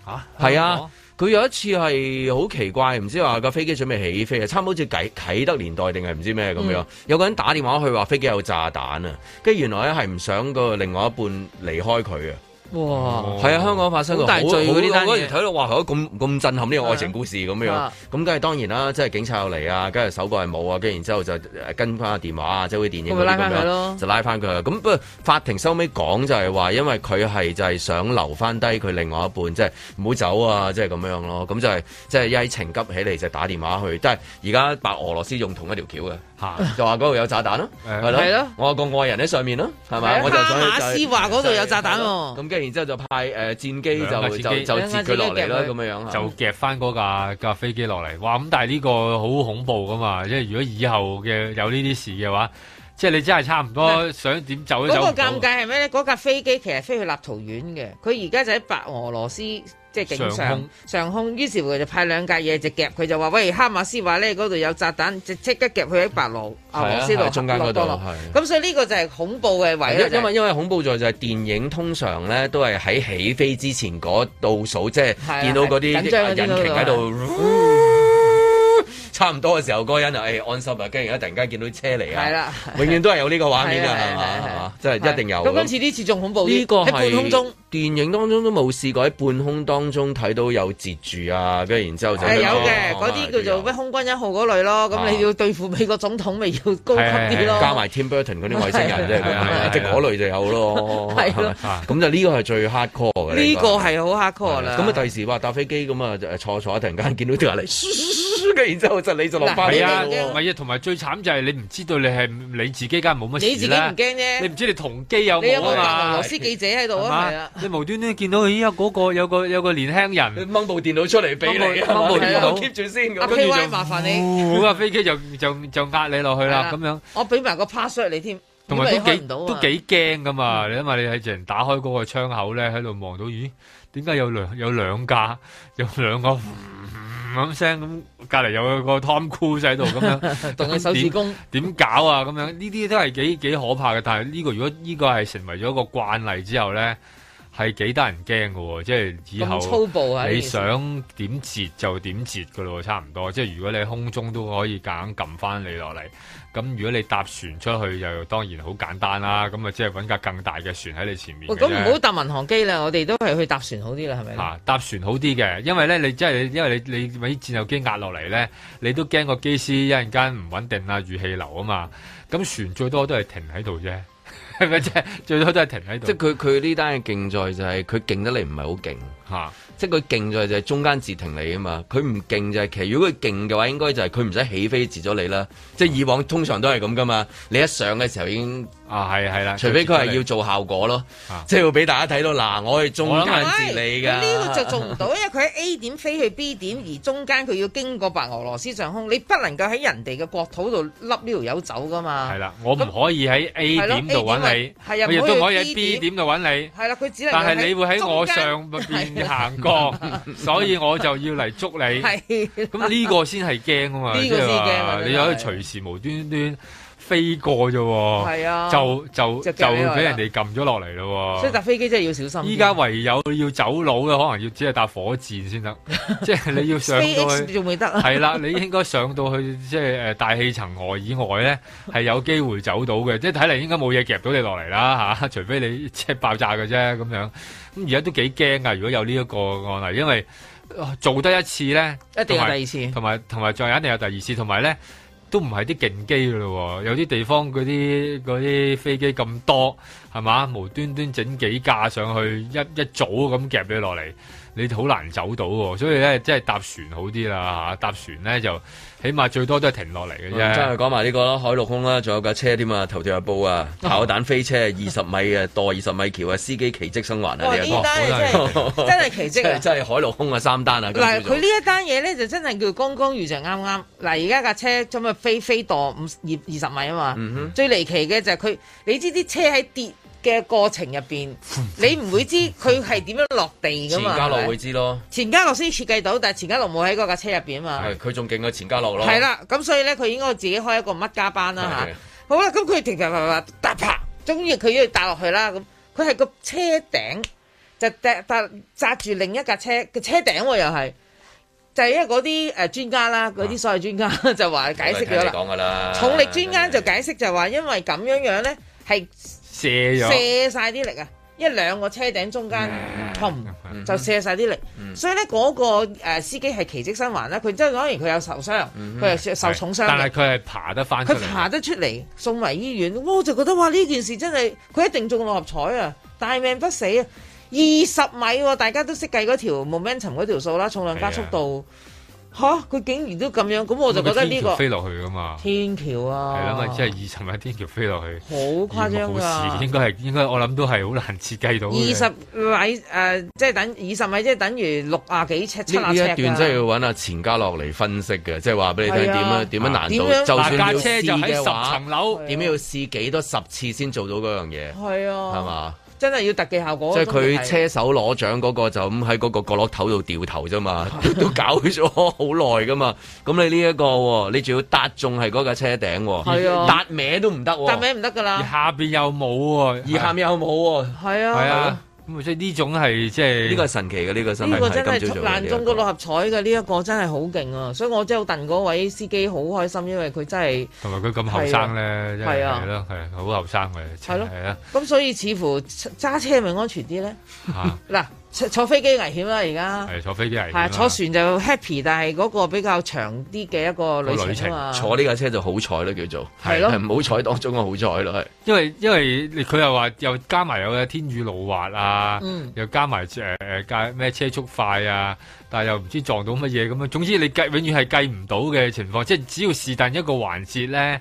Speaker 6: 嚇，
Speaker 2: 係啊，佢有一次係好奇怪，唔知話架飛機準備起飛啊，差唔多好似啟啟德年代定係唔知咩咁樣。有個人打電話去話飛機有炸彈啊，跟住原來咧係唔想個另外一半離開佢啊。
Speaker 4: 哇！
Speaker 2: 係啊，香港發生過
Speaker 4: 好大罪喎呢單嘢
Speaker 2: 嗰時睇到哇，咁咁震撼呢個愛情故事咁樣，咁
Speaker 4: 啊
Speaker 2: 梗係當然啦，即係警察又嚟啊，跟住手個係冇啊，跟住然之後就跟翻個電話啊，即係好似電影嗰
Speaker 4: 咁咪
Speaker 2: 啲
Speaker 4: 拉返佢
Speaker 2: 咁樣，
Speaker 4: 咯
Speaker 2: 就拉翻佢啦。咁不過法庭收尾講就係話，因為佢係就係想留翻低佢另外一半，即係唔好走啊，即係咁樣咯。咁就係即係一係情急起嚟就打電話去，但係而家白俄羅斯用同一條橋嘅。
Speaker 6: 嚇
Speaker 2: 就話嗰度有炸彈咯，
Speaker 6: 誒
Speaker 2: 係咯，
Speaker 4: 係咯
Speaker 2: 我有個愛人喺上面咯，係
Speaker 4: 係
Speaker 2: 咪？
Speaker 4: 啊
Speaker 2: 我就想
Speaker 4: 哈馬斯話嗰度有炸彈喎
Speaker 2: 就係咁跟住然之後就派誒
Speaker 6: 兩
Speaker 2: 戰
Speaker 6: 架
Speaker 2: 機就
Speaker 6: 戰機
Speaker 2: 就就截佢落嚟啦，咁
Speaker 4: 兩
Speaker 2: 樣樣啊
Speaker 6: 就夾翻嗰架架飛機落嚟，哇！咁但係呢個好恐怖噶嘛，因為如果以後嘅有呢啲事嘅話，即係你真係差唔多想點走都走
Speaker 4: 嗰
Speaker 6: 唔
Speaker 4: 個
Speaker 6: 到
Speaker 4: 尷尬係咩咧？嗰架飛機其實飛去立陶宛嘅，佢而家就喺白俄羅斯即係境上
Speaker 6: 上
Speaker 4: 上
Speaker 6: 空
Speaker 4: 空，於是乎就派兩架嘢就夾佢，就話喂哈馬斯話咧嗰度有炸彈，就即刻夾佢喺白俄俄羅斯
Speaker 2: 係
Speaker 4: 度
Speaker 2: 啊喺中間嗰度
Speaker 4: 落落落
Speaker 2: 係
Speaker 4: 咁所以呢個就係恐怖嘅位啦，
Speaker 2: 因
Speaker 4: 就
Speaker 2: 因為
Speaker 4: 係啊
Speaker 2: 因為恐怖在就係電影通常咧都係喺起飛之前嗰倒數，即係
Speaker 4: 係啊
Speaker 2: 見到嗰啲
Speaker 4: 緊張嗰
Speaker 2: 引
Speaker 4: 啲嗰度啊
Speaker 2: 擎喺度。 <laughs> 差唔多嘅時候，嗰個人就誒安心啦，啊跟住而家突然間見到車嚟啊！
Speaker 4: 係啦
Speaker 2: 永遠都係有呢個畫面㗎，
Speaker 4: 係啊
Speaker 2: 係嘛
Speaker 4: 係啊係啊
Speaker 2: 係嘛，真係一定有。
Speaker 4: 咁今次呢次仲恐怖啲，
Speaker 2: 呢個
Speaker 4: 喺半空中
Speaker 2: 係。電影當中都冇試過喺半空當中睇到有截住啊，跟住然之後就哦哎
Speaker 4: 誒有嘅，嗰啲叫做咩空軍一號嗰類咯，咁
Speaker 2: 啊
Speaker 4: 你要對付美國總統咪要高級啲咯，
Speaker 2: 加埋 Tim Burton 嗰啲外星
Speaker 4: <laughs>
Speaker 2: 人
Speaker 6: 係啊係啊
Speaker 2: 啫，即係嗰類就有咯，
Speaker 4: 係咯
Speaker 2: 咪咁就呢個係最 hard core 嘅。
Speaker 4: 呢個
Speaker 2: 個
Speaker 4: 係好 hardcore 啦。
Speaker 2: 咁啊，第時話搭飛機咁啊，就坐坐突然間見到
Speaker 4: <laughs>
Speaker 2: 條人嚟，跟住然之後就你就落翻
Speaker 6: 係
Speaker 2: 嚟
Speaker 6: 啊，
Speaker 2: 啦
Speaker 4: 你
Speaker 2: 喎
Speaker 4: 驚
Speaker 6: 唔係啊，同埋最慘就係你唔知道你係你自己，梗係冇乜事
Speaker 4: 你自己唔
Speaker 6: 啦
Speaker 4: 驚啫
Speaker 6: 你唔知你同機有
Speaker 4: 你有
Speaker 6: 冇
Speaker 4: 個白
Speaker 6: 啊
Speaker 4: 俄
Speaker 6: 嘛
Speaker 4: 羅？斯記者喺度
Speaker 6: 係
Speaker 4: 啊，係啊
Speaker 6: 嘛？。你無端端見到佢依家嗰個有個有個年輕
Speaker 4: <laughs>
Speaker 6: 人，
Speaker 2: 掹部電腦出嚟俾你，
Speaker 6: 掹部掹部
Speaker 4: 電腦
Speaker 2: keep 住先
Speaker 4: 啊阿
Speaker 2: 咁。
Speaker 6: 住
Speaker 4: KY
Speaker 6: 就
Speaker 4: 麻煩你，
Speaker 6: 嗰架飛機就就就壓你落去啦，咁樣。
Speaker 4: 我俾埋個 password 你添，
Speaker 6: 哦同埋都
Speaker 4: 因為你
Speaker 6: 幾
Speaker 4: 開唔到啊
Speaker 6: 都幾驚噶嘛！你因為你喺人打開嗰個窗口咧，喺度望到，咦？點解有兩有兩架 <laughs> 有兩個咁、聲咁，隔離有個 Tom Cruise 喺度咁
Speaker 4: <laughs>
Speaker 6: 樣，
Speaker 4: 動佢手指公，
Speaker 6: 點點搞啊？咁樣呢啲都係幾幾可怕嘅。但係呢個如果呢個係成為咗一個慣例之後咧，係幾得人驚嘅喎！即係以後
Speaker 4: 咁粗暴啊！呢
Speaker 6: 你
Speaker 4: 件事
Speaker 6: 想點截就點截噶咯，差唔多。即係如果你空中都可以夾硬撳翻你落嚟，咁如果你搭船出去又當然好簡單啦。咁啊，即係揾架更大嘅船喺你前面
Speaker 4: 喂
Speaker 6: 嘅
Speaker 4: 咁
Speaker 6: 啫。
Speaker 4: 唔好搭民航機啦，我哋都係去搭船好啲啦，係咪？
Speaker 6: 嚇、啊搭船好啲嘅，因為咧你即係因為你你你啲戰鬥機壓落嚟咧，你都驚個機師一陣間唔穩定啊，遇氣流啊嘛。咁船最多都係停喺度啫， <laughs> 係咪啫？最多都係停喺度。
Speaker 2: 即係佢佢呢單嘅競賽就係佢勁得你唔係好勁，
Speaker 6: 嚇
Speaker 2: 即係佢勁在就係中間截停你啊嘛。佢唔勁就係其實如果佢勁嘅話，應該就係佢唔使起飛截咗你啦。即係以往通常都係咁噶嘛。你一上嘅時候已經，
Speaker 6: 啊，係係啦。
Speaker 2: 除非佢係
Speaker 6: 就
Speaker 2: 要做效果咯
Speaker 6: 啊，
Speaker 2: 即係要俾大家睇到嗱，我係中間截你
Speaker 4: 咁呢個就
Speaker 2: 㗎。
Speaker 4: 做唔到，因為佢喺 A 點飛去 B 點，而中間佢要經過白俄羅斯上空，你不能夠喺人哋嘅國土度笠呢條友走噶嘛
Speaker 6: 係。啦，我唔可以喺 A
Speaker 4: 係咯
Speaker 6: 點度揾你，我
Speaker 4: ，A 點係係啊
Speaker 6: 亦都唔可以
Speaker 4: 唔可以喺
Speaker 6: 喺
Speaker 4: B
Speaker 6: B 點度揾你。
Speaker 4: 係啦，佢只能夠
Speaker 6: 但係你會喺我
Speaker 4: 中間
Speaker 6: 上邊行過，所以我就要嚟捉你。
Speaker 4: 係
Speaker 6: 咁呢個先係驚啊嘛，
Speaker 4: 呢
Speaker 6: 即
Speaker 4: 個先
Speaker 6: 係
Speaker 4: 驚啊
Speaker 6: 話
Speaker 4: 真係
Speaker 6: 你可以隨時無端端飛過啫喎，
Speaker 4: 係啊，
Speaker 6: 哦就就
Speaker 4: 就
Speaker 6: 就
Speaker 4: 夾你落嚟
Speaker 6: 俾
Speaker 4: 啦
Speaker 6: 人哋撳咗落嚟咯
Speaker 4: 所以搭
Speaker 6: 喎。
Speaker 4: 飛機真係要小心啲。
Speaker 6: 依家唯有要走佬嘅，可能要只係搭火箭先
Speaker 4: <laughs>
Speaker 6: 得，即係你要上到
Speaker 4: SpaceX
Speaker 6: 去。
Speaker 4: 仲未得啊，
Speaker 6: 係啦，你應該上到去即係誒大氣層外以外咧，係有機會走到嘅。即係睇嚟應該冇嘢夾到你落嚟啦嚇， <laughs> 除非你即係爆炸嘅啫咁樣。咁而家都幾驚啊噶，如果有呢一個案例，因為呃做得一次咧，
Speaker 4: 一
Speaker 6: 同
Speaker 4: 定有第
Speaker 6: 埋
Speaker 4: 二次。
Speaker 6: 同埋同埋再一定有第二次，同埋咧都唔係啲勁機嘅咯喎。有啲地方嗰啲嗰啲飛機咁多係嘛，無端端整幾架上去一一早咁夾你落嚟，你好難走到喎。所以咧，即係搭船好啲啦嚇，搭船咧就起碼最多都係停落嚟嘅
Speaker 4: 嗯
Speaker 2: 啊真係
Speaker 6: 啫。
Speaker 2: 講埋呢個啦，海陸空啦，仲有架車添啊，頭條日報啊，
Speaker 4: 哦
Speaker 2: 炮彈飛車二十米嘅墮二十米橋啊，司機奇蹟生還啊，
Speaker 4: 哇！
Speaker 2: 呢一
Speaker 4: 哦呢
Speaker 2: 個
Speaker 4: 單真係
Speaker 2: <laughs>
Speaker 4: 真係奇
Speaker 2: 真
Speaker 4: 蹟
Speaker 2: 係
Speaker 4: 啊！
Speaker 2: 真係海陸空啊三單啊，今
Speaker 4: 嗱，
Speaker 2: 朝早
Speaker 4: 佢呢一單嘢咧就真係叫剛剛遇着啱啱。嗱，而家架車咁啊飛飛墮五二二十米啊嘛。
Speaker 2: 嗯
Speaker 4: 最離奇嘅就係佢，你知啲車喺跌嘅過程入
Speaker 2: <laughs>
Speaker 4: 邊，你唔會知佢係點樣落地噶
Speaker 2: 錢
Speaker 4: 嘛。
Speaker 2: 家樂
Speaker 4: 係咪
Speaker 2: 會知咯。
Speaker 4: 錢家樂先設計到，但係錢家樂冇喺嗰架車入邊啊嘛。
Speaker 2: 係佢仲勁過錢嘉樂咯。
Speaker 4: 係，啦，咁所以咧佢應該自己開一個乜加班啦
Speaker 2: 係
Speaker 4: 嚇。好啦，咁佢停停停停，搭啪，終於佢要搭落去啦。咁佢係個車頂就搭搭扎住另一架車嘅車頂喎，又係就係因為嗰啲誒專家啦，嗰啲所謂專家就話解釋咗
Speaker 2: 你
Speaker 4: 啦。
Speaker 2: 講噶啦。
Speaker 4: 重力專家就解釋就話，因為咁樣樣咧係
Speaker 6: 射咗
Speaker 4: 卸晒啲力啊，因為兩個車頂中間砰就卸晒啲力，所以咧嗰個誒司機係奇蹟生還啦。佢即係當然佢有受傷，佢又受重傷
Speaker 6: 但係
Speaker 4: 嘅。
Speaker 6: 佢係爬得翻出
Speaker 4: 佢
Speaker 6: 嚟
Speaker 4: 爬。得出嚟，送埋醫院，哇我就覺得哇呢件事真係佢一定中六合彩啊，大命不死啊！二十米喎、大家都識計嗰條 momentum 嗰條數啦，重量加速度。吓，佢竟然都咁樣，咁我就覺得呢
Speaker 6: 個
Speaker 4: 個
Speaker 6: 啊飛落去噶嘛，
Speaker 4: 天橋啊，
Speaker 6: 係啦嘛，即係二十米天橋飛落去，
Speaker 4: 好誇張
Speaker 6: 冇事，應
Speaker 4: 㗎。
Speaker 6: 該係應該我諗都係好難設計到嘅。
Speaker 4: 二十米誒、呃即係等二十米，即係等於六啊幾尺、七
Speaker 2: 呢
Speaker 4: 啊
Speaker 2: 呢
Speaker 4: 尺
Speaker 2: 一段真係要
Speaker 4: 㗎。
Speaker 2: 揾阿錢家樂嚟分析嘅，即係話俾你聽
Speaker 4: 係
Speaker 2: 點
Speaker 4: 啊
Speaker 2: 樣點樣難度，
Speaker 4: 點樣
Speaker 2: 就算
Speaker 6: 架
Speaker 2: 要
Speaker 6: 車
Speaker 2: 試
Speaker 6: 就喺
Speaker 2: 嘅
Speaker 6: 十
Speaker 2: 話
Speaker 6: 層，樓，
Speaker 2: 點樣要試幾多十次先做到嗰樣嘢，
Speaker 4: 係
Speaker 2: 係
Speaker 4: 啊，
Speaker 2: 嘛？
Speaker 4: 真係要特技效果。
Speaker 2: 即係佢
Speaker 4: 真係
Speaker 2: 車手攞獎嗰個就咁喺嗰個角落頭度掉頭
Speaker 4: <laughs>
Speaker 2: 啫嘛，都都搞咗好耐噶嘛。咁你呢、一個喎，你仲要搭中係嗰架車頂喎，
Speaker 4: 係啊
Speaker 2: 搭歪都唔得喎，
Speaker 4: 搭名唔得㗎
Speaker 6: 而
Speaker 4: 啦，
Speaker 6: 下邊又冇
Speaker 2: 而
Speaker 6: 喎，
Speaker 2: 啊下面有冇喎？
Speaker 4: 係
Speaker 6: 係
Speaker 4: 啊。
Speaker 6: 啊，咁所以呢種係即係
Speaker 2: 呢個係神奇嘅，呢個真係
Speaker 4: 呢個真係
Speaker 2: 今朝
Speaker 4: 速
Speaker 2: 早
Speaker 4: 難中嗰六合彩嘅呢一個真係好勁啊！所以我真係好戥嗰位司機好開心，因為佢真係
Speaker 6: 同埋佢咁後生咧，真係
Speaker 4: 係啊
Speaker 6: 係咯，係好後生嘅，啊
Speaker 4: 係咯
Speaker 6: <laughs> 係啦
Speaker 4: 咁，所以似乎揸車咪安全啲呢？
Speaker 6: 嚇，
Speaker 4: 嗱，坐坐飛機危險啦，而家
Speaker 6: 係啊坐飛機係
Speaker 4: 係啊坐船就 happy，但係嗰個比較長啲嘅一個旅程啊嘛。
Speaker 2: 坐呢架車就好彩啦，叫做
Speaker 4: 係咯
Speaker 2: 係唔好彩當中嘅好彩咯，係。
Speaker 6: 因為因為你佢又話又加埋有嘅天雨路滑啊，
Speaker 4: 嗯
Speaker 6: 又加埋誒誒加咩車速快啊，但係又唔知撞到乜嘢咁樣。總之你計永遠係計唔到嘅情況，即係只要是但一個環節咧。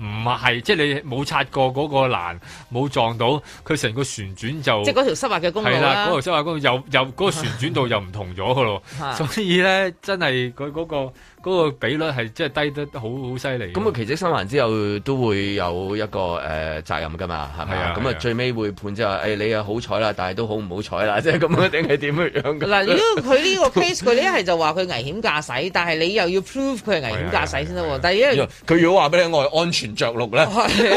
Speaker 6: 唔係，即係你冇擦過嗰個欄，冇撞到佢成個旋轉就
Speaker 4: 即係嗰條濕滑嘅公路
Speaker 6: 係啦，
Speaker 4: 啦
Speaker 6: 嗰條，收下公路又又嗰個旋轉度又唔同咗噶咯，
Speaker 4: 嚇
Speaker 6: 所以咧真係佢嗰個嗰個比率係真係低得好好犀利。
Speaker 2: 咁啊，奇蹟生還之後都會有一個誒、呃、責任噶嘛，係咪
Speaker 6: 係啊
Speaker 2: 啊？咁
Speaker 6: 係
Speaker 2: 啊
Speaker 6: 啊，
Speaker 2: 最尾會判之後，誒、你啊好彩啦，但係都好唔好彩啦， <laughs> 即係咁樣定係點樣㗎？
Speaker 4: 嗱，如果佢
Speaker 6: <laughs>
Speaker 4: 呢個 case，佢呢一係就話佢危險駕駛，但係你又要 prove 佢係危險駕駛先得
Speaker 6: 係啊係啊係啊
Speaker 4: 喎。但係因為
Speaker 2: 佢如果話俾你我係安全着陸
Speaker 6: <laughs>
Speaker 2: 咧，
Speaker 4: 係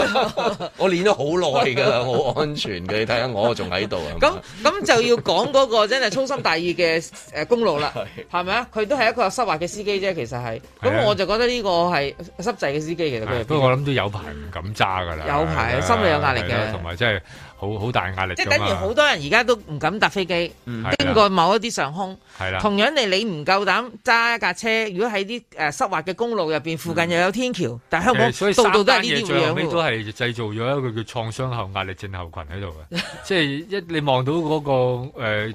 Speaker 4: 啊
Speaker 2: 我練咗好耐㗎啦，我好安全嘅，你睇下我仲喺度啊。
Speaker 4: <laughs> 咁咁就要講嗰個真係粗心大意嘅誒公路啦，係咪啊？佢都係一個濕滑嘅司機啫，其實係。
Speaker 6: 係啊
Speaker 4: 咁我就覺得呢個係濕滯嘅司機，其實佢
Speaker 6: 係
Speaker 4: 係
Speaker 6: 不過我諗都有排唔敢揸噶啦，
Speaker 4: 有排
Speaker 6: 係啦
Speaker 4: 心理有壓力
Speaker 6: 係啦
Speaker 4: 嘅
Speaker 6: 同埋真係好好大壓力
Speaker 4: 即係
Speaker 6: 㗎嘛。
Speaker 4: 等於好多人而家都唔敢搭飛機，
Speaker 6: 嗯啊
Speaker 4: 經過某一啲上空。
Speaker 6: 係啦，
Speaker 4: 同樣地，你唔夠膽揸一架車，如果喺啲誒濕滑嘅公路入邊，附近又有天橋，但係香港
Speaker 6: 誒所以
Speaker 4: 度度
Speaker 6: 三
Speaker 4: 都係
Speaker 6: 單
Speaker 4: 呢
Speaker 6: 嘢
Speaker 4: 啲
Speaker 6: 最後
Speaker 4: 咁
Speaker 6: 尾
Speaker 4: 樣
Speaker 6: 都
Speaker 4: 喎。
Speaker 6: 係製造咗一個叫創傷後壓力症候群喺度
Speaker 4: <laughs>
Speaker 6: 嘅，即係一你望到嗰個誒，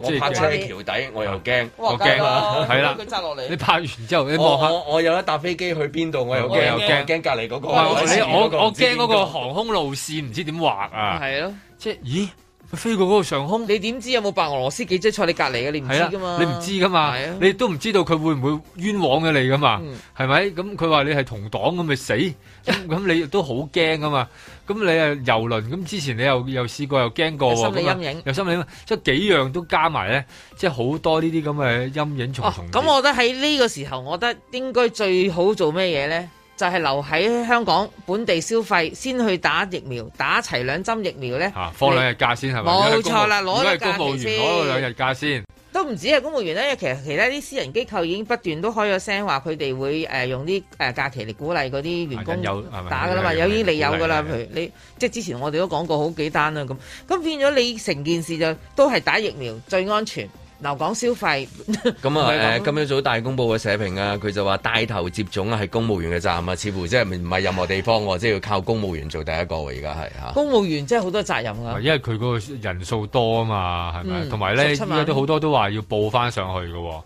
Speaker 2: 我
Speaker 6: 即
Speaker 2: 泊車
Speaker 6: 係
Speaker 2: 喺橋底，我又驚。
Speaker 6: 我驚啊係啦
Speaker 4: 佢揸落
Speaker 6: 你
Speaker 4: 嚟。
Speaker 6: 拍完之後，你
Speaker 2: 我
Speaker 6: 望下。
Speaker 2: 我我有一搭飛機去邊度，我又
Speaker 6: 我又
Speaker 2: 驚，
Speaker 6: 驚
Speaker 2: 驚驚隔離嗰個。
Speaker 6: 唔係我
Speaker 2: 前
Speaker 6: 你
Speaker 2: 面
Speaker 6: 我
Speaker 2: 個
Speaker 6: 我
Speaker 2: 唔知
Speaker 6: 驚嗰
Speaker 2: 邊
Speaker 6: 個航空路線唔知點畫啊！
Speaker 4: 係咯，
Speaker 6: 即係咦，佢飛過嗰個上空，
Speaker 4: 你點知有冇白俄羅斯記者坐你隔離嘅？你唔知
Speaker 6: 係
Speaker 4: 㗎嘛
Speaker 6: 啊，？你唔知噶嘛
Speaker 4: 係啊，
Speaker 6: 你都唔知道佢會唔會冤枉咗你噶嘛
Speaker 4: 嗯，
Speaker 6: 係咪？咁佢話你係同黨咁咪死，
Speaker 4: <laughs>
Speaker 6: 咁咁你亦都好驚噶嘛。咁你啊遊輪咁之前你又又試過又驚過喎，
Speaker 4: 有心理
Speaker 6: 咁啊
Speaker 4: 陰影
Speaker 6: 有心理陰影，即係幾樣都加埋咧，即係好多呢啲咁嘅陰影重
Speaker 4: 哦
Speaker 6: 重。，
Speaker 4: 咁我覺得喺呢個時候，我覺得應該最好做咩嘢呢？就係、留喺香港本地消費，先去打疫苗，打齊兩針疫苗呢，
Speaker 6: 嚇放兩日假先係咪？
Speaker 4: 冇錯啦
Speaker 6: 如果係公務
Speaker 4: 攞咗假期先
Speaker 6: 如果係公務員攞咗兩日假先，
Speaker 4: 都唔止係公務員呢，因為其實其他啲私人機構已經不斷都開咗聲話，佢哋會誒、呃用啲誒、呃假期嚟鼓勵嗰啲員
Speaker 6: 啊引
Speaker 4: 工
Speaker 6: 誘係咪
Speaker 4: 打㗎啦嘛，
Speaker 6: 引誘
Speaker 4: 有已經你有㗎啦，
Speaker 6: 鼓
Speaker 4: 譬
Speaker 6: 勵
Speaker 4: 如你即係之前我哋都講過好幾單啦咁，咁變咗你成件事就都係打疫苗最安全，留港消費。
Speaker 2: <laughs> 咁啊，
Speaker 6: 唔係
Speaker 2: 誒、
Speaker 6: 咁
Speaker 2: 今朝早大公報嘅社評啊，佢就話帶頭接種啊係公務員嘅責任啊，似乎即係唔係任何地方喎，即係要靠公務員做第一個喎，而家係嚇。
Speaker 4: 公務員真係好多責任啊㗎，
Speaker 6: 因為佢嗰個人數多啊嘛，係咪？
Speaker 4: 嗯
Speaker 6: 同埋咧，依
Speaker 4: 17萬
Speaker 6: 家都好多都話要報翻上去嘅喎，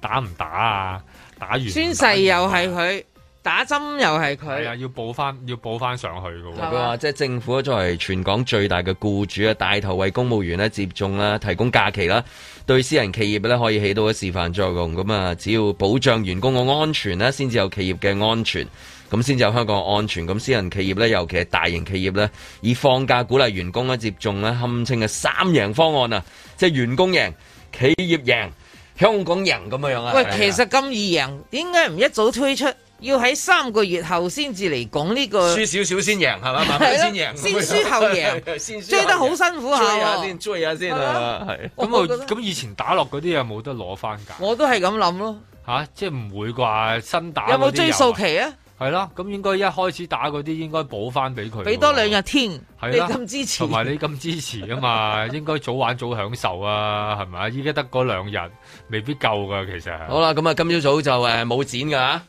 Speaker 6: 打唔打啊？打完唔打
Speaker 4: 宣誓又係佢，打針又係
Speaker 6: 係
Speaker 4: 佢
Speaker 6: 啊，。要報翻要報翻上去嘅
Speaker 4: 係
Speaker 6: 喎。
Speaker 2: 佢話即係政府作為全港最大嘅僱主啊，帶頭為公務員咧接種啦，提供假期啦，對私人企業咧可以起到嘅示範作用。咁啊，只要保障員工嘅安全咧，先至有企業嘅安全。咁先至有香港嘅安全，咁私人企業咧，尤其係大型企業咧，以放假鼓勵員工啊咧接種咧，堪稱嘅三贏方案啊！即係員工贏、企業贏、香港贏咁樣樣啊！
Speaker 4: 喂
Speaker 2: 係，啊
Speaker 4: 其實咁易贏，點解唔一早推出？要喺三個月後先至嚟講呢個，
Speaker 2: 輸少少先贏係 <laughs> 嘛？慢慢
Speaker 4: 係
Speaker 2: 先
Speaker 4: 咯
Speaker 2: 贏，
Speaker 4: 先輸後贏
Speaker 2: 先輸後贏
Speaker 4: 追得
Speaker 2: <laughs>
Speaker 4: 好辛苦下
Speaker 2: 追下
Speaker 4: 喎
Speaker 2: 先，。追下先啊！係。
Speaker 4: 我
Speaker 6: 咁我
Speaker 4: 我覺得
Speaker 6: 咁以前打落嗰啲又冇得攞翻㗎
Speaker 4: 我都係咁諗咯。
Speaker 6: 吓，即係唔會啩新打
Speaker 4: 有
Speaker 6: 嗰啲
Speaker 4: 冇追
Speaker 6: 啊
Speaker 4: 溯？期啊？
Speaker 6: 係啦，咁應該一開始打嗰啲應該補翻俾佢㗎喎，
Speaker 4: 俾多兩日天，
Speaker 6: 係
Speaker 4: 你
Speaker 6: 啦
Speaker 4: 咁支持
Speaker 6: 同，埋你咁支持啊
Speaker 4: <laughs>
Speaker 6: 嘛，應該早玩早享受啊，係咪啊？依家得嗰兩日，未必夠㗎，其
Speaker 2: 好
Speaker 6: 實
Speaker 2: 啦，咁啊，今朝早就誒冇剪噶，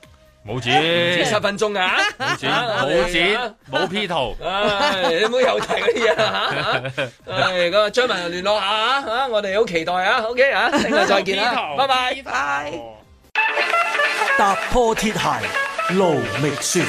Speaker 6: 冇
Speaker 2: 只
Speaker 4: 啊
Speaker 6: 錢
Speaker 2: 七。分鐘噶，
Speaker 6: 冇剪，
Speaker 2: 啊
Speaker 6: 冇剪，冇 P 圖。
Speaker 2: 唉，你唔好又提嗰啲嘢啦嚇。唉，咁啊，張文又聯絡下啊嚇，我哋好期待啊。OK 啊，聽日再見啊
Speaker 6: P
Speaker 2: 啦，
Speaker 6: 圖
Speaker 2: 拜拜。
Speaker 4: 拜。
Speaker 6: <laughs> 哦 Hãy subscribe
Speaker 12: 踏破
Speaker 6: cho kênh Ghiền Mì Gõ Để không bỏ lỡ
Speaker 12: 鐵鞋路未雪。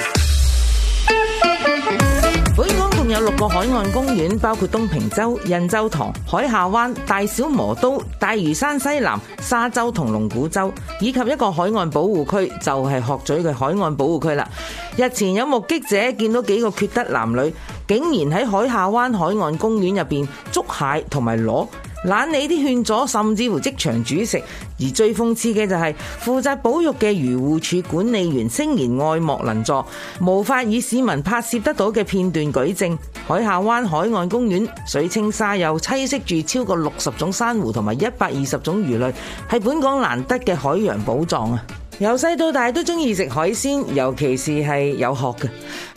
Speaker 4: 本港共有六個海岸公園，包括東平洲、印洲塘、海下灣、大小磨都、大嶼山西南、沙洲同龍鼓洲，以及一個海岸保護區，就係、學嘴嘅海岸保護區啦。日前有目擊者見到幾個缺德男女，竟然喺海下灣海岸公園入邊捉蟹同埋螺。懶你啲勸阻，甚至乎即場煮食。而最諷刺嘅就係、負責保育嘅漁護署管理員聲言愛莫能助，無法以市民拍攝得到嘅片段舉證。海下灣海岸公園水清沙幼，棲息住超過六十種珊瑚同埋一百二十種魚類，係本港難得嘅海洋寶藏啊！由細到大都中意食海鮮，尤其是係有殼嘅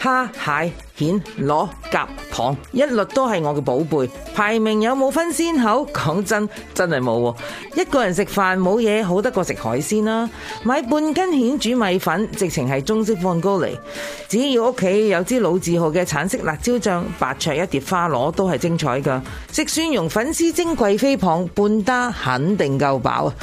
Speaker 4: 蝦、蟹、蜆、螺、甲、蚌，一律都係我嘅寶貝。排名有冇分先口？講真，真係冇喎。一個人食飯冇嘢好得過食海鮮啦。買半斤蜆煮米粉，直情係中式放高嚟。只要屋企有支老字號嘅橙色辣椒醬，白灼一碟花螺都係精彩㗎。食蒜蓉粉絲蒸貴妃蚌半打肯定夠飽啊！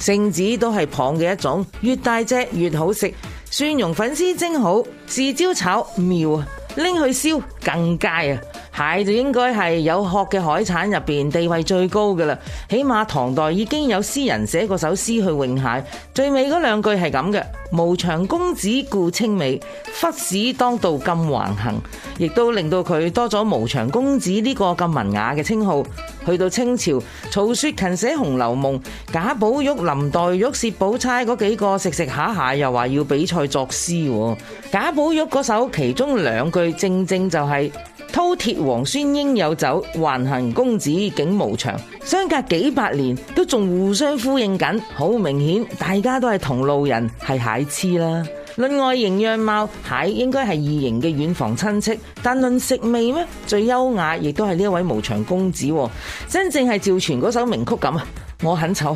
Speaker 4: 聖子都係蚌嘅一種，越大隻越好食。蒜蓉粉絲蒸好，豉椒炒妙啊，拎去燒更佳啊！蟹就應該係有殼嘅海產入邊地位最高噶啦，起碼唐代已經有詩人寫過首詩去詠蟹，最尾嗰兩句係咁嘅：無長公子顧青美，忽使當道咁橫行，亦都令到佢多咗無長公子呢個咁文雅嘅稱號。去到清朝，曹雪芹寫《紅樓夢》，賈寶玉、林黛玉、薛寶釵嗰幾個食食下下又話要比賽作詩喎，賈寶玉嗰首其中兩句正正就係、饕餮王孫應有酒，還恨公子竟無長。相隔幾百年都仲互相呼應緊，好明顯大家都係同路人，係蟹痴啦。論外形樣貌，蟹應該係異形嘅遠房親戚，但論食味咩，最優雅亦都係呢一位無長公子喎，真正係趙傳嗰首名曲咁啊！我很醜，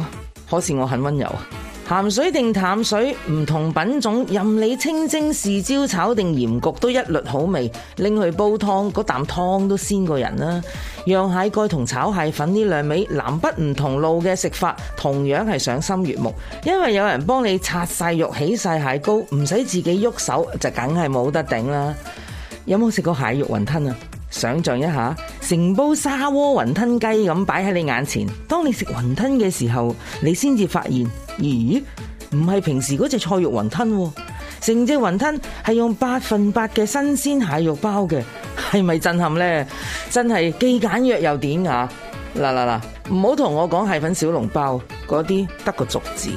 Speaker 4: 可是我很温柔啊！鹹水定淡水，唔同品種，任你清蒸、豉椒炒定鹽焗都一律好味。拎去煲湯，嗰啖湯都鮮過人啦。釀蟹蓋同炒蟹粉呢兩味南北唔同路嘅食法，同樣係賞心悅目，因為有人幫你拆晒肉、起晒蟹膏，唔使自己喐手，就梗係冇得頂啦。有冇食過蟹肉雲吞啊？想象一下，成煲砂鍋雲吞雞咁擺喺你眼前，當你食雲吞嘅時候，你先至發現，咦，唔係平時嗰只菜肉雲吞喎，成隻雲吞係用百分百嘅新鮮蟹肉包嘅，係咪震撼呢？真係既簡約又典雅。嗱嗱嗱，唔好同我講蟹粉小籠包，嗰啲得個俗字。